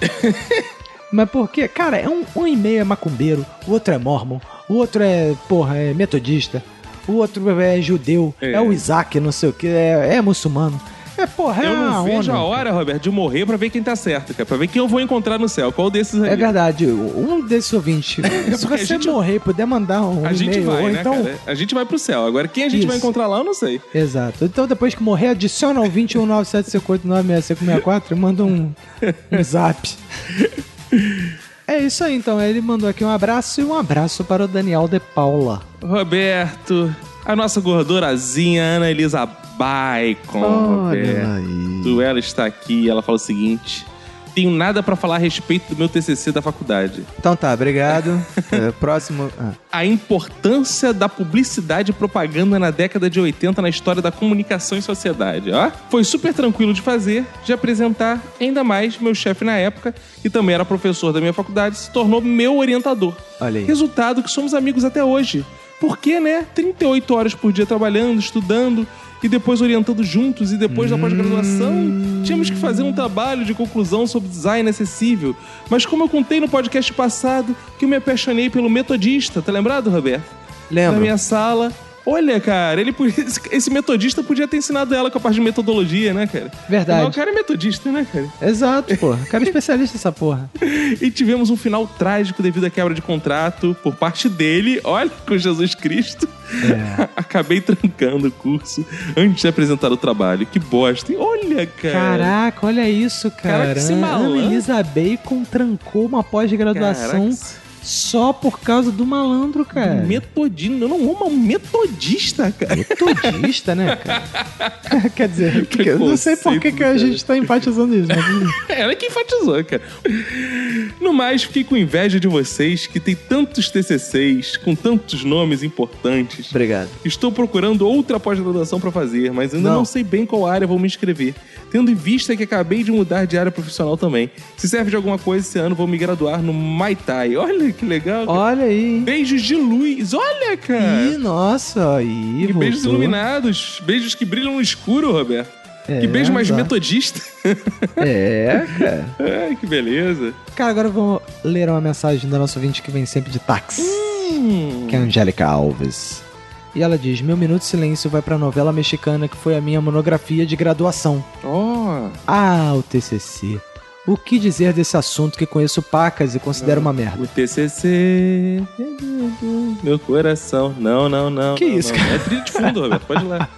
Mas por quê? Cara, é um, um e meio é macumbeiro, o outro é mormon, o outro é, porra, é metodista, o outro é judeu, é, o Isaac, não sei o que, é, é muçulmano. É, porra, é Eu não uma vejo onda. a hora, Roberto, de morrer pra ver quem tá certo, cara. Pra ver quem eu vou encontrar no céu. Qual desses aí? É verdade, um [LAUGHS] desses ouvintes, se É porque a você gente- morrer e puder mandar um A gente e-mail, vai, ou né, então... cara? A gente vai pro céu. Agora, quem a gente Isso. vai encontrar lá, eu não sei. Exato. Então, depois que morrer, adiciona ao 21975896564 e manda um, um zap. É isso aí, então. Ele mandou aqui um abraço e um abraço para o Daniel de Paula. Roberto, a nossa gordorazinha Ana Elisa Baicon. Olha Roberto, ela está aqui e ela fala o seguinte: tenho nada pra falar a respeito do meu TCC da faculdade. Então tá, obrigado. É, próximo. Ah. A importância da publicidade e propaganda na década de 80 na história da comunicação e sociedade. Ó, foi super tranquilo de fazer, de apresentar, ainda mais meu chefe na época, que também era professor da minha faculdade, se tornou meu orientador. Olha aí. Resultado que somos amigos até hoje. Porque, né? 38 horas por dia trabalhando, estudando e depois orientando juntos e depois da pós-graduação, Hum. tínhamos que fazer um trabalho de conclusão sobre design acessível. Mas como eu contei no podcast passado, que eu me apaixonei pelo metodista, tá lembrado, Roberto? Lembro. Na minha sala. Olha, cara, ele podia- [LAUGHS] esse- esse metodista podia ter ensinado ela com a parte de metodologia, né, cara? Verdade. Afinal, o cara é metodista, né, cara? Exato, pô. O cara é especialista nessa porra. E tivemos um final trágico devido à quebra de contrato por parte dele. Olha, com Jesus Cristo. É. [LAUGHS] Acabei trancando o curso antes de apresentar o trabalho. Que bosta. E olha, cara. Caraca, olha isso, cara. Cara, que se malandro. Ana Elisa Bacon trancou uma pós-graduação Caraca. Só por causa do malandro, cara. [LAUGHS] Metodino, eu não amo um metodista, cara. Metodista, né, cara? Quer dizer, que- eu não sei por que, que a gente tá enfatizando isso. né? Mas... tudo bem. [LAUGHS] Ela é que enfatizou, cara. No mais, fiquei com inveja de vocês que tem tantos TCCs com tantos nomes importantes. Obrigado. Estou procurando outra pós-graduação pra fazer, mas ainda não. Não. sei bem qual área vou me inscrever, tendo em vista que acabei de mudar de área profissional também. Se serve de alguma coisa esse ano, vou me graduar no Muay Thai. Olha que legal. Olha aí. Beijos de luz. Olha, cara. Ih, nossa, aí. Beijos voltou. né? iluminados, beijos que brilham no escuro, Roberto. É, que beijo mais tá. metodista. [LAUGHS] É, cara. Ai, que beleza. Cara, agora vamos ler uma mensagem da nossa ouvinte que vem sempre de táxi. Que é a Angélica Alves. E ela diz: Meu minuto de silêncio vai pra novela mexicana que foi a minha monografia de graduação. Oh. Ah, o TCC. O que dizer desse assunto que conheço pacas e considero uma merda? O TCC. Meu coração. Não, não, não. Que não, isso, não. cara? É trilha de fundo, Roberto. Pode ir lá.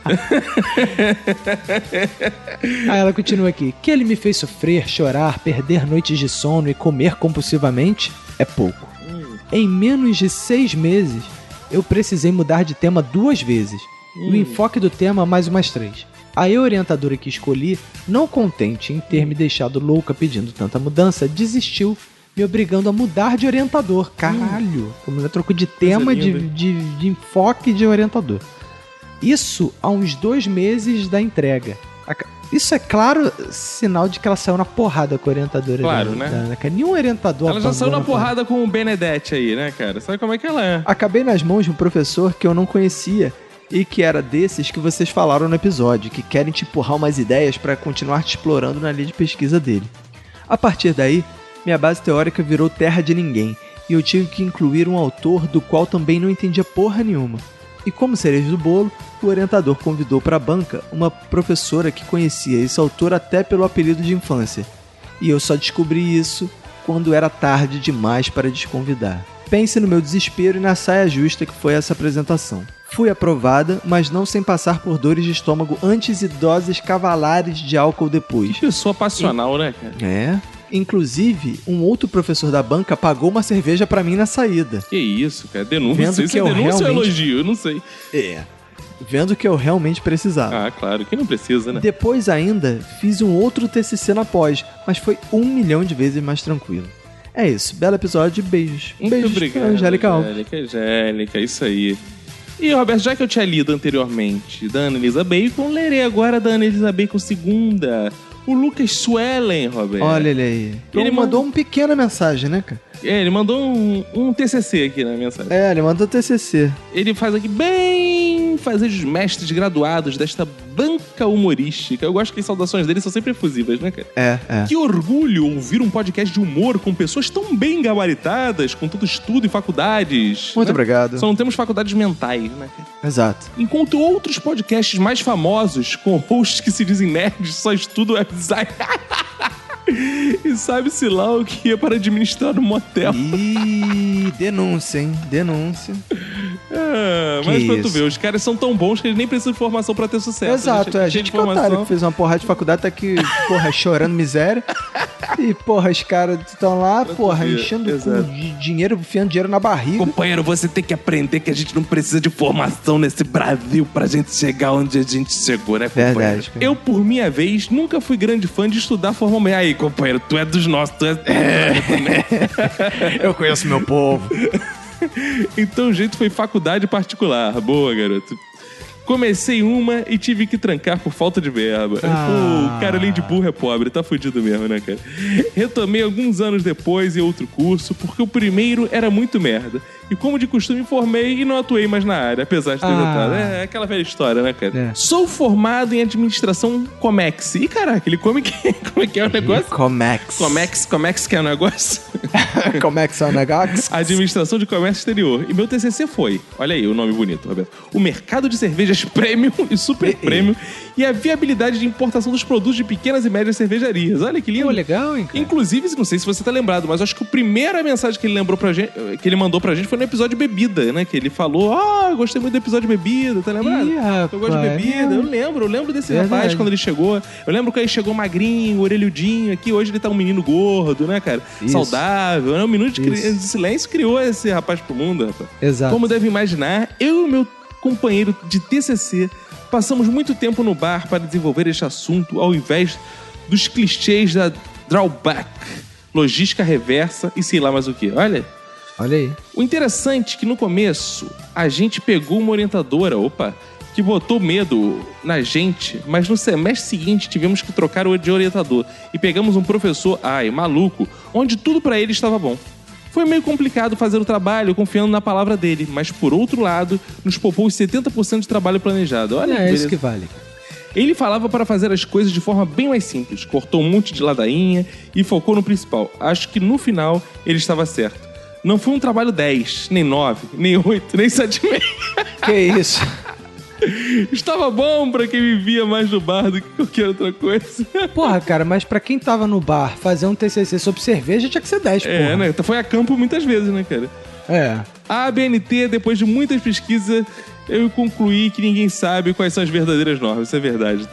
Aí Ah, ela continua aqui. Que ele me fez sofrer, chorar, perder noites de sono e comer compulsivamente é pouco. Em menos de seis meses, eu precisei mudar de tema duas vezes. E o Hum. enfoque do tema, mais umas três. Aí A orientadora que escolhi, não contente em ter me deixado louca pedindo tanta mudança, desistiu, me obrigando a mudar de Hum. orientador. Caralho! Como eu troco de tema, de, linda, hein? de- de enfoque de orientador. Isso há uns dois meses da entrega. A ca- Isso é claro sinal de que ela saiu na porrada com a orientadora. Claro, da- né? da- da- Nenhum orientador Ela já saiu na abandona- porrada com o Benedete aí, né, cara? Sabe como é que ela é? Acabei nas mãos de um professor que eu não conhecia e que era desses que vocês falaram no episódio, que querem te empurrar umas ideias para continuar te explorando na linha de pesquisa dele. A partir daí, minha base teórica virou terra de ninguém e eu tive que incluir um autor do qual também não entendia porra nenhuma. E como cereja do bolo, o orientador convidou para a banca uma professora que conhecia esse autor até pelo apelido de infância. E eu só descobri isso quando era tarde demais para desconvidar. Pense no meu desespero e na saia justa que foi essa apresentação. Fui aprovada, mas não sem passar por dores de estômago antes e doses cavalares de álcool depois. Que pessoa passional, né, cara? É. Inclusive, um outro professor da banca pagou uma cerveja pra mim na saída. Que isso, cara? Denúncia. Vendo isso que é eu denúncia ou realmente- elogio? Eu não sei. É. Vendo que eu realmente precisava. Ah, claro. Quem não precisa, né? Depois ainda fiz um outro TCC na pós, mas foi um milhão de vezes mais tranquilo. É isso, belo episódio, beijos. Um beijo pra Angélica Alves. Angélica, Angélica, isso aí. E, Roberto, já que eu tinha lido anteriormente da Ana Elisa Bacon, lerei agora da Ana Elisa Bacon segunda. O Lucas Suellen, Roberto. Olha ele aí. Ele Ele mandou uma pequena mensagem, né, cara? É, ele mandou um, um TCC aqui na mensagem. É, ele mandou TCC. Ele faz aqui bem fazer os mestres graduados desta banca humorística. Eu gosto que as saudações dele são sempre efusivas, né, cara? É, é. Que orgulho ouvir um podcast de humor com pessoas tão bem gabaritadas, com todo estudo e faculdades. Muito né? obrigado. Só não temos faculdades mentais, né? cara? Exato. Enquanto outros podcasts mais famosos, com hosts que se dizem nerds, só estudam web [LAUGHS] design. e sabe-se lá o que é para administrar um motel. Ih, denúncia, hein? Denúncia. É, mas Que pra tu isso. ver, os caras são tão bons que eles nem precisam de formação pra ter sucesso. Exato, é. A cheio gente de que é otário formação. que fez uma porrada de faculdade, tá aqui, porra, chorando miséria. E, porra, os caras estão lá, porra, ver, enchendo o cu exato. de dinheiro, enfiando dinheiro na barriga. Companheiro, você tem que aprender que a gente não precisa de formação nesse Brasil pra gente chegar onde a gente chegou, né, companheiro? Verdade, Eu, por minha vez, nunca fui grande fã de estudar formalmente. Aí, companheiro, tu é dos nossos, tu é... [LAUGHS] Eu conheço meu povo. Então o jeito foi faculdade particular. Boa, garoto. Comecei uma e tive que trancar por falta de verba. Ah. Pô, cara, além de burro é pobre, tá fudido mesmo, né, cara? Retomei alguns anos depois em outro curso, porque o primeiro era muito merda. E como de costume, formei e não atuei mais na área, apesar de ter Ah. É. tentado. É aquela velha história, né, cara? Sou formado em administração Comex. E caraca, ele come que, [LAUGHS] como é que [LAUGHS] é o negócio? Comex. Comex, Comex que é o negócio? Comex é o negócio? [LAUGHS] Administração de Comércio Exterior. E meu TCC foi, olha aí o nome bonito, Roberto. O mercado de cervejas [LAUGHS] premium e super premium e a viabilidade de importação dos produtos de pequenas e médias cervejarias. Olha que lindo. Pô, legal, hein, Inclusive, não sei se você tá lembrado, mas acho que a primeira mensagem que ele lembrou pra gente, que ele mandou pra gente foi foi no episódio Bebida, né? Que ele falou: Ah, eu gostei muito do episódio Bebida, tá lembrado? Ih, eu gosto de rapaz, bebida. é. Eu lembro, eu lembro desse Verdade. rapaz quando ele chegou. Eu lembro que ele chegou magrinho, orelhudinho aqui. Hoje ele tá um menino gordo, né, cara? Isso. Saudável, né? Um minuto de, cri- Isso. de silêncio criou esse rapaz pro mundo, rapaz. Exato. Como deve imaginar, eu e o meu companheiro de TCC passamos muito tempo no bar para desenvolver este assunto ao invés dos clichês da drawback, logística reversa e sei lá mais o que. Olha. Olha aí. O interessante é que no começo a gente pegou uma orientadora, opa, que botou medo na gente, mas no semestre seguinte tivemos que trocar o de orientador e pegamos um professor, ai, maluco, onde tudo pra ele estava bom. Foi meio complicado fazer o trabalho confiando na palavra dele, mas por outro lado, nos poupou os 70% de trabalho planejado. Olha é isso beleza. que vale. Ele falava para fazer as coisas de forma bem mais simples, cortou um monte de ladainha e focou no principal. Acho que no final ele estava certo. Não foi um trabalho 10, nem 9, nem 8, nem 7,5. Que isso? [LAUGHS] Estava bom para quem vivia mais no bar do que qualquer outra coisa. Porra, cara, mas pra quem tava no bar fazer um TCC sobre cerveja tinha que ser 10, É, porra. né? Foi a campo muitas vezes, né, cara? É. A ABNT, depois de muitas pesquisas, eu concluí que ninguém sabe quais são as verdadeiras normas. Isso é verdade.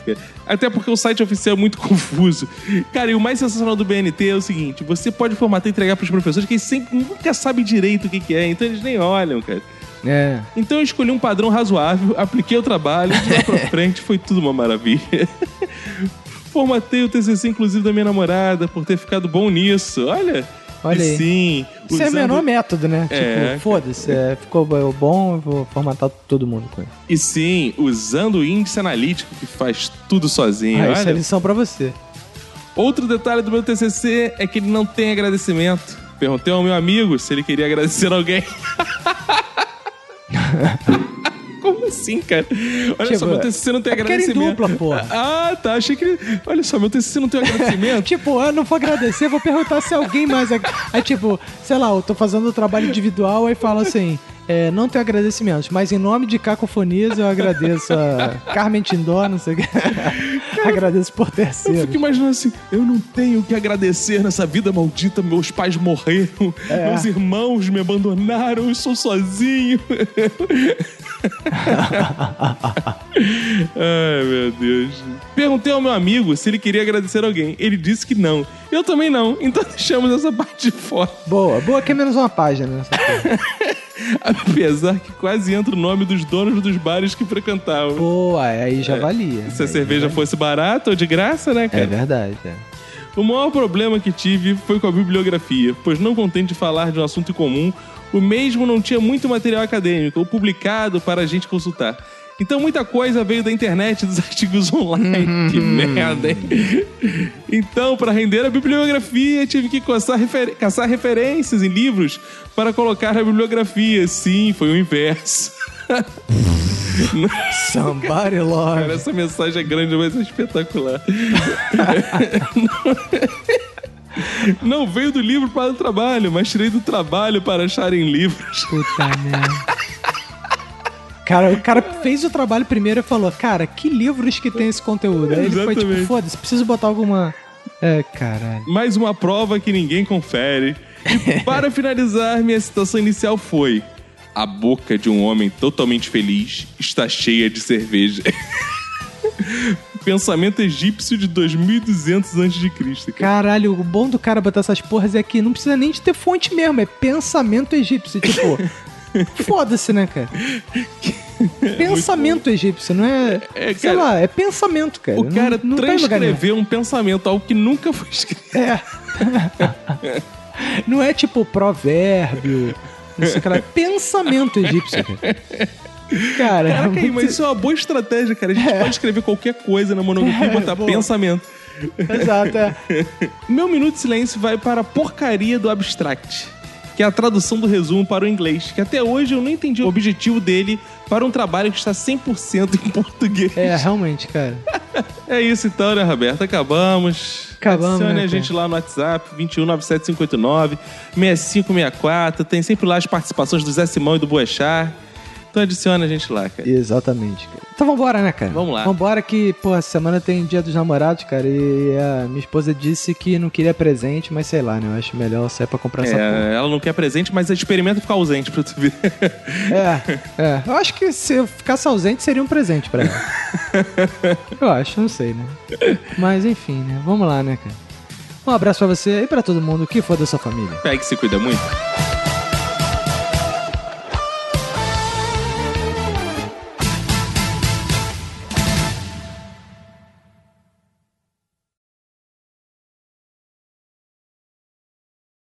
Até porque o site oficial é muito [LAUGHS] confuso. Cara, e o mais sensacional do BNT é o seguinte: você pode formatar e entregar pros professores que eles sempre, nunca sabem direito o que, que é, então eles nem olham, cara. É. Então eu escolhi um padrão razoável, apliquei o trabalho, de lá [LAUGHS] pra frente foi tudo uma maravilha. Formatei o TCC, inclusive, da minha namorada, por ter ficado bom nisso. Olha. Olha e aí. sim. Isso é o usando- menor método, né? É, cara. Tipo, foda-se, é, ficou bom, eu vou formatar todo mundo com ele. E sim, usando o índice analítico que faz tudo sozinho. Ah, isso olha. é lição pra você. Outro detalhe do meu TCC é que ele não tem agradecimento. Perguntei ao meu amigo se ele queria agradecer alguém. [LAUGHS] Como assim, cara? Olha Tipo, só, meu TCC não tem é porque era em agradecimento. dupla, porra. Ah, tá. Achei que. Olha só, meu TCC [LAUGHS] não tem agradecimento. tipo, ah, não vou agradecer, vou perguntar se alguém mais. ag- Aí, tipo, sei lá, eu tô fazendo o trabalho individual, aí fala assim. é, não tenho agradecimentos, mas em nome de Cacofonias eu agradeço a Carmen Tindó, não [LAUGHS] sei o que. agradeço por Eu terceiro. fico imaginando assim, eu não tenho o que agradecer nessa vida maldita, meus pais morreram, É. meus irmãos me abandonaram, eu sou sozinho. Ai, meu Deus. Perguntei ao meu amigo se ele queria agradecer alguém. Ele disse que não. Eu também não, então [LAUGHS] deixamos essa parte de fora. Boa, boa que é menos uma página. Nessa Apesar que quase entra o nome dos donos dos bares que frequentavam. Boa, aí já valia. Se a cerveja fosse barata ou de graça, né, cara? É verdade, é. O maior problema que tive foi com a bibliografia, pois não contente de falar de um assunto comum, o mesmo não tinha muito material acadêmico ou publicado para a gente consultar. Então muita coisa veio da internet, dos [LAUGHS] artigos Uhum. online. que merda, hein? Então, para render a bibliografia, tive que coçar refer- caçar referências em livros para colocar a bibliografia. Sim, foi o inverso. [LAUGHS] é Somebody love. Cara, essa mensagem é grande, mas é espetacular. [LAUGHS] Não veio do livro para o trabalho, mas tirei do trabalho para achar em livros. Puta merda. Cara, o cara fez o trabalho primeiro e falou, cara, que livros que tem esse conteúdo? Aí ele foi tipo, Exatamente. foda-se, preciso botar alguma... É, caralho. Mais uma prova que ninguém confere. E para finalizar, minha citação inicial foi: A boca de um homem totalmente feliz está cheia de cerveja. [LAUGHS] Pensamento egípcio de 2200 a.C. Caralho, o bom do cara botar essas porras é que não precisa nem de ter fonte mesmo, é pensamento [LAUGHS] egípcio, tipo... Foda-se, né, cara? Pensamento egípcio, não é. sei cara, lá, é pensamento, cara. O cara não, não tá em lugar nenhum. transcreveu um pensamento, algo que nunca foi escrito. É. Não é tipo provérbio, não sei o que lá. é Pensamento egípcio. Cara, cara, é Caraca, aí, mas muito- isso é uma boa estratégia, cara. A gente pode escrever qualquer coisa na monografia e É, botar boa. pensamento. Exato, é. Meu minuto de silêncio vai para a porcaria do abstract, que é a tradução do resumo para o inglês, que até hoje eu não entendi o objetivo dele para um trabalho que está 100% em português. É, realmente, cara. [LAUGHS] É isso então, né, Roberto? Acabamos. Acabamos, Adicione né, a cara? gente lá no WhatsApp, 2197589-6564. Tem sempre lá as participações do Zé Simão e do Boechat. Então adiciona a gente lá, cara. Exatamente, cara. Então vambora, né, cara? Vamos lá. Vambora que, pô, essa semana tem dia dos namorados, cara, e a minha esposa disse que não queria presente, mas sei lá, né? Eu acho melhor sair pra comprar essa porra. É, ela não quer presente, mas experimenta ficar ausente pra tu ver. [LAUGHS] É, é. Eu acho que se eu ficasse ausente seria um presente pra ela. eu acho, não sei, né? Mas enfim, né? Vamos lá, né, cara? Um abraço pra você e pra todo mundo que for da sua família. Pega que se cuida muito.